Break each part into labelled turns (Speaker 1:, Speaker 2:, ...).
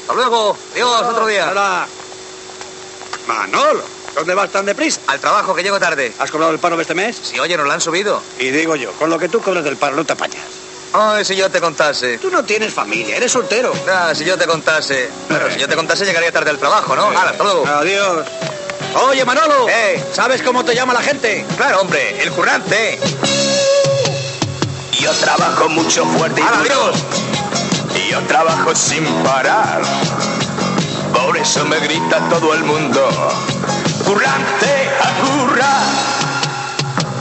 Speaker 1: Hasta luego. Dios, otro día.
Speaker 2: Hola. Manolo, ¿dónde vas tan deprisa?
Speaker 1: Al trabajo, que llego tarde.
Speaker 2: ¿Has cobrado el paro de este mes?
Speaker 1: Si oye, nos lo han subido.
Speaker 2: Y digo yo, con lo que tú cobras del paro no te apañas.
Speaker 1: Ay, si yo te contase.
Speaker 2: Tú no tienes familia, eres soltero.
Speaker 1: Ah, si yo te contase. Bueno, si yo te contase, llegaría tarde al trabajo, ¿no? Hala, hasta luego.
Speaker 2: Adiós. Oye, Manolo.
Speaker 1: Eh.
Speaker 2: ¿Sabes cómo te llama la gente?
Speaker 1: Claro, hombre, el currante.
Speaker 3: Yo trabajo mucho fuerte y
Speaker 1: ¡Hala,
Speaker 3: duro.
Speaker 1: adiós!
Speaker 3: Y yo trabajo sin parar. Por eso me grita todo el mundo. Currante, acurra.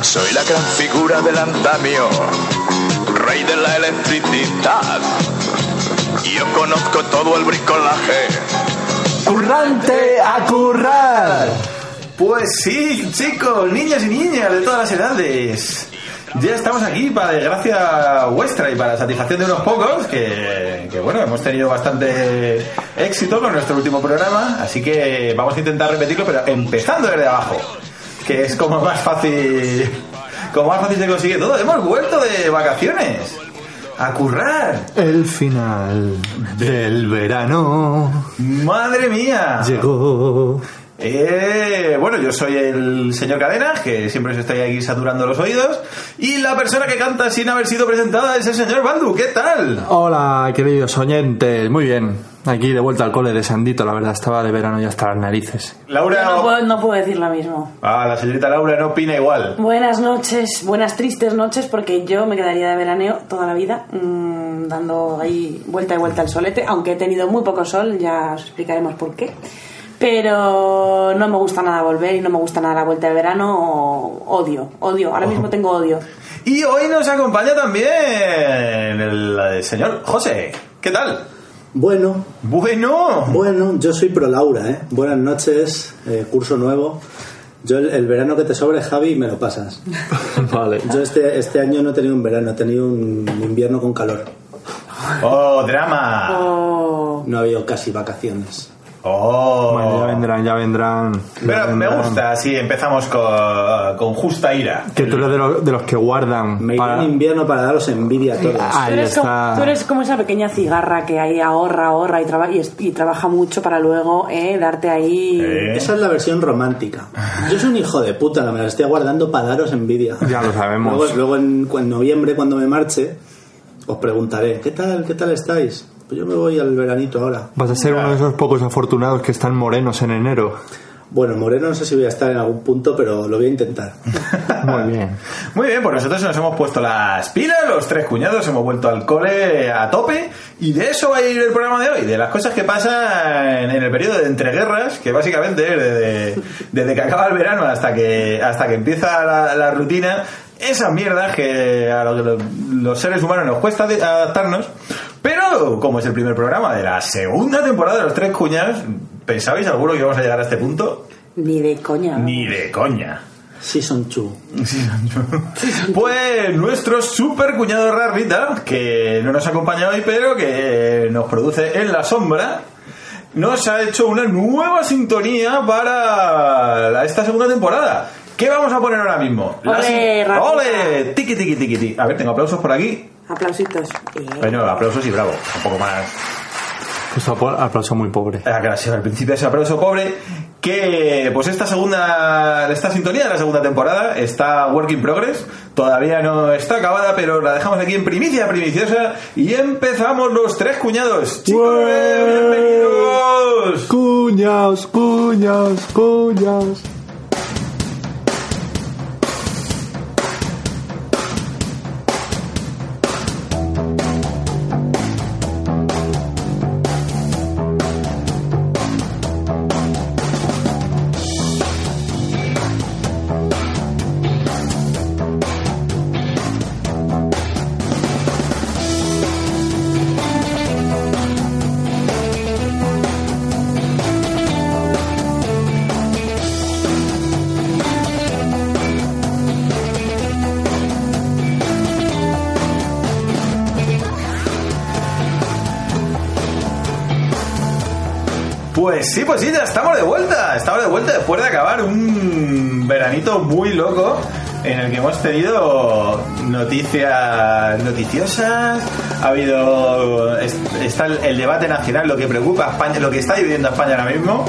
Speaker 3: Soy la gran figura del andamio, rey de la electricidad. Yo conozco todo el bricolaje.
Speaker 4: ¡Currante a currar! Pues sí, chicos, niñas y niñas de todas las edades. Ya estamos aquí para desgracia vuestra y para satisfacción de unos pocos que, que, bueno, hemos tenido bastante éxito con nuestro último programa, así que vamos a intentar repetirlo, pero empezando desde abajo, que es como más fácil, como más fácil se consigue todo. Hemos vuelto de vacaciones a currar.
Speaker 5: El final del verano
Speaker 4: Madre mía.
Speaker 5: llegó.
Speaker 4: Eh, bueno, yo soy el señor Cadena, que siempre os estoy aquí saturando los oídos. Y la persona que canta sin haber sido presentada es el señor Bandu. ¿Qué tal?
Speaker 5: Hola, queridos oyentes. Muy bien. Aquí de vuelta al cole de Sandito, la verdad, estaba de verano ya hasta las narices.
Speaker 4: Laura.
Speaker 6: No puedo, no puedo decir lo mismo.
Speaker 4: Ah, la señorita Laura no opina igual.
Speaker 6: Buenas noches, buenas tristes noches, porque yo me quedaría de veraneo toda la vida, mm, dando ahí vuelta y vuelta al solete, aunque he tenido muy poco sol, ya os explicaremos por qué. Pero no me gusta nada volver y no me gusta nada la vuelta de verano, o- odio, odio, ahora mismo tengo odio.
Speaker 4: Y hoy nos acompaña también el, eh, señor José. ¿Qué tal?
Speaker 7: Bueno,
Speaker 4: Bueno.
Speaker 7: bueno, yo soy pro Laura, ¿eh? Buenas noches, eh, curso nuevo. Yo el, el verano que te sobre, Javi, me lo pasas.
Speaker 5: Vale.
Speaker 7: Yo este, este año no he tenido un verano, he tenido un invierno con calor.
Speaker 4: Oh, drama.
Speaker 6: O-
Speaker 7: No ha habido casi vacaciones.
Speaker 4: Oh.
Speaker 5: Bueno, ya vendrán, ya vendrán. ya
Speaker 4: Pero me
Speaker 5: vendrán.
Speaker 4: gusta, sí, empezamos con, con justa ira.
Speaker 5: Que tú eres de, lo- de los que guardan.
Speaker 7: Me iré
Speaker 5: para- ah,
Speaker 7: en invierno para daros envidia a todos.
Speaker 6: Tú
Speaker 5: Ahí
Speaker 6: eres,
Speaker 5: está.
Speaker 6: como, tú eres como esa pequeña cigarra que ahí ahorra, ahorra y, traba- y, es- y trabaja mucho para luego eh, darte ahí...
Speaker 4: Eh.
Speaker 7: Esa es la versión romántica. Yo soy un hijo de puta, me la estoy guardando para daros envidia.
Speaker 5: Ya lo sabemos.
Speaker 7: Luego, luego en, cu- en noviembre, cuando me marche, os preguntaré, ¿qué tal, qué tal estáis? Pues yo me voy al veranito ahora.
Speaker 5: Vas a ser uno de esos pocos afortunados que están morenos en enero.
Speaker 7: Bueno, Moreno no sé si voy a estar en algún punto, pero lo voy a intentar.
Speaker 5: Muy bien.
Speaker 4: Muy bien, pues nosotros nos hemos puesto las pilas, los tres cuñados hemos vuelto al cole a tope y de eso va a ir el programa de hoy, de las cosas que pasan en el periodo de entreguerras, que básicamente es desde, desde que acaba el verano hasta que hasta que empieza la, la rutina, esas mierdas que a lo- lo- los seres humanos nos cuesta de- adaptarnos, pero como es el primer programa de la segunda temporada de los tres cuñados, ¿pensabais alguno que íbamos a llegar a este punto?
Speaker 6: Ni de coña.
Speaker 4: Ni de coña.
Speaker 7: Season 2.
Speaker 4: Pues nuestro super cuñado Rarrita, que no nos acompaña hoy, pero que nos produce en la sombra, nos ha hecho una nueva sintonía para la- esta segunda temporada. ¿Qué vamos a poner ahora mismo? La
Speaker 6: ¡Ole,
Speaker 4: sin-
Speaker 6: Rarrita!
Speaker 4: ¡Ole! Tiki, tiki, tiki, tiki. A ver, tengo aplausos por aquí.
Speaker 6: Aplausitos. Eh.
Speaker 4: Bueno, aplausos y bravo. Un poco más.
Speaker 5: Pues apl- aplauso muy pobre.
Speaker 4: Ah, gracias. al principio ese aplauso pobre que pues esta segunda esta sintonía de la segunda temporada está work in progress todavía no está acabada pero la dejamos aquí en primicia primiciosa y empezamos los tres cuñados chicos bienvenidos
Speaker 5: Cuñas, cuñas, cuñas.
Speaker 4: pues sí pues sí ya estamos de vuelta estamos de vuelta después de acabar un veranito muy loco en el que hemos tenido noticias noticiosas, ha habido es- está el, el debate nacional, lo que preocupa a España, lo que está dividiendo a España ahora mismo,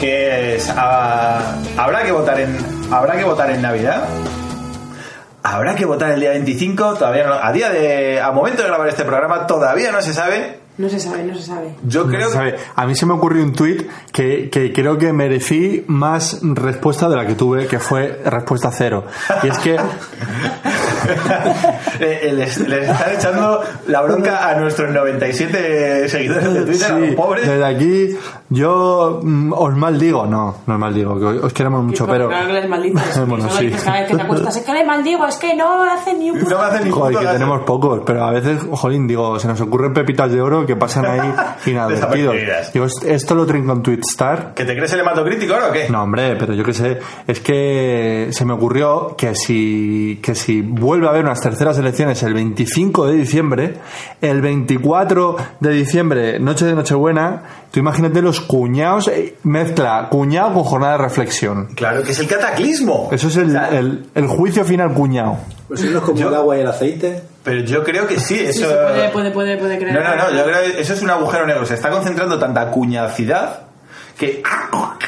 Speaker 4: que es ah, habrá que votar en habrá que votar en Navidad. Habrá que votar el día 25, todavía no, a día de a momento de grabar este programa todavía no se sabe.
Speaker 8: No se sabe, no se sabe.
Speaker 4: Yo creo que
Speaker 5: ¿Sabe? A mí se me ocurrió un tuit que, que creo que merecí más respuesta de la que tuve, que fue respuesta cero. Y es que
Speaker 4: Eh, eh, les, les están echando la bronca a nuestros 97 seguidores de Twitter, a los
Speaker 5: Sí,
Speaker 4: pobres.
Speaker 5: Desde aquí yo mm, os maldigo, no, no os maldigo, que os queremos mucho,
Speaker 8: Que-
Speaker 5: pero...
Speaker 8: Claro que les maldices. que
Speaker 5: Bueno,
Speaker 8: son los
Speaker 5: sí.
Speaker 8: que cada vez que te acuestas, es que le maldigo, es que no hacen ni un puto
Speaker 4: No me hacen ni
Speaker 5: Joder,
Speaker 4: puto
Speaker 5: que
Speaker 4: caso.
Speaker 5: tenemos pocos, pero a veces, jolín, digo, se nos ocurren pepitas de oro que pasan ahí inadvertidos.
Speaker 4: Desapercibidas.
Speaker 5: Digo, est- esto lo trinco en Twitstar.
Speaker 4: ¿Que te crees el hematocrítico ahora o qué?
Speaker 5: No, hombre, pero yo qué sé, es que se me ocurrió que si, que si vuelve a haber unas terceras elecciones el 25 de diciembre, el 24 de diciembre, noche de Nochebuena, tú imagínate los cuñados, eh, mezcla cuñado con jornada de reflexión.
Speaker 4: Claro que es el cataclismo.
Speaker 5: Eso es el,
Speaker 4: O sea,
Speaker 5: el- el juicio final cuñado.
Speaker 7: Pues eso no es como
Speaker 4: Yo-
Speaker 7: el agua y el aceite.
Speaker 4: Pero yo creo que sí,
Speaker 8: Sí,
Speaker 4: eso.
Speaker 8: se puede, puede, puede, puede creer.
Speaker 4: No, no, no, yo creo que eso es un agujero negro. Se está concentrando tanta cuñacidad que ah,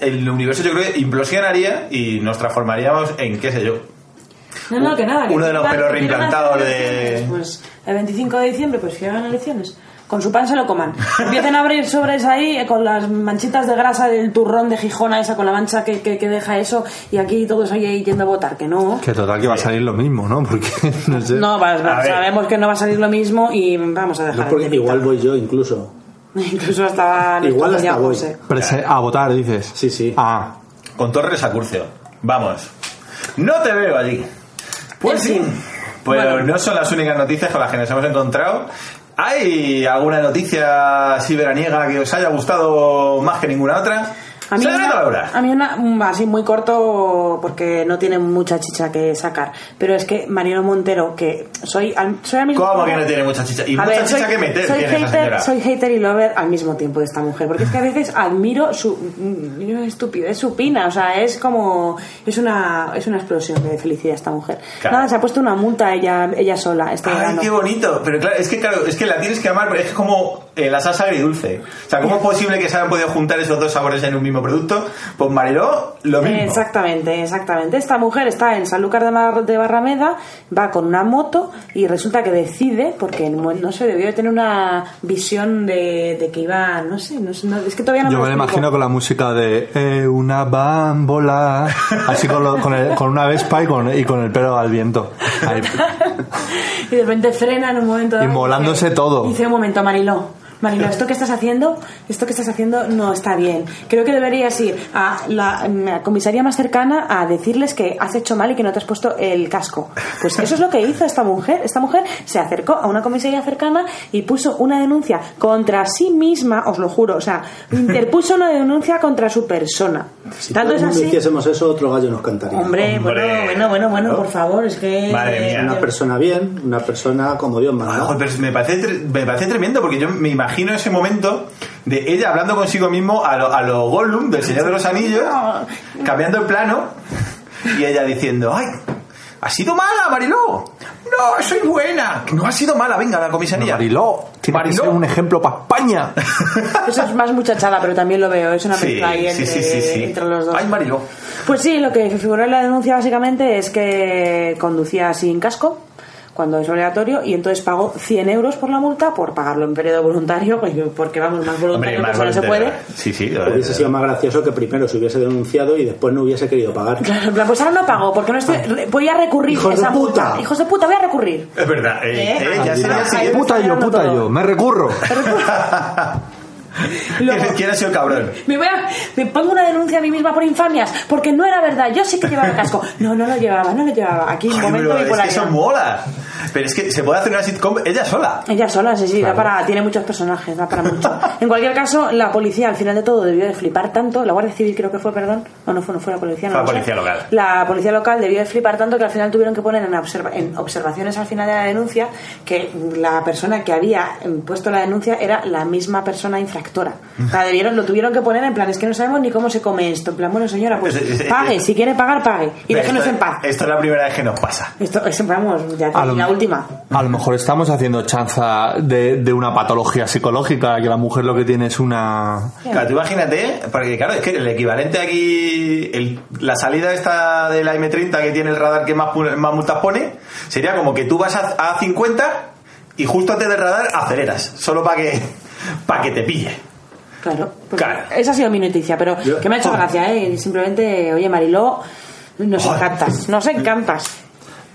Speaker 4: el universo yo creo que implosionaría y nos transformaríamos en qué sé yo.
Speaker 8: No, no, que nada. que
Speaker 4: Uno de los
Speaker 8: van-
Speaker 4: pelos
Speaker 8: que van a
Speaker 4: reimplantados
Speaker 8: hacer
Speaker 4: de-
Speaker 8: elecciones, Pues el 25 de diciembre, pues que hagan elecciones. Con su pan se lo coman. Empiecen a abrir sobres ahí eh, con las manchitas de grasa del turrón de Gijona, esa con la mancha que, que, que deja eso, y aquí todos ahí yendo a votar, que no.
Speaker 5: Que total que va a salir lo mismo, ¿no? Porque, no sé.
Speaker 8: No, va- va-
Speaker 4: A ver.
Speaker 8: sabemos que no va a salir lo mismo y vamos a dejar.
Speaker 7: No es porque
Speaker 8: el temita.
Speaker 7: igual voy yo incluso.
Speaker 8: Incluso hasta. nuestro
Speaker 7: Igual hasta
Speaker 8: cuñado
Speaker 7: voy.
Speaker 8: José.
Speaker 5: Prese- a votar, dices.
Speaker 7: Sí, sí.
Speaker 5: Ah,
Speaker 4: Con Torres a Curcio. Vamos. No te veo allí. Pues
Speaker 8: En
Speaker 4: sí.
Speaker 8: fin.
Speaker 4: Pues
Speaker 8: Bueno.
Speaker 4: no son las únicas noticias con las que nos hemos encontrado. ¿Hay alguna noticia así veraniega que os haya gustado más que ninguna otra?
Speaker 8: A mí,
Speaker 4: Señora Laura.
Speaker 8: una, a mí una, mm, así muy corto, porque no tiene mucha chicha que sacar. Pero es que Mariano Montero, que soy al, soy al mismo
Speaker 4: ¿Cómo
Speaker 8: tiempo-
Speaker 4: que no tiene mucha chicha? Y
Speaker 8: A
Speaker 4: mucha
Speaker 8: ver,
Speaker 4: chicha
Speaker 8: soy-
Speaker 4: que meter
Speaker 8: soy
Speaker 4: tiene esa señora.
Speaker 8: hater, soy hater y lover al mismo tiempo de esta mujer, porque es que a veces admiro su mm, estupidez supina, o sea, es como es una es una explosión de felicidad esta mujer.
Speaker 4: Claro.
Speaker 8: Nada, se ha puesto una multa ella ella sola este
Speaker 4: Ay,
Speaker 8: verano.
Speaker 4: qué bonito. Pero claro, es que claro, es que la tienes que amar, pero es como eh, la salsa agridulce. O sea, ¿cómo es posible que se hayan podido juntar esos dos sabores en un mismo producto? Pues Mariló, lo mismo.
Speaker 8: Exactamente, exactamente. Esta mujer está en Sanlúcar de, Mar- de Barrameda, va con una moto y resulta que decide, porque no no sé, debió de tener una visión de, de que iba, no sé, no sé, no- es que todavía no
Speaker 5: yo me lo
Speaker 8: lo explico.
Speaker 5: imagino con la música de eh, una bambola, así con, lo- con, el- con una vespa y con, y con el pelo al viento. Ahí.
Speaker 8: y de repente frena en un momento dado
Speaker 5: Y molándose
Speaker 8: dice-
Speaker 5: todo.
Speaker 8: dice un momento Mariló Mariló esto que estás haciendo esto que estás haciendo no está bien creo que deberías ir a la mm, comisaría más cercana a decirles que has hecho mal y que no te has puesto el casco pues eso es lo que hizo esta mujer esta mujer se acercó a una comisaría cercana y puso una denuncia contra sí misma os lo juro o sea interpuso una denuncia contra su persona
Speaker 7: Si
Speaker 8: tanto
Speaker 7: todo
Speaker 8: es
Speaker 7: el mundo
Speaker 8: así
Speaker 7: hiciésemos eso, otro gallo nos cantaría.
Speaker 8: Hombre,
Speaker 4: Hombre.
Speaker 8: bueno, bueno, bueno, bueno, por favor, es que... eh,
Speaker 4: Madre mía.
Speaker 7: Una persona bien, una persona como Dios
Speaker 4: Ah,
Speaker 7: manda.
Speaker 4: joder, pero me parece, tre- me parece tremendo porque yo me imagino ese momento de ella hablando consigo mismo a lo, a lo Gollum del Señor de los Anillos, cambiando el plano y ella diciendo, ¡ay! ¿Ha sido mala, Mariló? No, soy buena. No ha sido mala, venga, a la comisaría.
Speaker 5: Mariló, tiene que
Speaker 4: Mariló.
Speaker 5: ser un ejemplo para España.
Speaker 8: Eso es más muchachada, pero también lo veo. Es una
Speaker 4: Sí,
Speaker 8: mezcla ahí
Speaker 4: sí,
Speaker 8: entre,
Speaker 4: sí, sí, sí.
Speaker 8: entre los dos.
Speaker 4: Ay, Mariló.
Speaker 8: Pues sí, lo que figura en la denuncia básicamente es que conducía sin casco cuando es obligatorio y entonces pagó 100 euros por la multa por pagarlo en periodo voluntario pues, porque vamos más voluntario que eso no se puede
Speaker 4: Sí, sí.
Speaker 7: Hubiese sido más gracioso que primero se hubiese denunciado y después no hubiese querido pagar.
Speaker 8: claro, en plan, pues ahora no pago porque no estoy re- voy a recurrir
Speaker 7: Hijos
Speaker 8: esa
Speaker 7: de puta.
Speaker 8: multa. hijos de puta voy a recurrir
Speaker 4: Es verdad. eh,
Speaker 8: ¿Eh?
Speaker 4: eh, ya
Speaker 8: Ah,
Speaker 4: sería el
Speaker 8: ahí
Speaker 4: siguiente.
Speaker 5: puta yo, puta yo, me recurro.
Speaker 8: Luego-
Speaker 4: ¿Quién ha sido el cabrón?
Speaker 8: Me, voy a- me pongo una denuncia a mí misma por infamias, porque no era verdad. Yo sí que llevaba casco. No, no lo llevaba, no lo llevaba. Aquí un
Speaker 4: Ay,
Speaker 8: momento
Speaker 4: bro, es que
Speaker 8: bipolaridad.
Speaker 4: eso mola. Pero es que se puede hacer una sitcom ella sola.
Speaker 8: Ella sola, sí, sí, da para, tiene muchos personajes, da para mucho. En cualquier caso, la policía al final de todo debió de flipar tanto, la Guardia Civil creo que fue, perdón, No, no fue, no fue la policía. no
Speaker 4: Fue
Speaker 8: lo
Speaker 4: la
Speaker 8: sé.
Speaker 4: policía local.
Speaker 8: La policía local debió de flipar tanto que al final tuvieron que poner en, observa- en observaciones al final de la denuncia que la persona que había eh, puesto la denuncia era la misma persona infractora. O sea, debieron, lo tuvieron que poner en plan, es que no sabemos ni cómo se come esto. En plan, bueno, señora, pues
Speaker 4: Es- es-
Speaker 8: pague,
Speaker 4: es-
Speaker 8: si quiere pagar, pague. Y
Speaker 4: Pero
Speaker 8: déjenos
Speaker 4: esto-
Speaker 8: en paz.
Speaker 4: Esto es la primera vez que nos pasa.
Speaker 8: Esto es, vamos, ya
Speaker 5: A lo-
Speaker 8: la última.
Speaker 5: A lo mejor estamos haciendo chanza de, de una patología psicológica, que la mujer lo que tiene es una...
Speaker 4: Claro, tú imagínate, porque claro, es que el equivalente aquí, el- la salida esta de la M30 que tiene el radar que más, pu- más multas pone, sería como que tú vas a, a 50 y justo antes del radar aceleras, solo para que, para que te pille.
Speaker 8: Claro, pues
Speaker 4: Claro. Ah.
Speaker 8: Esa ha sido mi noticia, pero
Speaker 7: Yo-
Speaker 8: que me ha hecho gracia, ¿eh? Simplemente, oye, Mariló, nos
Speaker 4: Joder.
Speaker 8: encantas, nos encantas.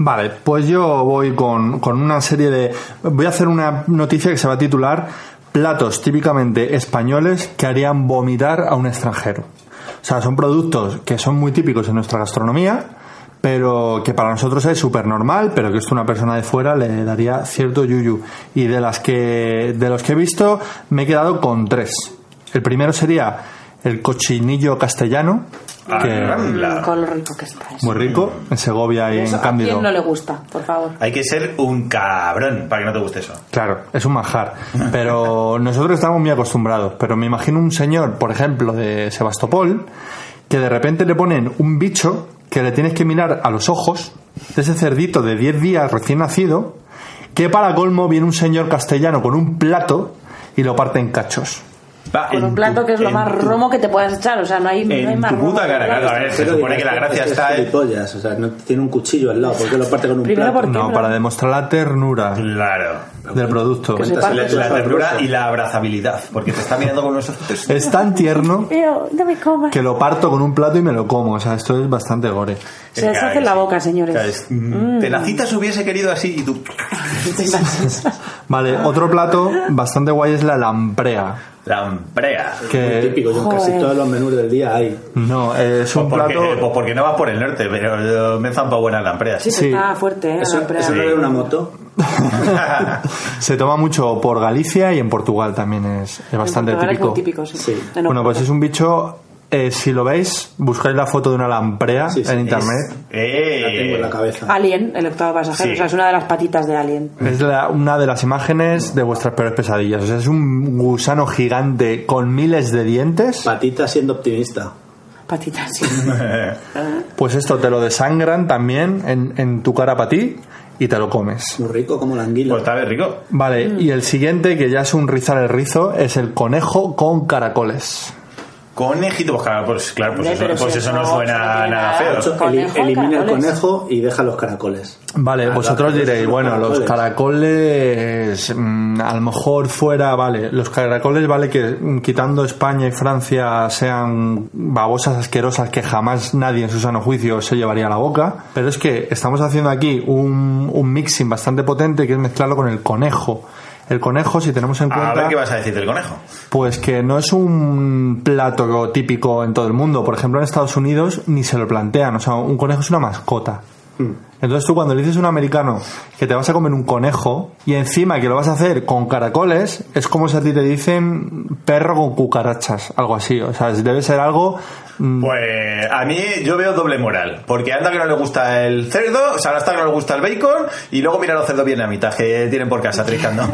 Speaker 5: Vale, pues yo voy con, con una serie de... Voy a hacer una noticia que se va a titular Platos típicamente españoles que harían vomitar a un extranjero. O sea, son productos que son muy típicos en nuestra gastronomía, pero que para nosotros es súper normal, pero que esto a una persona de fuera le daría cierto yuyu. Y de las que de los que he visto me he quedado con tres. El primero sería el cochinillo castellano,
Speaker 4: Ah,
Speaker 5: que
Speaker 8: Mm, Con lo rico que está eso.
Speaker 5: muy rico, en Segovia y
Speaker 8: Eso,
Speaker 5: en
Speaker 8: ¿A
Speaker 5: Cándido.
Speaker 8: quién no le gusta, por favor?
Speaker 4: Hay que ser un cabrón para que no te guste eso.
Speaker 5: Claro, es un manjar. Pero nosotros estamos muy acostumbrados. Pero me imagino un señor, por ejemplo, de Sebastopol, que de repente le ponen un bicho que le tienes que mirar a los ojos, de ese cerdito de 10 días recién nacido, que para colmo viene un señor castellano con un plato y lo parte en cachos.
Speaker 4: Va,
Speaker 8: Con
Speaker 4: en
Speaker 8: un plato
Speaker 4: tu-
Speaker 8: que es lo
Speaker 4: en
Speaker 8: más
Speaker 4: tu-
Speaker 8: romo que te puedas echar, o sea, no hay, no hay
Speaker 4: En
Speaker 8: más
Speaker 4: tu
Speaker 8: romo
Speaker 4: puta
Speaker 8: que
Speaker 4: cara,
Speaker 8: el
Speaker 4: claro, a ver, Eh, se
Speaker 7: Pero
Speaker 4: supone
Speaker 7: dices,
Speaker 4: que la gracia
Speaker 7: es que es
Speaker 4: está en...
Speaker 7: gilipollas, o sea, no tiene un cuchillo al lado, ¿por qué lo parte con un
Speaker 8: Primero
Speaker 7: plato?
Speaker 8: porque-
Speaker 5: No,
Speaker 8: qué?
Speaker 5: para demostrar la ternura
Speaker 4: Claro.
Speaker 5: del producto.
Speaker 8: Que se
Speaker 4: La, la
Speaker 8: parte todo.
Speaker 4: ternura
Speaker 7: pues,
Speaker 4: y la abrazabilidad, porque te está mirando con unos ojos...
Speaker 5: Es tan tierno
Speaker 8: Eo, no me comas.
Speaker 5: que lo parto con un plato y me lo como. O sea, esto es bastante gore.
Speaker 8: Se les
Speaker 4: Claro
Speaker 8: hace
Speaker 4: que
Speaker 8: la
Speaker 4: sí.
Speaker 8: boca, señores.
Speaker 4: Claro, es-
Speaker 8: Mm.
Speaker 4: Tenacitas hubiese querido así y tú...
Speaker 5: Vale, otro plato bastante guay es la lamprea.
Speaker 4: La amprea.
Speaker 7: Muy
Speaker 5: que
Speaker 7: típico, yo en casi
Speaker 8: Joder.
Speaker 7: todos los menús del día hay.
Speaker 5: no es
Speaker 4: Pues
Speaker 5: un
Speaker 4: porque, pues
Speaker 5: plato
Speaker 4: porque no vas por el norte, pero eh, me zampa buena la amprea.
Speaker 8: Sí,
Speaker 5: Sí.
Speaker 8: está fuerte, ¿eh? la
Speaker 7: Eso,
Speaker 8: lamprea.
Speaker 7: eso no era una moto.
Speaker 5: se toma mucho por Galicia y en Portugal también es, es
Speaker 8: En
Speaker 5: bastante
Speaker 8: Portugal es
Speaker 5: típico.
Speaker 8: muy típico, sí.
Speaker 7: Sí.
Speaker 8: En
Speaker 5: bueno, pues
Speaker 8: Oporto.
Speaker 5: es un bicho. eh, si lo veis, buscáis la foto de una lamprea
Speaker 7: Sí, sí,
Speaker 5: en
Speaker 7: es-
Speaker 5: internet.
Speaker 4: Eh,
Speaker 7: La tengo en la cabeza.
Speaker 8: Alien, el octavo pasajero,
Speaker 4: Sí.
Speaker 8: o sea, es una de las patitas de Alien.
Speaker 5: Es la- una de las imágenes de vuestras peores pesadillas. O sea, es un gusano gigante con miles de dientes.
Speaker 7: Patita siendo optimista.
Speaker 8: Patitas, sí.
Speaker 5: Pues esto te lo desangran también en, en tu cara para ti y te lo comes.
Speaker 7: Muy rico como la anguila.
Speaker 4: pues está bien rico.
Speaker 5: Vale,
Speaker 8: Mm.
Speaker 5: y el siguiente, que ya es un rizar el rizo, es el conejo con caracoles.
Speaker 4: Conejito, pues claro, pues, claro, pues
Speaker 8: Hombre,
Speaker 4: eso,
Speaker 8: pero
Speaker 4: pues
Speaker 8: si
Speaker 4: eso no
Speaker 8: no,
Speaker 4: suena
Speaker 8: eso no tiene
Speaker 4: nada
Speaker 8: nada.
Speaker 4: feo.
Speaker 7: Ocho,
Speaker 8: Conejo,
Speaker 7: eli- elimina el
Speaker 8: caracoles.
Speaker 7: conejo y deja los caracoles.
Speaker 5: Vale,
Speaker 7: Ah,
Speaker 5: vosotros
Speaker 7: claro,
Speaker 5: diréis,
Speaker 7: los
Speaker 5: bueno, los caracoles, mm, a lo mejor fuera, vale, los caracoles, vale, que mm, quitando España y Francia sean babosas asquerosas que jamás nadie en su sano juicio se llevaría a la boca, pero es que estamos haciendo aquí un, un mixing bastante potente que es mezclarlo con el conejo. El conejo, si tenemos en
Speaker 4: A
Speaker 5: cuenta...
Speaker 4: ver qué vas a decir del conejo.
Speaker 5: Pues que no es un plato típico en todo el mundo. Por ejemplo, en Estados Unidos ni se lo plantean. O sea, un conejo es una mascota. Entonces tú cuando le dices a un americano que te vas a comer un conejo y encima que lo vas a hacer con caracoles, es como si a ti te dicen perro con cucarachas, algo así. O sea, debe ser algo... mm,
Speaker 4: Pues a mí yo veo doble moral, porque anda que no le gusta el cerdo, o sea, hasta que no le gusta el bacon, y luego mira los cerdos vietnamitas que tienen por casa triscando.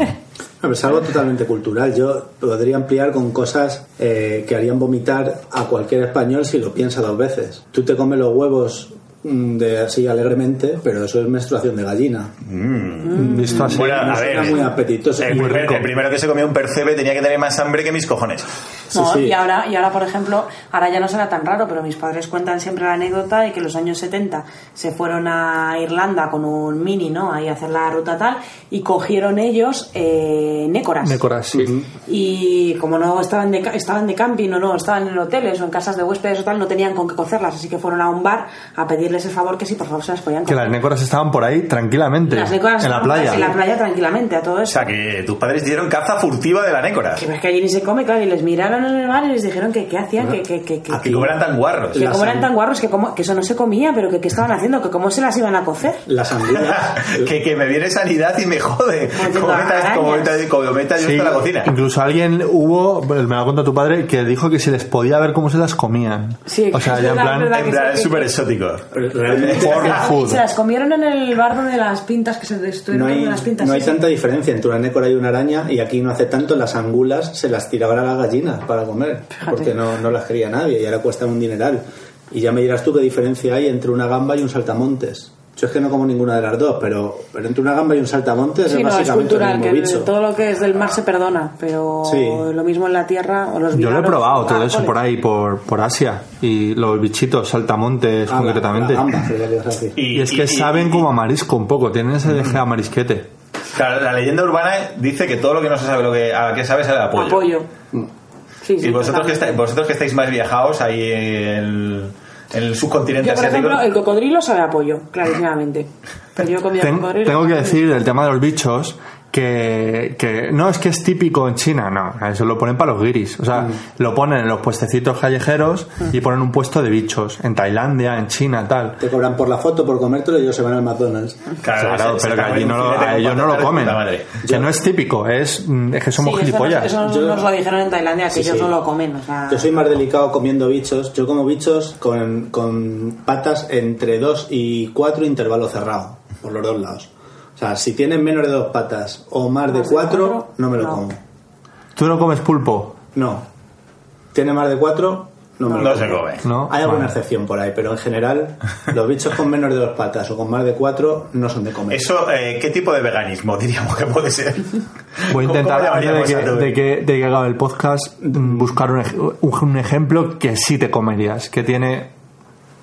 Speaker 7: No, pero es algo totalmente cultural. Yo podría ampliar con cosas eh, que harían vomitar a cualquier español si lo piensa dos veces. Tú te comes los huevos mm, de así alegremente, pero eso es menstruación de gallina.
Speaker 8: Mm.
Speaker 5: Visto así.
Speaker 4: Bueno, a ver,
Speaker 7: Suena muy apetitoso.
Speaker 4: el,
Speaker 7: Muy
Speaker 4: primer-
Speaker 5: rico.
Speaker 4: el primero que se comió un percebe tenía que tener más hambre que mis cojones.
Speaker 7: Sí,
Speaker 8: No,
Speaker 7: sí.
Speaker 8: Y, ahora, y ahora, por ejemplo, ahora ya no será tan raro, pero mis padres cuentan siempre la anécdota de que en los años 70 se fueron a Irlanda con un mini, ¿no? Ahí a hacer la ruta tal, y cogieron ellos eh, nécoras.
Speaker 5: Nécoras, sí.
Speaker 8: Mm. Y como no estaban de, ca- estaban de camping o no, estaban en hoteles o en casas de huéspedes o tal, no tenían con qué cocerlas, así que fueron a un bar a pedirles el favor que si por favor se las podían
Speaker 5: Que
Speaker 8: cocer.
Speaker 5: las nécoras estaban por ahí tranquilamente.
Speaker 8: Las nécoras
Speaker 5: en la
Speaker 8: estaban
Speaker 5: playa.
Speaker 8: en la playa tranquilamente, a todo
Speaker 4: O
Speaker 8: eso.
Speaker 4: sea, que tus padres dieron caza furtiva de la nécora.
Speaker 8: Que ves que allí ni se come, claro, y les miraron llevaron en el bar y les dijeron que qué hacían, que, que, que, que,
Speaker 4: Que como eran tan guarros.
Speaker 8: que
Speaker 7: La
Speaker 8: como eran
Speaker 7: sal-
Speaker 8: tan guarros, que, como, que eso no se comía, pero que qué estaban haciendo, que cómo se las iban a cocer.
Speaker 7: Las angulas.
Speaker 4: que, que me viene sanidad y me jode.
Speaker 8: Haciendo
Speaker 4: Como metas, como
Speaker 8: arañas.
Speaker 4: metas- como metas yo
Speaker 5: Sí,
Speaker 4: hasta la cocina.
Speaker 5: Incluso alguien hubo, me lo ha contado tu padre, que dijo que se les podía ver cómo se las comían.
Speaker 8: Sí,
Speaker 5: o sea,
Speaker 8: es
Speaker 5: ya en
Speaker 8: verdad,
Speaker 5: plan,
Speaker 8: es verdad.
Speaker 4: En plan, es súper exótico.
Speaker 7: Realmente
Speaker 5: Foreign food.
Speaker 8: Se las comieron en el barro de las pintas que se destruyeron
Speaker 7: no hay,
Speaker 8: de las pintas.
Speaker 7: no hay
Speaker 8: sí.
Speaker 7: tanta diferencia entre una nécora y una araña y aquí no hace tanto las angulas se las tiraban a las gallinas para comer porque no, no las quería nadie y ahora cuestan un dineral y ya me dirás tú qué diferencia hay entre una gamba y un saltamontes yo es que no como ninguna de las dos pero, pero entre una gamba y un saltamontes
Speaker 8: Sí,
Speaker 7: es
Speaker 8: no, es
Speaker 7: básicamente
Speaker 8: cultural,
Speaker 7: el
Speaker 8: que
Speaker 7: mismo bicho
Speaker 8: todo lo que es del mar se perdona, pero
Speaker 7: Sí.
Speaker 8: lo mismo en la tierra o los
Speaker 5: Yo lo he
Speaker 8: veganos,
Speaker 5: probado todo
Speaker 8: ah,
Speaker 5: eso
Speaker 8: ole.
Speaker 5: por ahí, por, por Asia. Y los bichitos, saltamontes
Speaker 7: Ah, la-
Speaker 5: concretamente.
Speaker 7: la gamba, creía que ibas a decir.
Speaker 5: Y es que saben como a marisco un poco, tienen ese deje a marisquete.
Speaker 4: Claro, la leyenda urbana dice que todo lo que no se sabe, lo que, a qué sabe, sabe a pollo.
Speaker 8: Apoyo.
Speaker 7: Mm.
Speaker 8: Sí, sí,
Speaker 4: Y vosotros que,
Speaker 8: totalmente.
Speaker 4: estáis, vosotros que estáis más viajados ahí en, en el subcontinente
Speaker 8: Yo, por
Speaker 4: asiático.
Speaker 8: ejemplo, el cocodrilo sabe apoyo, clarísimamente. Pero yo he comido
Speaker 5: Ten-
Speaker 8: cocodrilo.
Speaker 5: tengo que decir el tema de los bichos que, que no es que es típico en China, no, eso lo ponen para los guiris, o sea, lo ponen en los puestecitos callejeros y ponen un puesto de bichos en Tailandia, en China, tal.
Speaker 7: te cobran por la foto por comértelo y ellos se van al McDonald's
Speaker 5: Claro,
Speaker 4: se- se
Speaker 5: pero que
Speaker 4: comen
Speaker 5: allí
Speaker 4: un
Speaker 5: no lo,
Speaker 4: filete
Speaker 5: a
Speaker 4: con
Speaker 5: ellos no lo
Speaker 4: patatas de
Speaker 5: comen.
Speaker 4: puta madre.
Speaker 5: Que no es típico, es, mm, es que somos
Speaker 8: Sí, eso
Speaker 5: gilipollas.
Speaker 8: nos- Eso,
Speaker 7: Yo-
Speaker 8: nos lo dijeron en Tailandia, que
Speaker 7: Sí,
Speaker 8: ellos
Speaker 7: sí.
Speaker 8: no lo comen. O sea,
Speaker 7: Yo soy más delicado comiendo bichos. Yo como bichos con, con patas entre 2 y 4 intervalo cerrado, por los dos lados. O sea, si tienen menos de dos patas o más de
Speaker 8: Más de
Speaker 7: cuatro,
Speaker 8: cuatro,
Speaker 7: no me lo
Speaker 8: no.
Speaker 7: como.
Speaker 5: Tú no comes pulpo,
Speaker 7: No. Tiene más de cuatro, no me lo
Speaker 4: No
Speaker 7: como.
Speaker 4: se come.
Speaker 5: ¿no?
Speaker 7: Hay alguna
Speaker 5: Vale.
Speaker 7: excepción por ahí, pero en general los bichos con menos de dos patas o con más de cuatro no son de comer.
Speaker 4: Eso, eh, ¿qué tipo de veganismo diríamos que puede ser?
Speaker 5: Voy a
Speaker 4: ¿Cómo-
Speaker 5: intentar,
Speaker 4: cómo
Speaker 5: antes de
Speaker 4: llamaríamos
Speaker 5: que,
Speaker 4: a todo?
Speaker 5: de, que, de que acabe el podcast, mm, buscar un, ej- un ejemplo que sí te comerías, que tiene...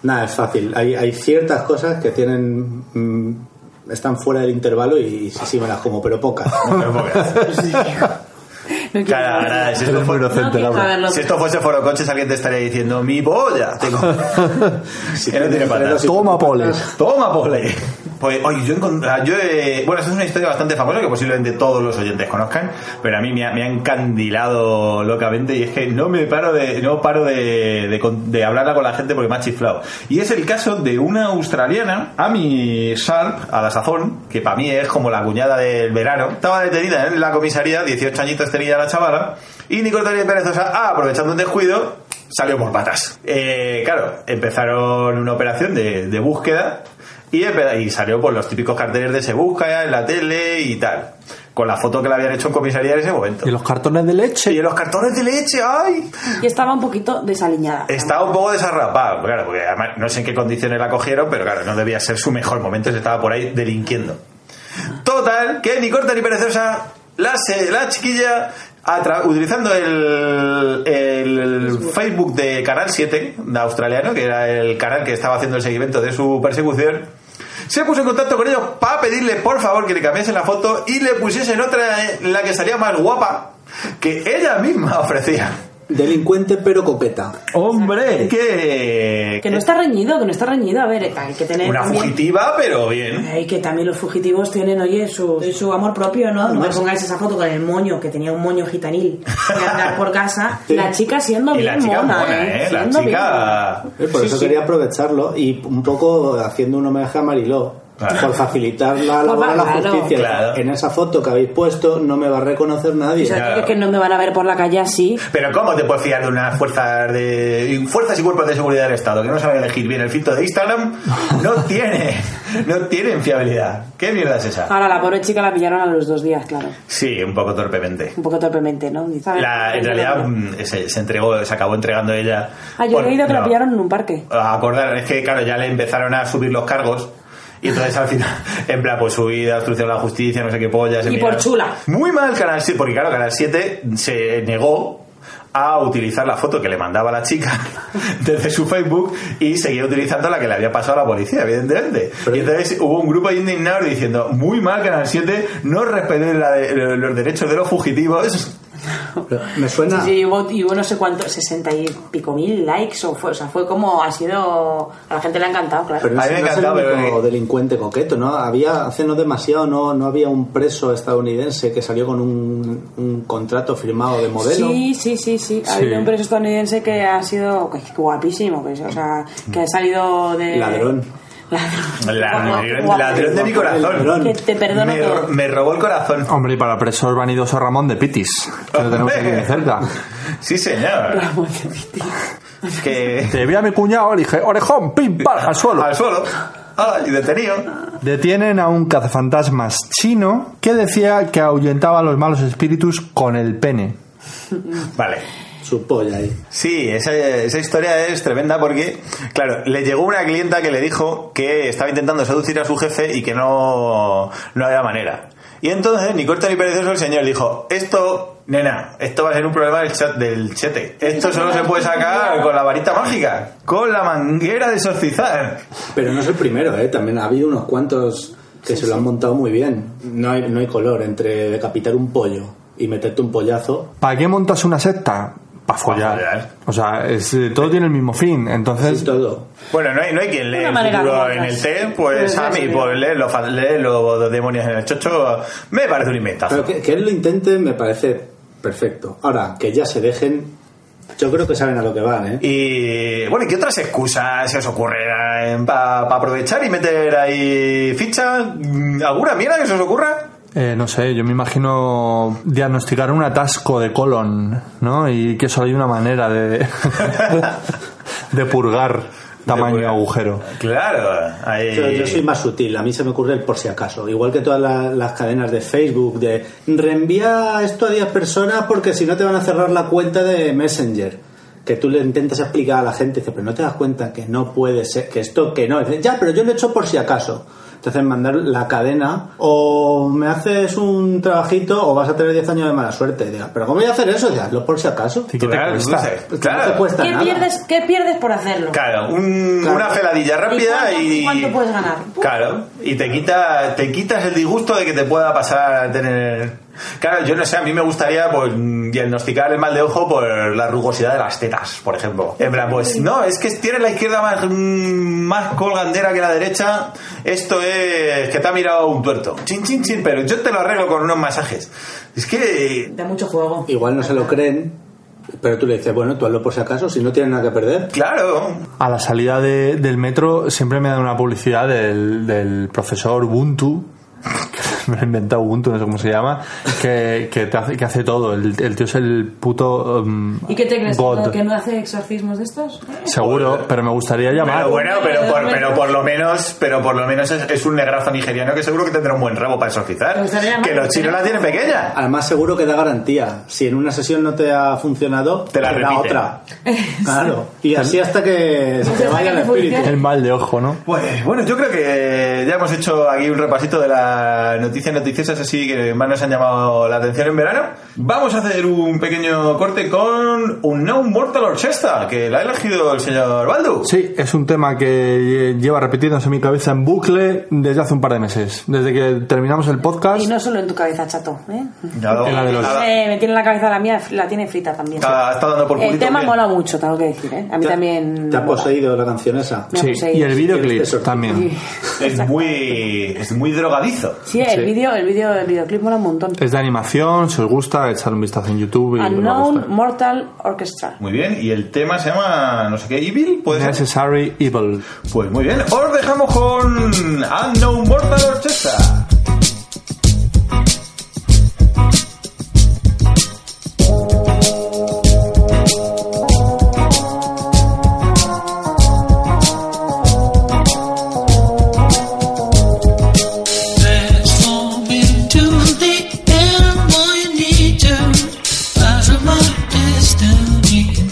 Speaker 7: Nada, es fácil. Hay, hay ciertas cosas que tienen... mm, están fuera del intervalo y sí, sí me las como, pero pocas.
Speaker 4: Pero pocas.
Speaker 8: no quiero
Speaker 4: Cara,
Speaker 8: saberlo.
Speaker 4: nada, si esto
Speaker 5: Eres muy
Speaker 4: fue-
Speaker 8: No
Speaker 5: inocente,
Speaker 8: quiero
Speaker 5: Laura.
Speaker 8: saberlo.
Speaker 4: Si esto fuese Foro Coches, alguien te estaría diciendo: ¡Mi polla! Tengo... que no tiene patas.
Speaker 5: Toma poles.
Speaker 4: Toma, pole. Ah. Pues, oye, yo encontré. Yo, eh, bueno, esta es una historia bastante famosa que posiblemente todos los oyentes conozcan, pero a mí me ha, me ha encandilado locamente y es que no me paro de no paro de, de con- de hablarla con la gente porque me ha chiflado. Y es el caso de una australiana, Amy Sharp, a la sazón, que para mí es como la cuñada del verano, estaba detenida en la comisaría, 18 añitos tenía la chavala, y Nicolás Perezosa, ah, aprovechando un descuido, salió por patas. Eh, claro, empezaron una operación de, de búsqueda y, empe- y salió por los típicos carteles de se busca en la tele y tal, con la foto que le habían hecho en comisaría en ese momento.
Speaker 5: Y los cartones de leche.
Speaker 4: Y en los cartones de leche, ¡ay!
Speaker 8: Y estaba un poquito desaliñada.
Speaker 4: Estaba un poco desarrapado, claro, porque además no sé en qué condiciones la cogieron, pero claro, no debía ser su mejor momento, se estaba por ahí delinquiendo. Total, que ni corta ni perezosa, la, se- la chiquilla, atra- utilizando el, el Facebook de Canal 7, de australiano, que era el canal que estaba haciendo el seguimiento de su persecución, se puso en contacto con ellos para pedirle por favor que le cambiasen la foto y le pusiesen otra en la que salía más guapa, que ella misma ofrecía.
Speaker 7: Delincuente pero coqueta.
Speaker 5: ¡Hombre!
Speaker 4: Eh, Que,
Speaker 8: Que no está reñido, que no está reñido. A ver, hay que tener
Speaker 4: Una
Speaker 8: también...
Speaker 4: fugitiva, pero bien.
Speaker 8: Ay, que también los fugitivos tienen, oye, su, su amor propio, ¿no? No me pongáis esa foto con el moño, que tenía un moño gitanil, de andar por casa. La chica siendo
Speaker 4: Y
Speaker 8: bien
Speaker 4: la chica
Speaker 8: mona,
Speaker 4: mona, ¿eh? La
Speaker 8: Siendo bien.
Speaker 4: chica...
Speaker 7: Eh, Por
Speaker 8: Sí,
Speaker 7: eso
Speaker 8: sí.
Speaker 7: quería aprovecharlo y un poco haciendo un homenaje a Mariló.
Speaker 4: Claro.
Speaker 7: Por facilitar la
Speaker 8: Por
Speaker 7: labor a la
Speaker 8: favor,
Speaker 7: justicia.
Speaker 4: claro.
Speaker 7: En esa foto que habéis puesto no me va a reconocer nadie.
Speaker 8: O sea,
Speaker 4: Claro.
Speaker 8: que- que no me van a ver por la calle así.
Speaker 4: Pero ¿cómo te puedes fiar de unas fuerzas de fuerzas y cuerpos de seguridad del Estado que no saben elegir bien el filtro de Instagram? No tiene, no tienen fiabilidad. ¿Qué mierda es esa?
Speaker 8: Ahora, la pobre chica la pillaron a los dos días, claro.
Speaker 4: Sí, un poco torpemente.
Speaker 8: Un poco torpemente, ¿no? Dice, a ver,
Speaker 4: La- en
Speaker 8: ¿qué
Speaker 4: realidad
Speaker 8: nombre?
Speaker 4: mm, se, se entregó, se acabó entregando ella.
Speaker 8: Ah, yo
Speaker 4: Por-
Speaker 8: he oído que la
Speaker 4: no.
Speaker 8: pillaron en un parque.
Speaker 4: a acordar, es que claro, ya le empezaron a subir los cargos y entonces al final, en plan, pues subida, obstrucción a la justicia, no sé qué pollas.
Speaker 8: Y
Speaker 4: enviar.
Speaker 8: por chula.
Speaker 4: Muy mal Canal 7, porque claro, Canal 7 se negó a utilizar la foto que le mandaba la chica desde su Facebook y seguía utilizando la que le había pasado a la policía, evidentemente. Y entonces hubo un grupo indignado diciendo, muy mal Canal 7, no respetéis la de- los derechos de los fugitivos
Speaker 7: Pero Me suena.
Speaker 6: Sí, sí, hubo, y hubo no sé cuánto, 60 y pico mil likes, o, fue, o sea, fue como ha sido. A la gente le ha encantado, claro.
Speaker 7: Pero no,
Speaker 4: A mí
Speaker 7: sé-
Speaker 4: me
Speaker 7: no es el
Speaker 4: encantaba,
Speaker 7: único
Speaker 4: pero-
Speaker 7: delincuente coqueto, ¿no? Había, hace no demasiado, no, no había un preso estadounidense que salió con un, un contrato firmado de modelo.
Speaker 6: Sí, sí, sí, sí. Ha
Speaker 5: Sí.
Speaker 6: habido un preso estadounidense que ha sido que es guapísimo, pues, o sea, que ha salido de...
Speaker 7: Ladrón.
Speaker 6: Ladrón.
Speaker 4: Ladrón,
Speaker 6: Guapo.
Speaker 4: ladrón de mi corazón.
Speaker 6: Que te perdono
Speaker 4: me,
Speaker 6: todo.
Speaker 4: me robó el corazón.
Speaker 5: Hombre, y para presos vanidoso Ramón de Pitis, que lo tenemos aquí
Speaker 4: Hombre.
Speaker 5: muy cerca.
Speaker 4: Sí, señor.
Speaker 6: Ramón de Pitis.
Speaker 4: Que
Speaker 5: Te vi a mi cuñado, le dije, orejón, pim, pam, al suelo.
Speaker 4: al suelo. Ah, y detenido.
Speaker 5: Detienen a un cazafantasmas chino que decía que ahuyentaba a los malos espíritus con el pene.
Speaker 4: Vale.
Speaker 7: Su polla ahí.
Speaker 4: Sí, esa, esa historia es tremenda porque, claro, le llegó una clienta que le dijo que estaba intentando seducir a su jefe y que no, no había manera. Y entonces, ni corta ni perezoso, el señor dijo, esto, nena, esto va a ser un problema del, chat, del chete. Esto solo se puede sacar con la varita mágica, con la manguera de exorcizar.
Speaker 7: Pero no es el primero, ¿eh? También ha habido unos cuantos que se lo han montado muy bien. No hay, no hay color entre decapitar un pollo y meterte un pollazo.
Speaker 5: ¿Para qué montas una secta? Para follar.
Speaker 4: follar.
Speaker 5: O sea, es, eh, todo tiene el mismo fin.
Speaker 7: Es
Speaker 5: Entonces,
Speaker 7: todo.
Speaker 4: Bueno, no hay, no hay quien lee
Speaker 6: Una
Speaker 4: el
Speaker 6: manera
Speaker 4: futuro
Speaker 6: de
Speaker 4: en el
Speaker 6: otras.
Speaker 4: té, pues
Speaker 6: Sí,
Speaker 4: a
Speaker 6: sí,
Speaker 4: mí,
Speaker 6: sí.
Speaker 4: pues leer los, fa- leer los demonios en el chocho, me parece un inventazo.
Speaker 7: Pero que, que él lo intente me parece perfecto. Ahora, que ya se dejen, yo creo que saben a lo que van, ¿eh?
Speaker 4: Y bueno, ¿y qué otras excusas se os ocurre para aprovechar y meter ahí ficha? Mm, ¿Alguna mierda que se os ocurra?
Speaker 5: eh, no sé, yo me imagino diagnosticar un atasco de colon, ¿no? Y que solo hay una manera de, de purgar tamaño
Speaker 4: purgar.
Speaker 5: agujero.
Speaker 4: Claro, ahí.
Speaker 7: Pero yo soy más sutil, a mí se me ocurre el por si acaso. Igual que todas la- las cadenas de Facebook, de reenvía esto a 10 personas porque si no te van a cerrar la cuenta de Messenger. Que tú le intentas explicar a la gente, dice, pero no te das cuenta que no puede ser, que esto que no. Dice, ya, pero yo lo he hecho por si acaso. Entonces mandar la cadena, o me haces un trabajito o vas a tener 10 años de mala suerte. Diga, pero ¿cómo voy a hacer eso? Diga, lo por si acaso.
Speaker 5: Sí, ¿qué te
Speaker 4: Claro,
Speaker 5: cuesta?
Speaker 4: no sé.
Speaker 7: Pues que
Speaker 4: Claro.
Speaker 7: no te cuesta
Speaker 6: ¿Qué
Speaker 7: nada.
Speaker 6: pierdes, ¿Qué pierdes por hacerlo?
Speaker 4: Claro, un-
Speaker 7: Claro.
Speaker 4: una celadilla rápida y.
Speaker 6: ¿Y cuánto- cuánto puedes ganar?
Speaker 4: Claro, y te, quita, te quitas el disgusto de que te pueda pasar a tener. Claro, yo no sé, a mí me gustaría pues, mm, diagnosticar el mal de ojo por la rugosidad de las tetas, por ejemplo. En plan, pues no, es que tiene la izquierda más, mm, más colgandera que la derecha. Esto es que te ha mirado un tuerto. Chin, chin, chin, pero yo te lo arreglo con unos masajes. Es que.
Speaker 6: Da mucho juego.
Speaker 7: Igual no se lo creen, pero tú le dices, bueno, tú hazlo por si acaso, si no tienes nada que perder.
Speaker 4: Claro,
Speaker 5: A la salida de- del metro siempre me dan una publicidad del, del profesor Ubuntu, que me lo he inventado Ubuntu, no sé cómo se llama, que, que, te hace, que hace todo. El, el tío es el puto um,
Speaker 6: ¿Y qué te crees?
Speaker 5: God.
Speaker 6: ¿Que no hace exorcismos de estos?
Speaker 5: Seguro, pero me gustaría llamar.
Speaker 4: Pero bueno, pero por, pero por lo menos, pero por lo menos es, es un negrazo nigeriano que seguro que tendrá un buen rabo para
Speaker 6: Me
Speaker 4: exorcizar.
Speaker 6: gustaría llamar-
Speaker 4: Que los chinos la tienen pequeña.
Speaker 7: Además, seguro que da garantía. Si en una sesión no te ha funcionado,
Speaker 4: Te la
Speaker 7: da
Speaker 4: repiten.
Speaker 7: otra. Claro. Y así hasta que se te
Speaker 6: Hasta
Speaker 7: vaya el
Speaker 6: que te funcione.
Speaker 7: espíritu.
Speaker 5: El mal de ojo, ¿no?
Speaker 4: Pues bueno, yo creo que ya hemos hecho aquí un repasito de las noticias noticiosas así que más nos han llamado la atención en verano. Vamos a hacer un pequeño corte con un No Mortal Orchestra, que la ha elegido el señor Baldu.
Speaker 5: Sí, es un tema que lleva repitiéndose en mi cabeza en bucle desde hace un par de meses. Desde que terminamos el
Speaker 7: Ah,
Speaker 5: podcast.
Speaker 6: Y no solo en tu cabeza, chato. ¿eh?
Speaker 4: Ya lo-
Speaker 5: En la de los-
Speaker 4: ha-
Speaker 6: Eh, me tiene la cabeza la mía, la tiene frita también.
Speaker 4: ha estado dando por
Speaker 6: El
Speaker 4: culito
Speaker 6: tema
Speaker 4: bien.
Speaker 6: mola mucho, tengo que decir. ¿eh? A mí
Speaker 7: Te-
Speaker 6: también.
Speaker 7: Te ha
Speaker 6: mola.
Speaker 7: poseído la canción esa.
Speaker 6: Me ha
Speaker 5: Sí,
Speaker 6: poseído,
Speaker 5: y el
Speaker 6: pues sí.
Speaker 5: videoclip
Speaker 7: Eso.
Speaker 5: también.
Speaker 4: Es muy, es muy drogadizo.
Speaker 6: Sí, el vídeo, el vídeo, el videoclip mola un montón.
Speaker 5: Es de animación, si os gusta, echar un vistazo en YouTube. Y os va a
Speaker 6: Unknown
Speaker 5: gustar.
Speaker 6: Mortal Orchestra.
Speaker 4: Muy bien, y el tema se llama no sé qué, Evil, puede ser.
Speaker 5: Necessary Evil.
Speaker 4: Pues muy bien, os dejamos con Unknown Mortal Orchestra.
Speaker 9: You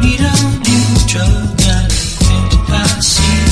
Speaker 9: need a new drug addict.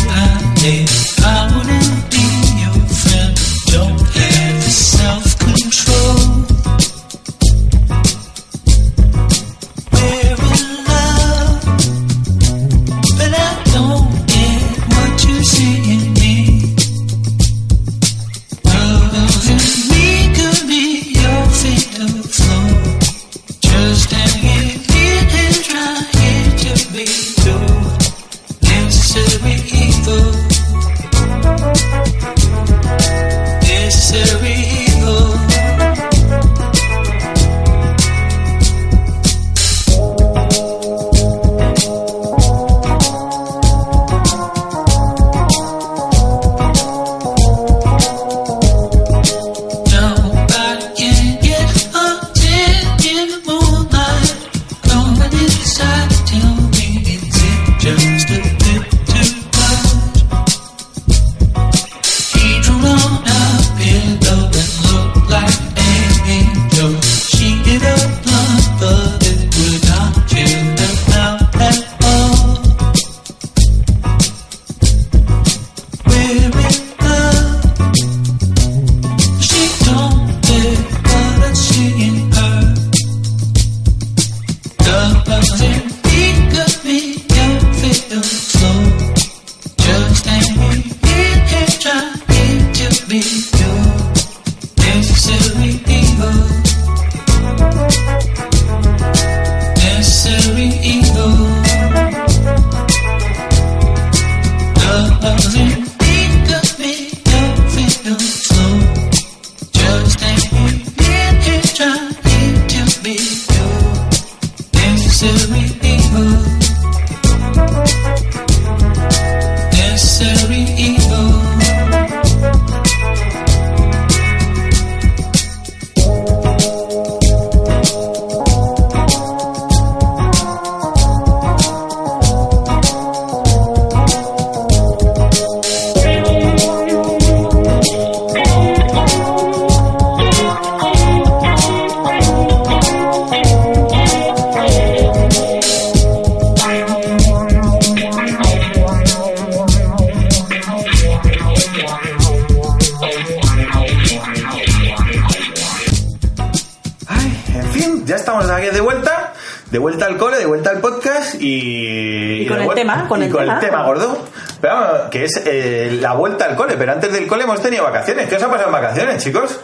Speaker 4: ya estamos aquí de vuelta, de vuelta al cole, de vuelta al podcast y...
Speaker 8: Y con
Speaker 4: de
Speaker 8: el
Speaker 4: vuel-
Speaker 8: tema, con
Speaker 4: y
Speaker 8: el
Speaker 4: con
Speaker 8: tema.
Speaker 4: el tema, gordo. Pero vamos, que es eh, la vuelta al cole, pero antes del cole hemos tenido vacaciones. ¿Qué os ha pasado en vacaciones, chicos?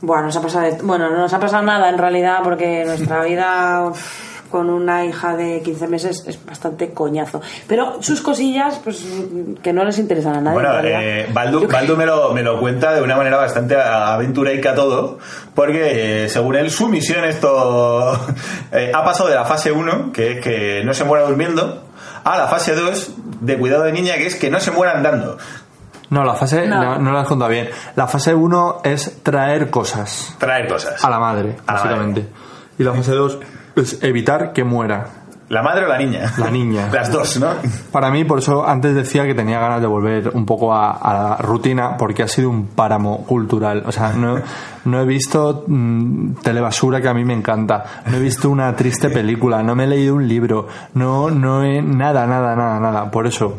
Speaker 8: Bueno, nos ha pasado, de- bueno, no nos ha pasado nada en realidad porque nuestra vida uf, con una hija de 15 meses es bastante coñazo. Pero sus cosillas, pues que no les interesan a nadie.
Speaker 4: Bueno,
Speaker 8: en realidad.
Speaker 4: eh, Baldu,
Speaker 8: Yo-
Speaker 4: Baldu me, lo, me lo cuenta de una manera bastante aventuraica todo, porque eh, según él, su misión esto eh, ha pasado de la fase 1, que es que no se muera durmiendo, a la fase 2 de cuidado de niña, que es que no se muera andando.
Speaker 5: No, la fase
Speaker 8: No.
Speaker 5: no, no la has contado bien. La fase 1 es traer cosas
Speaker 4: Traer cosas.
Speaker 5: a la madre,
Speaker 4: A la
Speaker 5: básicamente. Y la fase 2 es evitar que muera.
Speaker 4: ¿La madre o la niña?
Speaker 5: La niña. Eh,
Speaker 4: Las dos, ¿no?
Speaker 5: Para mí, por eso antes decía que tenía ganas de volver un poco a, a la rutina, porque ha sido un páramo cultural. O sea, no, no he visto mm, telebasura que a mí me encanta. No he visto una triste película. No me he leído un libro. No, no he. Nada, nada, nada, nada. Por eso.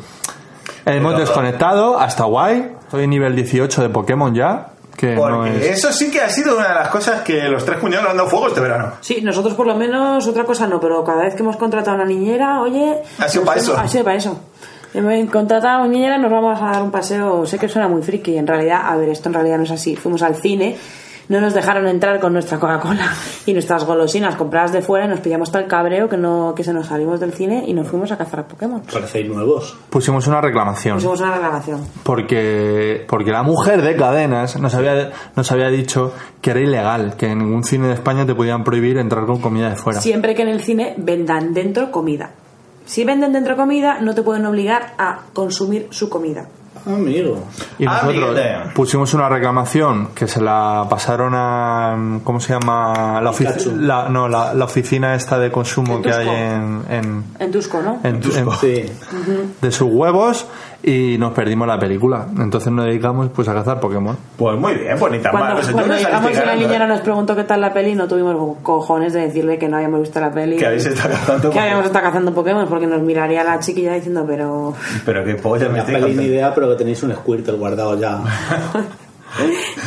Speaker 5: Hemos
Speaker 4: Pero-
Speaker 5: desconectado hasta guay. Estoy nivel 18 de Pokémon ya. Que
Speaker 4: Porque
Speaker 5: no es.
Speaker 4: eso sí que ha sido una de las cosas que los tres cuñados le han dado fuego este verano.
Speaker 8: Sí, nosotros por lo menos otra cosa no, pero cada vez que hemos contratado a una niñera, oye...
Speaker 4: Ha sido
Speaker 8: nos
Speaker 4: pa'
Speaker 8: hemos-
Speaker 4: eso.
Speaker 8: Ha sido para eso. Hemos contratado a una niñera, nos vamos a dar un paseo. Sé que suena muy friki, en realidad, a ver, esto en realidad no es así. Fuimos al cine, no nos dejaron entrar con nuestra Coca-Cola y nuestras golosinas compradas de fuera y nos pillamos tal cabreo que, no, que se nos salimos del cine y nos fuimos a cazar a Pokémon.
Speaker 7: Parecéis nuevos.
Speaker 5: Pusimos una reclamación.
Speaker 8: Hicimos una grabación.
Speaker 5: porque porque la mujer de cadenas nos había nos había dicho que era ilegal que en ningún cine de España te podían prohibir entrar con comida de fuera
Speaker 8: Siempre que en el cine vendan dentro comida. Si venden dentro comida, no te pueden obligar a consumir su comida.
Speaker 7: Amigo.
Speaker 5: y
Speaker 4: Ah,
Speaker 5: nosotros
Speaker 4: mírate.
Speaker 5: pusimos una reclamación que se la pasaron a cómo se llama la, ofici-
Speaker 7: Pikachu.
Speaker 5: la- no la, la oficina esta de consumo
Speaker 8: En
Speaker 5: que hay
Speaker 8: Tusco.
Speaker 5: en, en,
Speaker 8: En Tusco, ¿no?
Speaker 5: en- en-
Speaker 4: Oh,
Speaker 7: Sí.
Speaker 5: de sus huevos y nos perdimos la película entonces nos dedicamos pues a cazar Pokémon
Speaker 4: Pues muy bien, pues ni tan mal.
Speaker 8: Cuando,
Speaker 4: Pues
Speaker 8: cuando
Speaker 4: entonces
Speaker 8: llegamos
Speaker 4: saliste
Speaker 8: y la
Speaker 4: ganando,
Speaker 8: niñera
Speaker 4: ¿eh?
Speaker 8: nos preguntó qué tal la peli, no tuvimos cojones de decirle que no habíamos visto la peli.
Speaker 4: Que habéis estado cazando
Speaker 8: Que habíamos
Speaker 4: Pokémon.
Speaker 8: estado cazando Pokémon, porque nos miraría la chiquilla diciendo, pero.
Speaker 4: Pero qué polla me
Speaker 7: La
Speaker 4: estoy
Speaker 7: peli ni
Speaker 4: contando.
Speaker 7: idea, pero que tenéis un Squirtle guardado ya.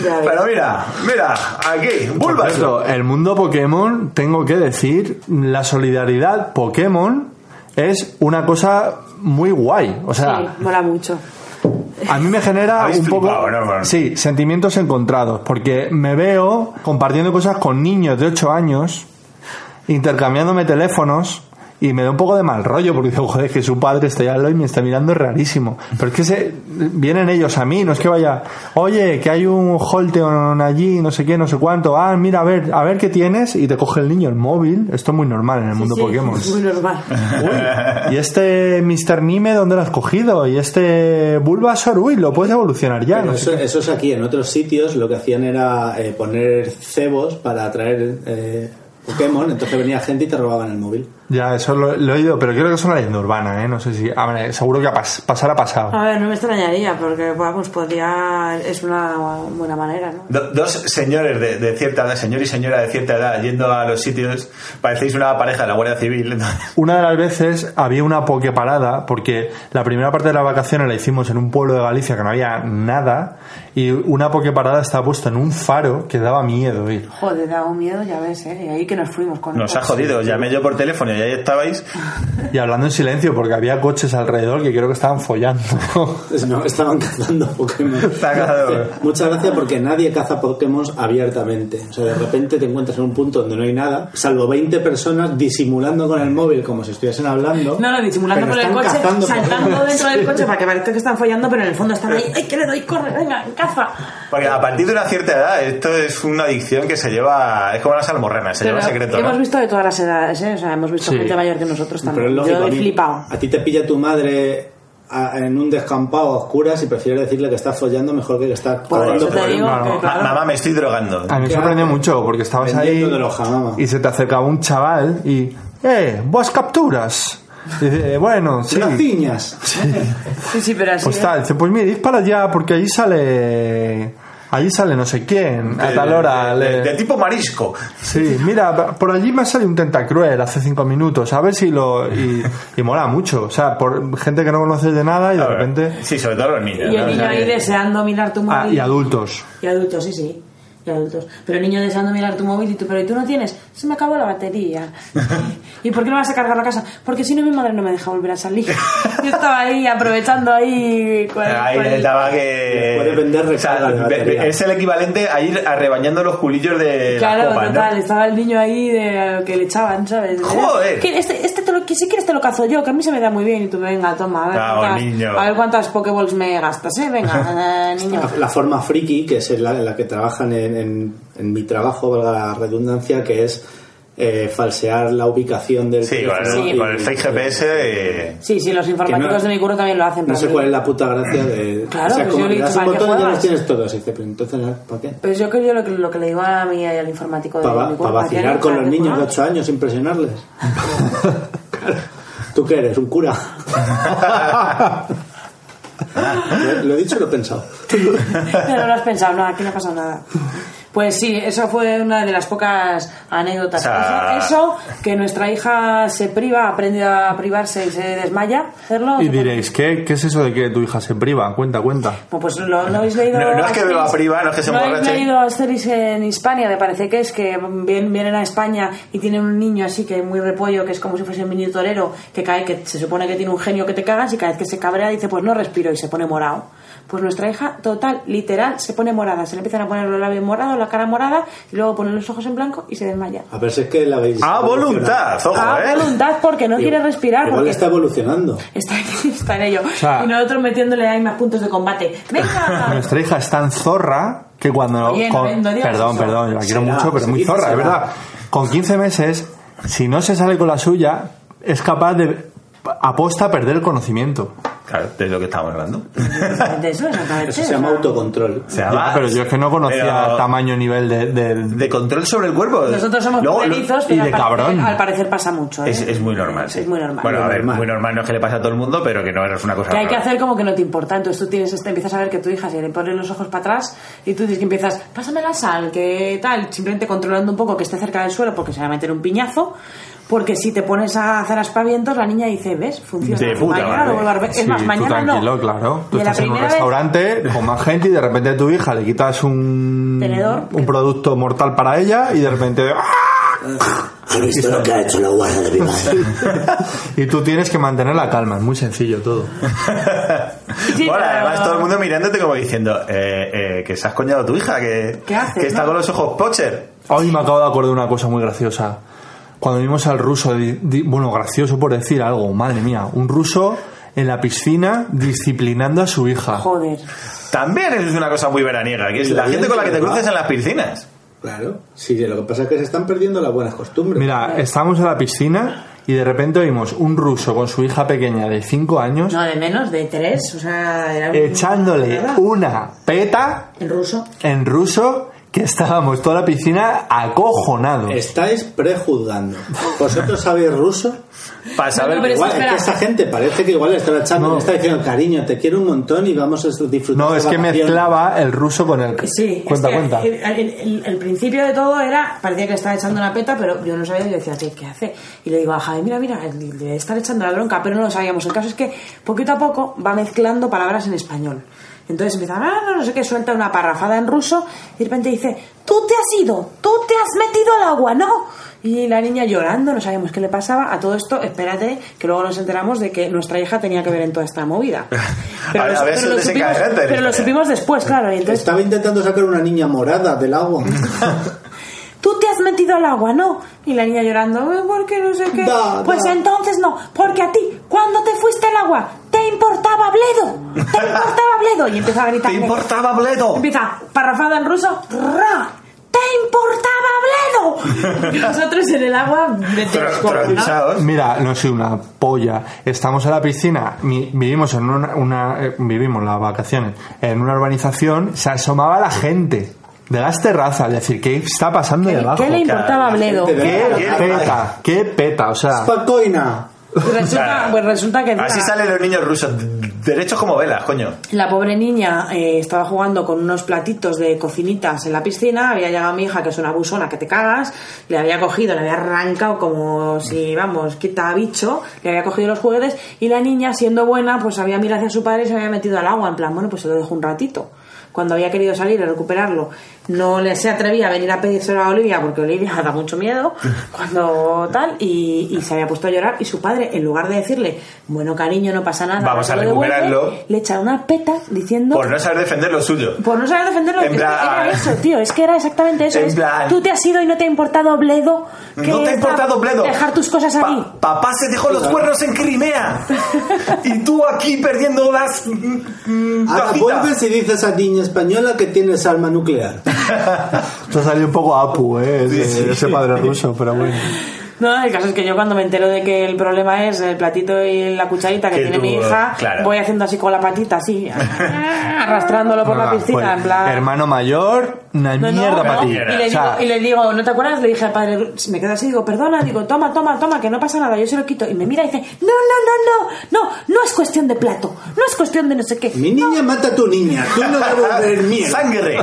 Speaker 8: Ya ves.
Speaker 4: Pero mira, mira, aquí,
Speaker 5: Por
Speaker 4: Bulbasaur.
Speaker 5: cierto, el mundo Pokémon, tengo que decir, la solidaridad Pokémon es una cosa muy guay. O sea,
Speaker 8: Sí, mola mucho.
Speaker 5: a mí me genera
Speaker 4: Habéis
Speaker 5: un poco.
Speaker 4: flipado, ¿no, hermano?
Speaker 5: Sí, sentimientos encontrados. Porque me veo compartiendo cosas con niños de 8 años, intercambiándome teléfonos. Y me da un poco de mal rollo porque digo, joder, que su padre está allá y me está mirando rarísimo. Pero es que se, vienen ellos a mí, no es que vaya, oye, que hay un Holteon allí, no sé qué, no sé cuánto. Ah, mira, a ver, a ver qué tienes. Y te coge el niño el móvil. Esto es muy normal en el mundo
Speaker 8: Sí,
Speaker 5: Pokémon.
Speaker 8: Muy normal.
Speaker 5: Uy, y este Mr. Nime, ¿dónde lo has cogido? Y este Bulbasaur, uy, lo puedes evolucionar ya.
Speaker 7: Pero
Speaker 5: no
Speaker 7: eso,
Speaker 5: sé qué.
Speaker 7: eso es aquí. En otros sitios lo que hacían era eh, poner cebos para atraer eh, Pokémon. Entonces venía gente y te robaban el móvil.
Speaker 5: Ya, eso lo, lo he oído, pero creo que es una leyenda urbana, ¿eh? No sé si. A ver, seguro que a pas- pasar ha pasado.
Speaker 8: A ver, no me extrañaría, porque vamos, podría. Es una buena manera, ¿no?
Speaker 4: Do- dos señores de, de cierta edad, señor y señora de cierta edad, yendo a los sitios, parecéis una pareja de la Guardia Civil. entonces-
Speaker 5: Una de las veces había una pokeparada, porque la primera parte de las vacaciones la hicimos en un pueblo de Galicia que no había nada, y una pokeparada estaba puesta en un faro que daba miedo ir.
Speaker 8: Joder, da un miedo, ya ves, ¿eh? Y ahí que nos fuimos con.
Speaker 4: Nos ha jodido, os llamé yo por teléfono y ahí estabais.
Speaker 5: Y hablando en silencio, porque había coches alrededor que creo que estaban follando.
Speaker 7: Pues No, estaban cazando Pokémon.
Speaker 4: Está cazando.
Speaker 7: Muchas gracias porque nadie caza Pokémon abiertamente. O sea, de repente te encuentras en un punto donde no hay nada, salvo 20 personas disimulando con el móvil como si estuviesen hablando.
Speaker 8: No, no, disimulando
Speaker 7: pero
Speaker 8: por el
Speaker 7: están
Speaker 8: coche,
Speaker 7: cazando
Speaker 8: saltando
Speaker 7: Pokémon.
Speaker 8: dentro del coche para que parezca que están follando, pero en el fondo están ahí. ¡Ay, que le doy! ¡Corre, venga, caza!
Speaker 4: Porque a partir de una cierta edad, esto es una adicción que se lleva. Es como las almorrenas, se lleva
Speaker 8: Pero
Speaker 4: secreto. ¿no?
Speaker 8: Hemos visto de todas las edades, ¿eh? O sea, hemos visto
Speaker 5: Sí.
Speaker 8: gente mayor que nosotros también.
Speaker 7: Pero es lógico,
Speaker 8: Yo
Speaker 7: a
Speaker 8: he
Speaker 7: mí-
Speaker 8: flipado.
Speaker 7: A ti te pilla tu madre a- en un descampado a oscuras y prefieres decirle que estás follando mejor que que estás
Speaker 8: Por
Speaker 7: cazando
Speaker 8: eso Pues, te
Speaker 7: Pokémon.
Speaker 8: digo
Speaker 5: no,
Speaker 8: que,
Speaker 5: no.
Speaker 4: Ma-
Speaker 8: claro,
Speaker 4: Mamá, me estoy drogando.
Speaker 5: A mí me
Speaker 7: Claro.
Speaker 5: sorprendió mucho porque estabas ahí
Speaker 7: Vendiendo de los jamama.
Speaker 5: y se te acercaba un chaval y ¡eh! ¡Vos capturas! Y dice, "Eh, bueno, sí.
Speaker 7: Las piñas.
Speaker 8: Sí, sí, pero así.
Speaker 5: Pues
Speaker 8: ¿eh?
Speaker 5: tal, dice, pues mira, dispara ya porque allí sale. Allí sale no sé quién, a
Speaker 4: De-
Speaker 5: tal hora.
Speaker 4: de-
Speaker 5: le-
Speaker 4: de tipo marisco.
Speaker 5: Sí, mira, por allí me ha salido un tentacruel hace cinco minutos, a ver si lo. Y, y mola mucho, o sea, por gente que no conoces de nada y de
Speaker 4: A ver,
Speaker 5: repente.
Speaker 4: Sí, sobre todo los niños.
Speaker 8: Y
Speaker 4: ¿no?
Speaker 8: el
Speaker 4: O
Speaker 8: niño
Speaker 4: sea
Speaker 8: ahí
Speaker 4: que-
Speaker 8: deseando mirar tu
Speaker 5: Ah,
Speaker 8: móvil.
Speaker 5: y adultos.
Speaker 8: Y adultos, sí, sí. y adultos. Pero el niño deseando mirar tu móvil y tú, pero ¿y tú no tienes? Se me acabó la batería. ¿Y por qué no vas a cargar la casa? Porque si no, mi madre no me deja volver a salir. Yo estaba ahí aprovechando ahí... cual-
Speaker 4: Ahí
Speaker 8: cual-
Speaker 4: estaba que.
Speaker 7: Puede vender
Speaker 4: o sea,
Speaker 7: recarga de
Speaker 4: ve-
Speaker 7: batería.
Speaker 4: ve- es el equivalente a ir arrebañando los culillos de
Speaker 8: Claro,
Speaker 4: las copas,
Speaker 8: total,
Speaker 4: ¿no?
Speaker 8: estaba el niño ahí de, que le echaban, ¿sabes?
Speaker 4: ¡Joder!
Speaker 8: Que este, este te lo, que si quieres te lo cazo yo, que a mí se me da muy bien. Y tú, venga, toma, a ver,
Speaker 4: Bravo,
Speaker 8: cuántas,
Speaker 4: niño.
Speaker 8: a ver cuántas Pokéballs me gastas, ¿eh? Venga, eh, niño.
Speaker 7: La, la forma friki, que es en la, en la que trabajan en, en- en mi trabajo, valga la redundancia, que es eh, falsear la ubicación del
Speaker 4: Sí, con el,
Speaker 7: teléfono
Speaker 8: Sí.
Speaker 4: con el
Speaker 7: y-
Speaker 4: fake GPS. eh,
Speaker 8: Sí, sí, los informáticos
Speaker 7: no-
Speaker 8: de mi curro también lo hacen.
Speaker 7: No
Speaker 8: pero
Speaker 7: sé
Speaker 8: yo-
Speaker 7: cuál es la puta gracia de.
Speaker 8: Claro,
Speaker 7: o sea,
Speaker 8: pues
Speaker 7: como
Speaker 8: yo le
Speaker 7: le
Speaker 8: he
Speaker 7: das
Speaker 8: dicho,
Speaker 7: un
Speaker 8: ¿para qué
Speaker 7: botón y ya los
Speaker 8: juegas?
Speaker 7: tienes todos. Y dice, pero entonces, ¿para qué?
Speaker 8: Pues yo creo que lo que, lo que le digo a mí y al informático de
Speaker 7: Para
Speaker 8: mi curro.
Speaker 7: vacilar
Speaker 8: ¿para qué
Speaker 7: con los
Speaker 8: haces,
Speaker 7: niños
Speaker 8: no?
Speaker 7: de 8 años, impresionarles. Claro. ¿Tú qué eres? ¿Un cura? Lo- lo he dicho y lo he pensado.
Speaker 8: Pero no lo has pensado, no, aquí no ha pasado nada. Pues sí, eso fue una de las pocas anécdotas.
Speaker 4: O sea-
Speaker 8: eso, eso, que nuestra hija se priva, aprende a privarse y se desmaya, hacerlo.
Speaker 5: Y diréis, ¿qué, ¿qué es eso de que tu hija se priva? Cuenta, cuenta.
Speaker 8: Bueno, pues lo, ¿no habéis leído.
Speaker 4: No- no es que
Speaker 8: Asterix?
Speaker 4: beba priva, no es que se
Speaker 8: ¿No habéis
Speaker 4: emborrache.
Speaker 8: leído Asterix en Hispania, me parece que es que vien- vienen a España y tienen un niño así que muy repollo, que es como si fuese un mini torero, que cae, que se supone que tiene un genio que te cagas y cada vez que se cabrea dice, pues no respiro y se pone morado. Pues nuestra hija, total, literal, se pone morada. Se le empiezan a poner los labios morados, la cara morada, y luego ponen los ojos en blanco y se desmaya.
Speaker 7: A ver si es que la veis.
Speaker 5: Ah,
Speaker 4: A Ah, voluntad, ojo,
Speaker 8: A
Speaker 4: ¿eh?
Speaker 8: voluntad, porque no quiere respirar.
Speaker 7: Igual
Speaker 8: Porque
Speaker 7: está evolucionando.
Speaker 8: está, está en ello.
Speaker 5: sea-
Speaker 8: y nosotros metiéndole ahí más puntos de combate. ¡Venga!
Speaker 5: Nuestra hija es tan zorra que cuando.
Speaker 8: Oye, no
Speaker 5: con-
Speaker 8: me- no digas
Speaker 5: perdón,
Speaker 8: eso.
Speaker 5: perdón, yo la quiero
Speaker 7: Será,
Speaker 5: mucho, pero es
Speaker 7: se
Speaker 5: muy
Speaker 7: dice
Speaker 5: zorra, es
Speaker 7: será.
Speaker 5: verdad. Con 15 meses, si no se sale con la suya, es capaz de aposta perder el conocimiento.
Speaker 4: Claro, de lo que estamos hablando.
Speaker 8: De eso, exactamente.
Speaker 7: Eso se llama autocontrol.
Speaker 4: Se
Speaker 5: Ya,
Speaker 4: llama-
Speaker 5: pero yo es que no conocía
Speaker 4: pero-
Speaker 5: tamaño nivel de, de-
Speaker 4: De control sobre el cuerpo.
Speaker 8: Nosotros somos
Speaker 4: Luego, lo-
Speaker 8: primerizos,
Speaker 5: y
Speaker 8: pero
Speaker 5: de
Speaker 8: al parecer-
Speaker 5: cabrón.
Speaker 8: al parecer pasa mucho. ¿eh?
Speaker 4: Es, es muy normal, sí.
Speaker 8: Es muy normal.
Speaker 4: Bueno, a
Speaker 7: Muy
Speaker 4: ver,
Speaker 7: normal.
Speaker 4: muy normal no es que le pase a todo el mundo, pero que no es una cosa
Speaker 8: que hay que
Speaker 4: rara.
Speaker 8: hacer como que no te importa. Entonces tú tienes este, empiezas a ver que tu hija se le pone los ojos para atrás y tú dices que empiezas, pásame la sal, que tal, simplemente controlando un poco que esté cerca del suelo porque se va a meter un piñazo. Porque si te pones a hacer aspavientos, la niña dice, ¿ves? Funciona.
Speaker 4: De puta
Speaker 8: mañana
Speaker 4: madre.
Speaker 8: lo vuelvo a ver". Es
Speaker 5: Sí,
Speaker 8: más,
Speaker 5: tú
Speaker 8: mañana
Speaker 5: tranquilo,
Speaker 8: no.
Speaker 5: claro. Tú
Speaker 8: De la
Speaker 5: estás en un
Speaker 8: primera vez-
Speaker 5: restaurante con más gente y de repente a tu hija le quitas un,
Speaker 8: Tenedor.
Speaker 5: un producto mortal para ella y de repente. ¡ah!
Speaker 10: ¿Has visto lo que ha hecho la guarda de mi madre?
Speaker 5: y tú tienes que mantener la calma, es muy sencillo todo.
Speaker 8: Sí,
Speaker 4: Bueno,
Speaker 8: pero-
Speaker 4: además todo el mundo mirándote como diciendo eh, eh, que se has coñado a tu hija, que,
Speaker 8: ¿Qué haces,
Speaker 4: que está
Speaker 8: no?
Speaker 4: con los ojos pocher.
Speaker 5: Hoy me acabo de acordar de una cosa muy graciosa. Cuando vimos al ruso, di- di- bueno, gracioso por decir algo, madre mía, un ruso en la piscina disciplinando a su hija.
Speaker 8: Joder.
Speaker 4: También eso es una cosa muy veraniega, que es
Speaker 7: Y
Speaker 4: la
Speaker 7: la
Speaker 4: gente con la que te
Speaker 7: gente,
Speaker 4: cruces
Speaker 7: ¿no?
Speaker 4: en las piscinas.
Speaker 7: Claro. Sí, lo que pasa es que se están perdiendo las buenas costumbres.
Speaker 5: Mira, estamos en la piscina y de repente vimos un ruso con su hija pequeña de 5 años
Speaker 8: No, de menos, de tres. O sea, era un-
Speaker 5: echándole
Speaker 8: Nada.
Speaker 5: una peta
Speaker 8: En ruso.
Speaker 5: en ruso que estábamos toda la piscina acojonados.
Speaker 7: Estáis prejuzgando. ¿Vosotros sabéis ruso?
Speaker 4: Para saber
Speaker 8: no, pero
Speaker 4: que-
Speaker 7: Igual,
Speaker 8: espera.
Speaker 7: es que esa gente parece que igual le está echando,
Speaker 5: No.
Speaker 7: le está diciendo, cariño, te quiero un montón y vamos a disfrutar.
Speaker 5: No,
Speaker 7: de
Speaker 5: es que
Speaker 7: vacaciones".
Speaker 5: mezclaba el ruso con el...
Speaker 8: Sí,
Speaker 5: cuenta,
Speaker 8: es que
Speaker 5: cuenta.
Speaker 8: El, el- el- el principio de todo era, parecía que le estaba echando una peta, pero yo no sabía y le decía, "Che, ¿qué hace? Y le digo a Javi, mira, mira, le debe estar echando la bronca, pero no lo sabíamos. El caso es que poquito a poco va mezclando palabras en español. Entonces empieza, ah, no, no sé qué, suelta una parrafada en ruso y de repente dice, tú te has ido, tú te has metido al agua, ¿no? Y la niña llorando, no sabíamos qué le pasaba. A todo esto, espérate, que luego nos enteramos de que nuestra hija tenía que ver en toda esta movida.
Speaker 4: A ver, a ver si
Speaker 8: pero lo
Speaker 4: es
Speaker 8: supimos-
Speaker 4: desencadenante la
Speaker 8: pero lo
Speaker 4: historia.
Speaker 8: supimos después, claro. Y entonces
Speaker 7: Estaba intentando sacar una niña morada del agua.
Speaker 5: Ah.
Speaker 8: Tú te has metido al agua, ¿no? Y la niña llorando, "Eh, ¿por qué no sé qué?
Speaker 7: Da,
Speaker 8: pues
Speaker 7: da.
Speaker 8: entonces no, porque a ti, cuando te fuiste al agua, te importaba Bledo, te importaba Bledo. Y empieza a gritar.
Speaker 4: ¿Te importaba Bledo?
Speaker 8: Empieza, parrafada en ruso, ra, te importaba Bledo. Y nosotros en el agua, de descojonados.
Speaker 4: Traumizados.
Speaker 5: Mira, no soy una polla. Estamos en la piscina, mi- vivimos en una, una- eh, vivimos las vacaciones en una urbanización, se asomaba la gente de las terrazas, es decir, ¿qué está pasando de abajo?
Speaker 8: ¿Qué le importaba Bledo?
Speaker 7: gente de-
Speaker 5: ¿Qué
Speaker 7: ¿Qué?
Speaker 5: peta? ¿Qué peta? O sea,
Speaker 7: Pacoina.
Speaker 8: Y Resulta, pues resulta que
Speaker 4: Así
Speaker 8: nada.
Speaker 4: salen los niños rusos, derechos como velas, coño.
Speaker 8: La pobre niña eh, estaba jugando con unos platitos de cocinitas en la piscina. Había llegado mi hija, que es una abusona que te cagas. Le había cogido, le había arrancado como si, vamos, quita bicho. Le había cogido los juguetes. Y la niña, siendo buena, pues había mirado hacia su padre y se había metido al agua. En plan, bueno, pues se lo dejo un ratito. cuando había querido salir a recuperarlo, no le se atrevía a venir a pedírselo a Olivia porque Olivia da mucho miedo, cuando tal, y, y se había puesto a llorar. Y su padre, en lugar de decirle, bueno, cariño, no pasa nada,
Speaker 4: Vamos
Speaker 8: te
Speaker 4: a
Speaker 8: lo devuelve",
Speaker 4: recuperarlo.
Speaker 8: le echa una peta diciendo.
Speaker 4: Por no saber defender lo suyo.
Speaker 8: Por no saber defenderlo,
Speaker 4: En
Speaker 8: es que
Speaker 4: plan-
Speaker 8: era eso, tío. Es que era exactamente eso.
Speaker 4: En
Speaker 8: es,
Speaker 4: plan-
Speaker 8: tú te has ido y no te ha importado bledo. que
Speaker 4: no te ha
Speaker 8: pa-
Speaker 4: importado, Bledo.
Speaker 8: Dejar tus cosas
Speaker 4: Pa-
Speaker 8: aquí.
Speaker 4: papá se dejó los cuernos en Crimea. y tú aquí perdiendo las. mm, mm,
Speaker 7: Ahora
Speaker 4: tacitas.
Speaker 7: Ah, vuelves y dices a niña española que tienes alma nuclear.
Speaker 5: Esto salió un poco apu, ¿eh? Ese,
Speaker 4: Sí, sí.
Speaker 5: ese padre ruso, pero bueno.
Speaker 8: No, el caso es que yo cuando me entero de que el problema es el platito y la cucharita que,
Speaker 4: Que
Speaker 8: tiene
Speaker 4: tú-
Speaker 8: mi hija,
Speaker 4: claro.
Speaker 8: voy haciendo así con la patita, así, arrastrándolo por la
Speaker 5: Ah,
Speaker 8: piscina,
Speaker 5: pues,
Speaker 8: en plan...
Speaker 5: Hermano mayor, una
Speaker 8: No, no,
Speaker 5: mierda
Speaker 8: no.
Speaker 5: para ti.
Speaker 8: Y le,
Speaker 5: O
Speaker 8: digo,
Speaker 5: sea,
Speaker 8: y le digo, ¿no te acuerdas? Le dije al padre, me quedo así, digo, perdona, digo, toma, toma, toma, que no pasa nada, yo se lo quito. Y me mira y dice, no, no, no, no, no, no es cuestión de plato, no es cuestión de no sé qué.
Speaker 7: Mi niña mata a tu niña, tú no devolver mierda.
Speaker 4: ¡Sangre!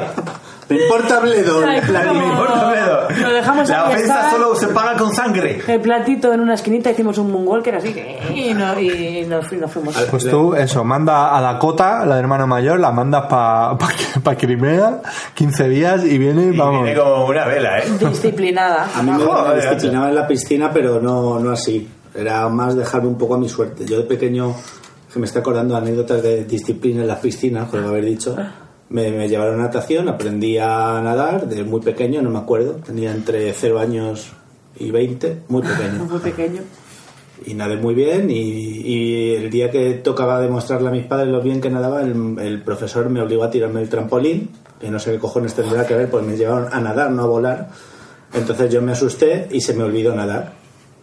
Speaker 7: Me importa Bledo,
Speaker 8: Ay,
Speaker 7: la
Speaker 8: cómo-
Speaker 7: niña.
Speaker 4: Gordo Bledo.
Speaker 8: Lo dejamos
Speaker 4: La
Speaker 8: ahí,
Speaker 4: ofensa
Speaker 8: está.
Speaker 4: solo se paga con sangre.
Speaker 8: El platito en una esquinita, hicimos un mongol que era así, y, no- y nos, fu- nos fuimos.
Speaker 5: pues tú, eso, manda a Dakota, la de hermano mayor, la mandas para pa, pa Crimea, 15 días y viene,
Speaker 4: Y
Speaker 5: vamos.
Speaker 4: viene como una vela, ¿eh?
Speaker 8: Disciplinada.
Speaker 7: A mí
Speaker 4: Ah,
Speaker 7: me,
Speaker 4: joder,
Speaker 7: me disciplinaba en la piscina, pero no, no así. Era más dejarme un poco a mi suerte. Yo de pequeño, que me estoy acordando de anécdotas de disciplina en las piscinas, por haber dicho, me, me llevaron a natación, aprendí a nadar desde muy pequeño, no me acuerdo. Tenía entre 0 años y 20, muy pequeño.
Speaker 8: Muy pequeño.
Speaker 7: Y nadé muy bien y, y el día que tocaba demostrarle a mis padres lo bien que nadaba, el, el profesor me obligó a tirarme el trampolín, que no sé qué cojones tendrá que ver, pues me llevaron a nadar, no a volar. Entonces yo me asusté y se me olvidó nadar.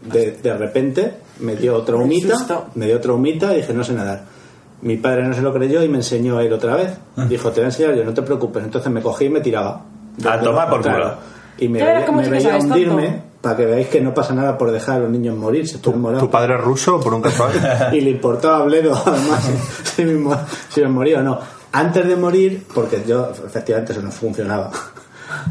Speaker 7: De, de repente me dio otra humita,
Speaker 8: susto.
Speaker 7: me dio otra humita y dije, no sé nadar. Mi padre no se lo creyó y me enseñó él otra vez. Dijo, te voy a enseñar yo, no te preocupes. Entonces me cogí y me tiraba.
Speaker 4: A tomar Ah, por culo.
Speaker 7: Y me
Speaker 8: Ya verás
Speaker 7: veía,
Speaker 8: cómo
Speaker 7: me
Speaker 8: sí que
Speaker 7: veía
Speaker 8: sabes, tonto.
Speaker 7: hundirme para que veáis que no pasa nada por dejar a los niños morir. Se ponen morados
Speaker 5: Tu padre es ruso, por un casual.
Speaker 7: y le importaba a Bledo además si me, mo- si me moría o no. Antes de morir, porque yo efectivamente eso no funcionaba,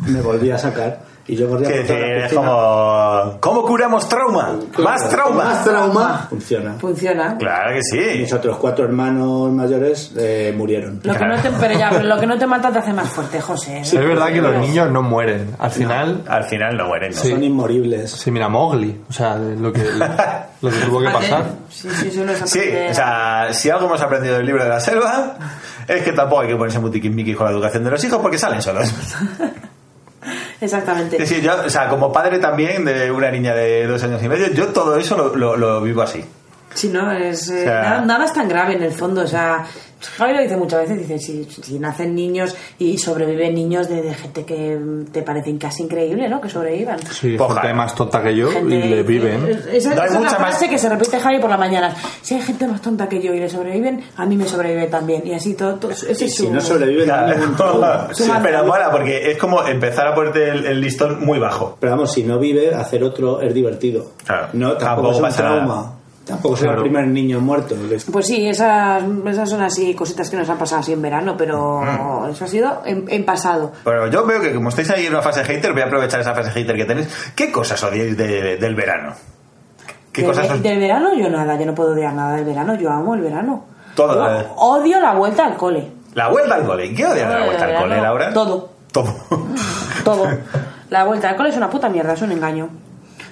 Speaker 7: me volví a sacar y yo corría
Speaker 4: Que
Speaker 7: por toda la
Speaker 4: es
Speaker 7: piscina.
Speaker 4: como. ¿Cómo curamos trauma?
Speaker 7: Claro,
Speaker 4: ¡Más
Speaker 7: Más
Speaker 4: trauma!
Speaker 7: trauma. Funciona.
Speaker 8: Funciona.
Speaker 4: Claro que sí.
Speaker 7: Mis otros cuatro hermanos mayores eh, murieron.
Speaker 8: Lo que no te, pero ya, pero lo que no te mata te hace más fuerte, José.
Speaker 5: es verdad que los niños no mueren. Al final,
Speaker 4: Al final no mueren, ¿no?
Speaker 7: Son inmoribles.
Speaker 5: sí, mira, Mowgli. O sea, de lo que, lo que tuvo que pasar.
Speaker 8: Sí, sí, suelo
Speaker 4: Sí, o sea, si algo hemos aprendido del libro de la selva, es que tampoco hay que ponerse muy tiquismiquis con la educación de los hijos porque salen solos.
Speaker 8: Exactamente.
Speaker 4: Es decir, yo, o sea, como padre también de una niña de dos años y medio, yo todo eso lo, lo- lo vivo así.
Speaker 8: Sí, no, es, eh,
Speaker 4: O sea-
Speaker 8: nada, nada es tan grave en el fondo. O sea, Javi lo dice muchas veces, dice, si, si nacen niños y sobreviven niños de, de gente que mm, te parecen casi increíble, ¿no? Que sobrevivan.
Speaker 5: Sí,
Speaker 4: Ojalá.
Speaker 5: gente más tonta que yo
Speaker 8: Gente-
Speaker 5: y le viven.
Speaker 8: Esa, esa
Speaker 4: No hay
Speaker 8: es la
Speaker 4: mucha más-
Speaker 8: frase que se repite Javi por la mañana. Si hay gente más tonta que yo y le sobreviven, a mí me sobrevive también. Y así todo. todo- ese
Speaker 7: Y
Speaker 8: es
Speaker 7: si
Speaker 8: su-
Speaker 7: no sobreviven, no hay ningún trauma.
Speaker 4: Sí,
Speaker 8: Suma-
Speaker 4: pero mola porque es como empezar a ponerte el, el listón muy bajo.
Speaker 7: Pero vamos, si no vive, hacer otro es divertido.
Speaker 4: Claro.
Speaker 7: No,
Speaker 4: Tampoco
Speaker 7: tampoco, es un
Speaker 4: pasa nada.
Speaker 7: trauma. Tampoco es
Speaker 5: Claro.
Speaker 7: el primer niño muerto. Les-
Speaker 8: Pues sí, esas, esas son así cositas que nos han pasado así en verano, pero
Speaker 4: Mm.
Speaker 8: eso ha sido en, en pasado.
Speaker 4: Bueno, yo veo que como estáis ahí en una fase hater, voy a aprovechar esa fase hater que tenéis. ¿Qué cosas odiáis de- del verano? ¿Qué
Speaker 8: Del
Speaker 4: cosas
Speaker 8: ve-
Speaker 4: os-
Speaker 8: Del verano yo nada, yo no puedo odiar nada del verano, yo amo el verano.
Speaker 4: Todo,
Speaker 8: Yo
Speaker 4: eh.
Speaker 8: odio la vuelta al cole,
Speaker 4: La vuelta al cole. ¿Qué odias de la
Speaker 8: Todo
Speaker 4: vuelta
Speaker 8: del
Speaker 4: al cole,
Speaker 8: verano.
Speaker 4: Laura?
Speaker 8: Todo.
Speaker 4: Todo.
Speaker 8: todo. la vuelta al cole es una puta mierda, es un engaño.